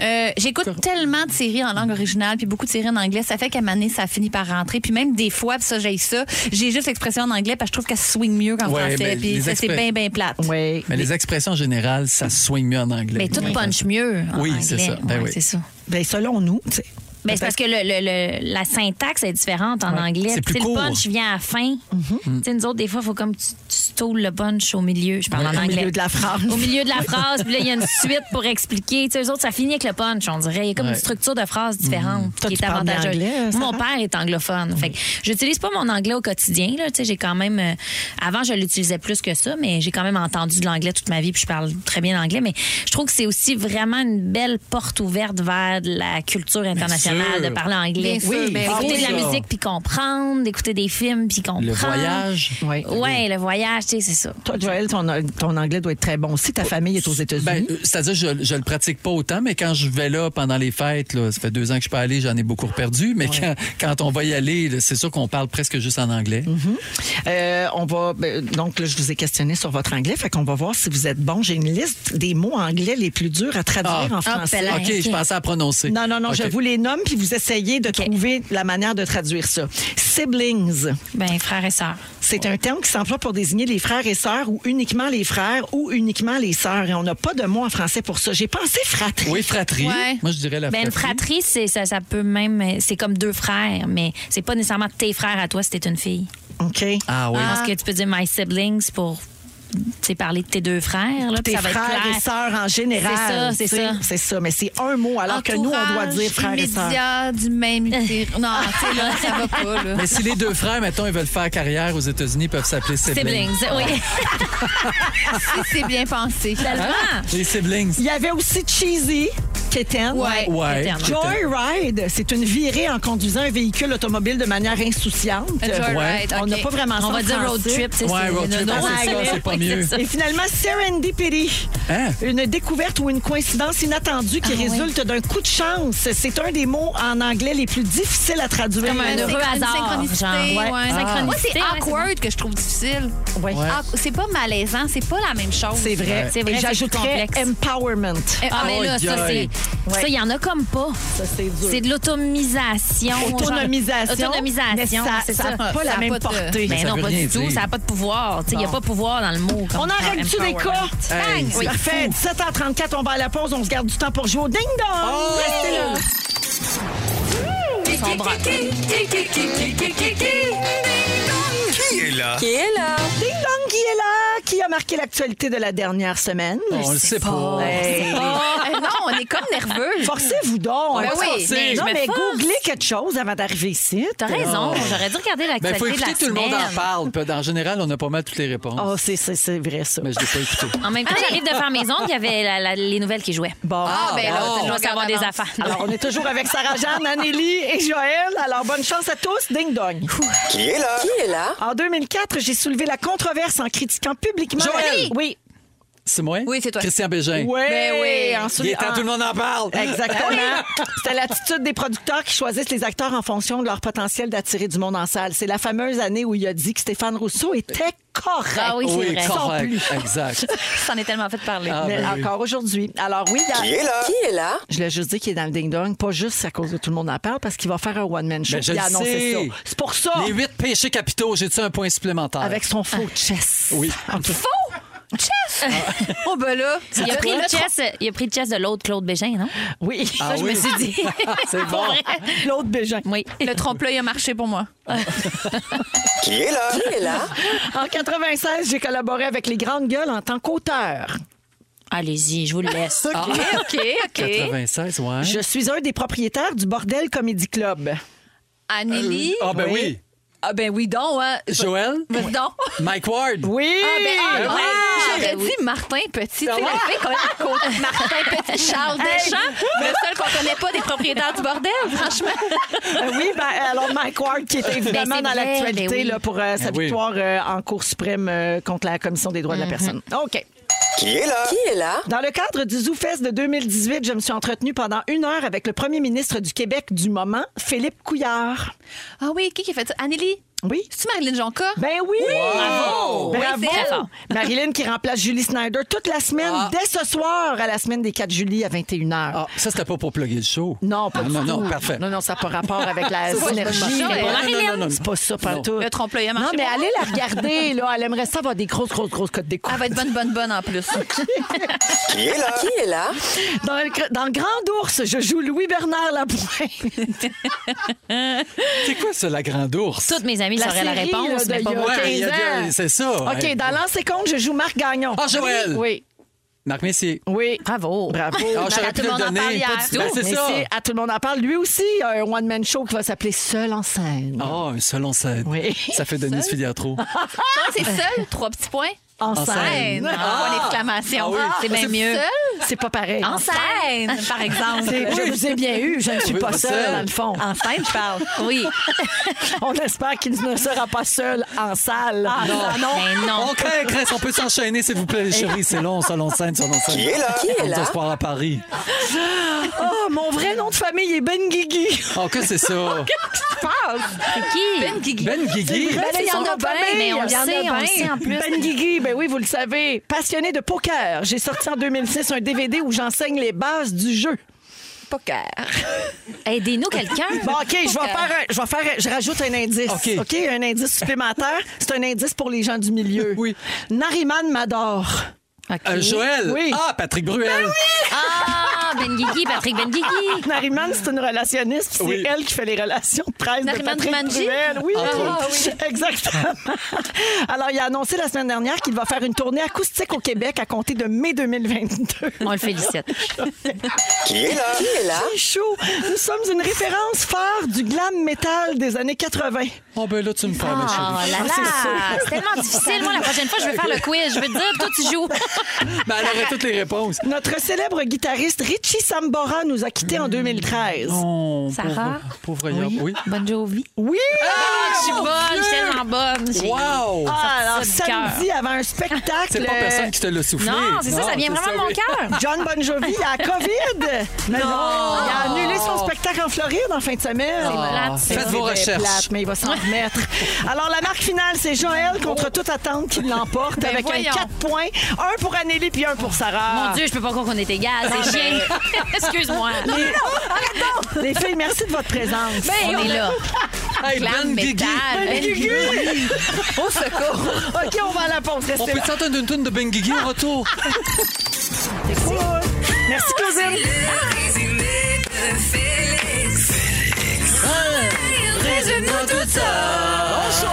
G: Euh, J'écoute tellement de séries en langue originale, puis beaucoup de séries en anglais. Ça fait qu'à ma année, ça finit par rentrer. Puis même des fois, puis ça, j'ai ça. J'ai juste l'expression en anglais, parce que je trouve qu'elle swing mieux qu'en
D: Ouais, mais
G: français. Puis
D: les
G: ça, c'est
D: exprès-
G: bien, bien plate.
F: Oui.
D: Mais les expressions générales, ça se soigne mieux en anglais.
E: Mais tout punch mieux. en
D: Oui, c'est
E: anglais.
D: ça. Ben
E: Ouais,
D: oui.
E: c'est ça.
F: Ben, selon nous, tu sais.
E: Ben, c'est parce que le, le- le- la syntaxe est différente en
F: Ouais.
E: anglais.
F: C'est
E: Puis,
F: plus
E: tu sais,
F: court. Mm-hmm.
E: Le punch vient à la fin. Tu sais, nous autres, des fois, il faut comme tu, tu stoules le punch au milieu. Je parle
F: Ouais.
E: en
F: Au
E: anglais.
F: milieu de la phrase.
E: Au milieu de la phrase. Puis là, il y a une suite pour expliquer. Tu sais, eux autres, ça finit avec le punch, on dirait. Il y a comme
M: Ouais.
E: une structure de phrase différente
M: Mhm. Toi,
E: qui
M: tu
E: est
M: parles bien
E: avantageuse.
M: anglais, euh,
E: Moi, mon père est anglophone. Fait que j'utilise pas mon anglais au quotidien. là. Tu sais, j'ai quand même. euh, avant, je l'utilisais plus que ça, mais j'ai quand même entendu de l'anglais toute ma vie, puis je parle très bien l'anglais. Mais je trouve que c'est aussi vraiment une belle porte ouverte vers de la culture internationale,
D: sûr.
E: de parler anglais.
D: Bien sûr, Oui, ben
E: Écouter
D: oui.
E: de la
D: ça.
E: musique puis comprendre, d'écouter des films puis comprendre.
D: voyage.
E: Oui, ouais, le voyage, tu sais, c'est ça.
F: Toi, Joël, ton, ton anglais doit être très bon aussi. Ta famille est aux États-Unis.
D: Ben, euh, C'est-à-dire, je, je le pratique pas autant, mais quand je vais là pendant les fêtes, là, ça fait deux ans que je suis pas allé, j'en ai beaucoup perdu. Mais quand, quand on va y aller, là, c'est sûr qu'on parle presque juste en anglais.
E: Mm.
F: Euh, on va ben, donc là, je vous ai questionné sur votre anglais, fait qu'on va voir si vous êtes bon. J'ai une liste des mots anglais les plus durs à traduire
D: Ah.
F: en français.
D: OK, je pensais à prononcer.
F: Non, non, non,
D: OK.
F: je vous les nomme puis vous essayez de trouver la manière de traduire ça. Siblings.
E: Ben, frères et sœurs.
F: C'est un terme qui s'emploie pour désigner les frères et sœurs ou uniquement les frères ou uniquement les sœurs. Et on n'a pas de mot en français pour ça. J'ai pensé fratrie.
D: Oui, fratrie.
E: Ouais.
D: Moi, je dirais la
E: Ben, une
D: fratrie.
E: fratrie, c'est- ça, ça peut même. C'est comme deux frères, mais c'est pas nécessairement tes frères à toi si t'es une fille.
F: OK.
D: Ah oui.
E: Je pense que tu peux dire my siblings pour tu sais, parler de tes deux frères. Là, puis
F: Tes
E: ça va être
F: frères
E: clair.
F: et sœurs en général.
E: C'est ça,
F: tu sais,
E: c'est ça.
F: C'est ça, mais c'est un mot alors que nous, on doit dire frères et sœurs.
G: immédiat du même utile. Non, tu sais, là, ça va pas, là.
D: Mais si les deux frères, mettons, ils veulent faire carrière aux États-Unis, ils peuvent s'appeler siblings.
G: Siblings, oui. si c'est bien pensé.
D: Hein? Les siblings.
F: Il y avait aussi Cheesy, Keten.
D: Ouais, Ouais, Hein? Keten.
F: Joyride, c'est une virée en conduisant un véhicule automobile de manière insouciante.
D: A joyride,
F: On
D: OK.
F: n'a pas vraiment ça
D: On
F: en
D: va dire
F: français.
D: road trip, c'est- Ouais, c'est road le trip, nom, ah, c'est ça, c'est pas
F: Oui,
D: mieux.
F: c'est ça. Et finalement, Serendipity. Une découverte ou une coïncidence inattendue
G: Ah
F: qui résulte d'un coup de chance. C'est un des mots en anglais les plus difficiles à traduire.
G: Comme un heureux hasard.
F: Ouais.
G: Moi, c'est awkward que je trouve difficile.
F: Ouais.
G: Ah, C'est pas malaisant, c'est pas la même chose.
F: C'est vrai.
G: C'est vrai,
F: Et
G: c'est
F: j'ajouterais
G: complexe.
F: empowerment.
E: Eh, Ah, mais là, ça, c'est. Ça, il y en a comme pas. Ça,
F: c'est dur.
E: C'est de l'automisation.
F: Autonomisation,
E: genre- Autonomisation.
F: mais ça-
E: c'est
F: ça a
E: ça
F: pas la
E: a
F: même
E: de-
F: portée.
E: Ben
F: Ça
E: non,
F: veut
E: pas
F: rien
E: du tout.
F: dire.
E: Ça n'a pas de pouvoir. Tu sais, Il n'y a
F: Bon.
E: pas de pouvoir dans le mot.
F: On
E: comme
F: en
E: ça,
F: règle-tu
G: Ah
F: des
E: empowerment.
F: cas?
E: Bang!
F: C'est
E: Oui.
F: Parfait. 17h34, on va à la pause, on se garde du temps pour jouer au ding-dong.
G: Oh!
F: Restez là.
B: Qui est là?
F: Ding-dong qui est là? Qui a marqué l'actualité de la dernière semaine?
B: On le sait pas.
F: Hey.
B: On le sait pas.
G: Eh non, on est comme nerveux.
F: Forcez-vous donc.
G: Ben
F: On va
G: oui,
F: se forcer.
G: mais je
F: non,
G: me
F: mais
G: force.
F: googlez quelque chose avant d'arriver ici. hein.
E: T'as raison.
D: Ah.
E: J'aurais dû regarder
D: Il
E: l'actualité
D: faut
E: de la
D: écouter, tout le monde en
E: semaine.
D: parle. Puis, En général, on a pas mal toutes les réponses.
F: Oh, c'est- c'est c'est vrai, ça.
D: Mais je l'ai pas écouté.
E: En même temps, j'arrive de faire maison, puis il y avait la- la- les nouvelles qui jouaient.
F: Bon.
E: Ah, ben là,
F: bon.
E: je dois savoir des affaires.
F: Alors, Ah, on est toujours avec Sarah-Jeanne, Anneli et Joël. Alors, bonne chance à tous. Ding dong.
B: Qui est là? Qui est là?
F: En 2004, j'ai soulevé la controverse en critiquant publiquement.
D: Joël!
F: Oui.
D: C'est moi? Oui, c'est toi. Christian Bégin.
F: Ouais, en
D: Il est
F: souli-
D: temps,
F: en-
D: tout le monde en parle.
F: Exactement. C'était l'attitude des producteurs qui choisissent les acteurs en fonction de leur potentiel d'attirer du monde en salle. C'est la fameuse année où il a dit que Stéphane Rousseau était correct.
G: Ah oui, c'est
D: Oui,
G: vrai.
F: Sans
D: correct.
F: plus.
D: Exact.
G: S'en est tellement fait parler.
F: Mais encore aujourd'hui. Alors oui, dans-
G: Qui est là? Qui est là?
F: Je l'ai juste dit qu'il est dans le ding-dong, pas juste à cause de tout le monde en parle, parce qu'il va faire un one-man show.
D: Ben, je
F: il
D: le
F: a annoncé
D: sais.
F: ça. C'est pour ça.
D: Les huit péchés capitaux, j'ai-tu un point supplémentaire?
F: Avec son faux chess.
D: Oui.
F: OK.
G: Faux! Chess! oh, ben là.
E: Il a, pris le chess, il a pris le chess de l'autre Claude Bégin, non?
F: Oui.
E: Ça, je me suis dit.
D: Ah C'est
E: Pour
D: bon.
E: vrai.
F: L'autre Bégin.
E: Oui.
G: Le trompe-l'œil a marché pour moi.
C: Qui est là?
F: est là? En 96, j'ai collaboré avec les grandes gueules en tant qu'auteur.
E: Allez-y, je vous le laisse.
F: Ah.
G: OK, OK, OK.
D: 96, ouais.
F: Je suis un des propriétaires du Bordel Comedy Club.
G: Anneli.
D: Ah, ben oui.
G: Ah, ben oui, donc, hein.
D: Joël,
G: Ben donc.
D: Mike Ward.
F: Oui!
G: Ah, ben, ah,
D: Ben
G: ouais.
E: oui.
G: J'aurais
E: Ben oui.
G: dit Martin Petit. Tu sais, la fille qu'on a à côté Ben de Martin Petit, Charles Deschamps, le seul qu'on connaît pas des propriétaires du bordel, franchement.
F: Euh, oui, ben, alors Mike Ward, qui était évidemment
E: c'est
F: dans
E: vrai,
F: l'actualité
E: ben oui.
F: là, pour euh, sa
D: Ben oui.
F: victoire euh, en Cour suprême euh, contre la Commission des droits de la personne. OK.
C: Qui est là?
F: Dans le cadre du ZooFest de 2018, je me suis entretenue pendant une heure avec le premier ministre du Québec du moment, Philippe Couillard.
G: Ah oui, qui qui a fait ça? Anneli?
F: Oui.
G: C'est-tu Marilyn Jonca?
F: Ben oui!
G: Bravo!
F: Bravo!
G: Oui, c'est très fort. Ah.
F: Marilyn qui remplace Julie Snyder toute la semaine, dès ce soir, à la semaine des 4 juillet à 21h.
D: Ah, ça, c'était pas pour plugger le show.
F: Non, pas
D: Ah,
F: du
D: non,
F: tout.
D: non, parfait.
F: Non, non, ça n'a pas rapport avec la
G: pas
F: synergie.
G: ça,
F: là.
G: elle.
D: Marilyn. Non, non, non, non.
F: C'est pas ça, pas
D: Non.
F: tout.
G: Le trompe-l'œil a
F: Non,
G: marché.
F: mais allez la regarder, là. Elle aimerait ça avoir des grosses, grosses, grosses cotes d'écoute.
G: Elle va être bonne, bonne, bonne en plus.
C: Qui est là? Qui est là?
F: Dans le, cr- dans le Grand Ours, je joue Louis-Bernard Lapointe.
D: C'est quoi ça, la grande ours?
E: Toutes mes amies
F: La
E: sauraient la
F: série,
E: réponse,
F: là, de
E: mais pas
F: Yo-
E: moi.
D: Ouais, il y a
F: 15
D: bien-
F: ans.
D: c'est ça. Ouais.
F: OK, dans L'Anse et Compte, je joue Marc Gagnon.
D: Ah, Joël!
F: Oui,
D: Marc Messier.
F: oui.
E: Bravo.
F: Bravo.
D: Ah, j'aurais
G: tout
D: pu
G: le
D: le
G: monde en parle
D: donner.
G: hier.
D: Pas du tout. Ben, c'est
F: Mais
D: ça.
F: c'est à tout le monde en parle. Lui aussi, il y a un one-man show qui va s'appeler Seul en scène.
D: Ah, un seul en scène.
F: Oui.
D: Ça fait Denise Filiatro.
G: Non, c'est seul, trois petits points.
F: En
D: En
F: scène.
D: scène.
G: Non,
D: Ah!
G: point d'exclamation.
D: Ah oui.
G: C'est bien mieux. Seul,
F: C'est pas pareil.
G: en scène, par exemple.
F: C'est- Je vous ai bien eu, je ne suis
D: Oui,
F: pas
D: pas
F: seule,
D: seule.
F: dans le fond.
G: En scène, je parle. Oui.
F: On espère qu'il ne sera pas seul en salle.
D: Ah non.
E: Mais Ben non.
D: OK, Chris, on peut s'enchaîner, s'il vous plaît, les chéris. C'est long, seul en scène, seul en scène.
C: Qui est là? Qui est
D: Comme
C: là?
D: ça se part à Paris.
F: Oh, mon vrai nom de famille est Ben Guigui.
D: Oh, que c'est ça?
E: Qui?
G: Guigui.
D: Ben Guigui.
F: Ben, il y
E: son
F: en a
E: copain,
F: bien,
E: mais on
F: il y
E: le
F: en a
E: sait, on
F: bien.
E: le sait en plus.
F: Ben Guigui, ben oui, vous le savez, passionné de poker. J'ai sorti en 2006 un DVD où j'enseigne les bases du jeu.
G: Poker.
E: Aidez-nous quelqu'un.
F: Bon, OK, je vais faire, un- je vais faire, un- je rajoute un indice.
D: OK.
F: un indice supplémentaire. C'est un indice pour les gens du milieu.
D: Oui.
F: Nariman Mador.
E: OK.
D: Euh, Joël.
F: Oui.
D: Ah, Patrick Bruel.
E: Ah, Ben Guigui, Patrick Ben Guigui.
F: Nariman, c'est une relationniste, puis c'est
D: Oui.
F: elle qui fait les relations de presse de
G: Nariman
F: Patrick
G: Jumanji?
F: Bruel. Oui,
D: Entre
F: ah,
D: autres.
F: oui. exactement. Alors, il a annoncé la semaine dernière qu'il va faire une tournée acoustique au Québec à compter de mai 2022.
E: On le félicite.
D: Oh
C: Qui est là? Qui est là?
F: C'est chaud. Nous sommes une référence phare du glam metal des années 80.
D: Oh, ben là, tu me parles, ma
E: Oh
D: chérie.
E: là là, c'est tellement difficile. Moi, la prochaine fois, je vais faire le quiz. Je vais te dire, toi, tu joues.
D: Ben, elle aurait toutes les réponses.
F: Notre célèbre guitariste Richie Sambora nous a quittés en 2013.
D: Oh,
E: Sarah?
D: Pauvre, pauvre Yop, oui.
E: Bonne Jovi.
F: Oui!
E: Ah, Je suis bonne, je suis tellement bonne. J'ai-
D: Wow!
F: Ah, alors,
E: Ça sort du
F: samedi, avant un spectacle.
D: c'est pas personne qui te l'a soufflé.
E: Non, c'est ça, ça vient
D: c'est
E: vraiment de mon
D: oui.
E: cœur.
F: euh, John Bon Jovi a COVID. Mais non. Il a annulé son spectacle en Floride en fin de semaine.
E: plate,
F: C'est
D: Ah. Faites vos
F: vrai,
D: recherches.
F: plate, mais il va s'en remettre. Alors, la marque finale, c'est Joël contre toute attente qui l'emporte avec
G: voyons.
F: un 4 points. Un pour Anneli puis un pour Sarah.
E: Mon Dieu, je peux pas croire qu'on est égales. C'est chiant. Excuse-moi.
F: Les filles, merci de votre présence.
E: On est là.
D: Hey, Ben
G: Glam
D: Guigui.
G: métal.
D: Ben Guigui.
F: Au secours. OK, on va à la Ah, pause.
D: On
F: Restez
D: peut
F: là.
D: s'entendre une tune de Ben Guigui en retour.
F: Cool. Merci, cousine.
B: Le résumé de Félix.
D: Résume-nous tout ça.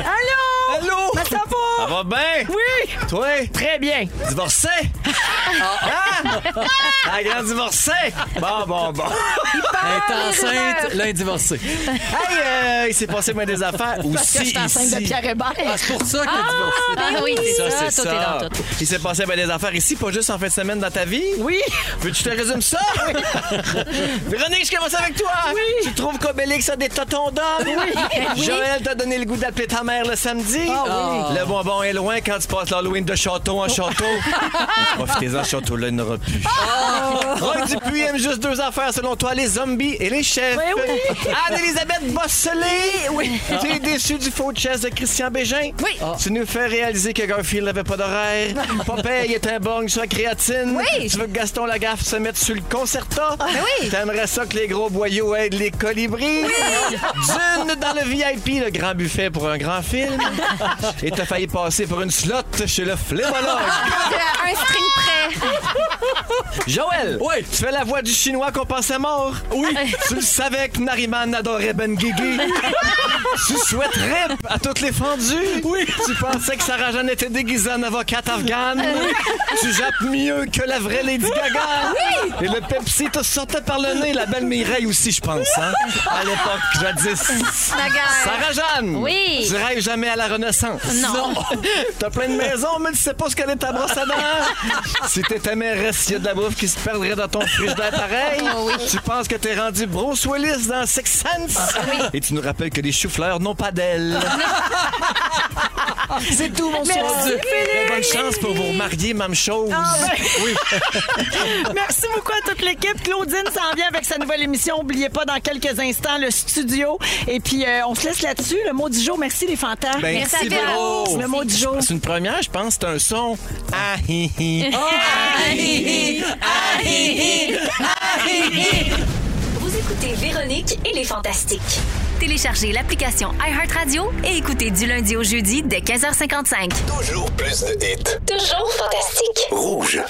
F: Allô?
C: Allô?
F: Ma
L: Ça
F: savon?
L: va bien?
F: Oui! Ah.
L: Toi,
F: Très bien.
L: divorcé? Hein? La grande divorcée? Bon, bon, bon.
D: Elle est enceinte, l'indivorcée.
L: Hey, euh, il s'est passé moins des affaires
F: Parce que je
L: aussi
F: suis enceinte de
L: ici.
F: Pierre Hébert. ben
D: Ah, c'est pour ça qu'elle est divorcée.
E: Ah oui, c'est ça. Toi, t'es dans tout.
L: Il s'est passé bien des affaires ici, pas juste en fin de semaine dans ta vie.
F: Oui!
L: Veux-tu que je te résume ça? Véronique, je commence avec toi.
F: Oui.
L: Tu trouves qu'Obélix a des totons d'homme? Oui. Joël t'a donné le goût d'appeler ta mère le samedi.
F: Ah oui.
L: Le bonbon est loin quand tu passes l'Halloween de château en château. Profitez-en.
M: ans, Châteaulin n'aura plus. Roy Dupuis aime juste deux affaires, selon toi, les zombies et les chefs. Anne-Elisabeth Bosselé. Oui. T'es déçu du faux chess de Christian Bégin? Oui.
G: Ah.
M: Tu nous fais réaliser que Garfield n'avait pas d'horaire. Popeye est un borgne sur la créatine.
G: Oui.
M: Tu veux que Gaston Lagaffe se mette sur le concerta?
G: ben oui.
M: T'aimerais ça que les gros boyaux aident les colibris?
G: Oui.
M: Dune dans le VIP, le grand buffet pour un grand film. Et t'as failli passer pour une slot chez le flémologue.
G: Euh, Un string prêt.
M: Joël! Oui! Tu fais la voix du chinois qu'on pensait mort? Oui! tu le savais que Nariman adorait Ben Guigui? tu souhaites rip à toutes les fendues? Oui! Tu pensais que Sarah Jeanne était déguisée en avocate afghane?
G: Oui.
M: tu jappes mieux que la vraie Lady Gaga?
G: Oui.
M: Et le Pepsi te sortait par le nez, la belle Mireille aussi, je pense, hein? À l'époque, jadis. Sarah Jeanne!
G: Oui.
M: Tu rêves jamais à la Renaissance?
G: Non.
M: T'as plein de maisons, mais tu sais pas ce qu'elle est ta brosse à dents. si t'étais mairesse, il y a de la bouffe qui se perdrait dans ton frigidaire pareil.
G: Oh oui.
M: Tu penses que t'es rendu Bruce Willis dans Six Sense.
G: Ah oui.
M: Et tu nous rappelles que les choux-fleurs n'ont pas d'ailes. C'est tout, mon
G: Merci,
M: soir.
G: Philippe.
M: Mais Bonne chance pour vous remarier, même chose.
D: Ah, ben.
M: Oui.
D: Merci beaucoup à toute l'équipe. Claudine s'en vient avec sa nouvelle émission. N'oubliez pas dans quelques instants le studio. Et puis, euh, on se laisse là-dessus. Le mot du jour, merci les fantasmes.
M: Ben, Véro.
D: Le mot du jour.
M: C'est une première, je pense. C'est un son. Ah, hi, hi.
G: Ah,
M: hi, hi. Ah, hi, hi. Ah, hi, hi.
B: Vous écoutez Véronique et les Fantastiques. Téléchargez l'application iHeartRadio et écoutez du lundi au jeudi dès 15h55.
N: Toujours plus de hits.
B: Toujours fantastique.
N: Rouge.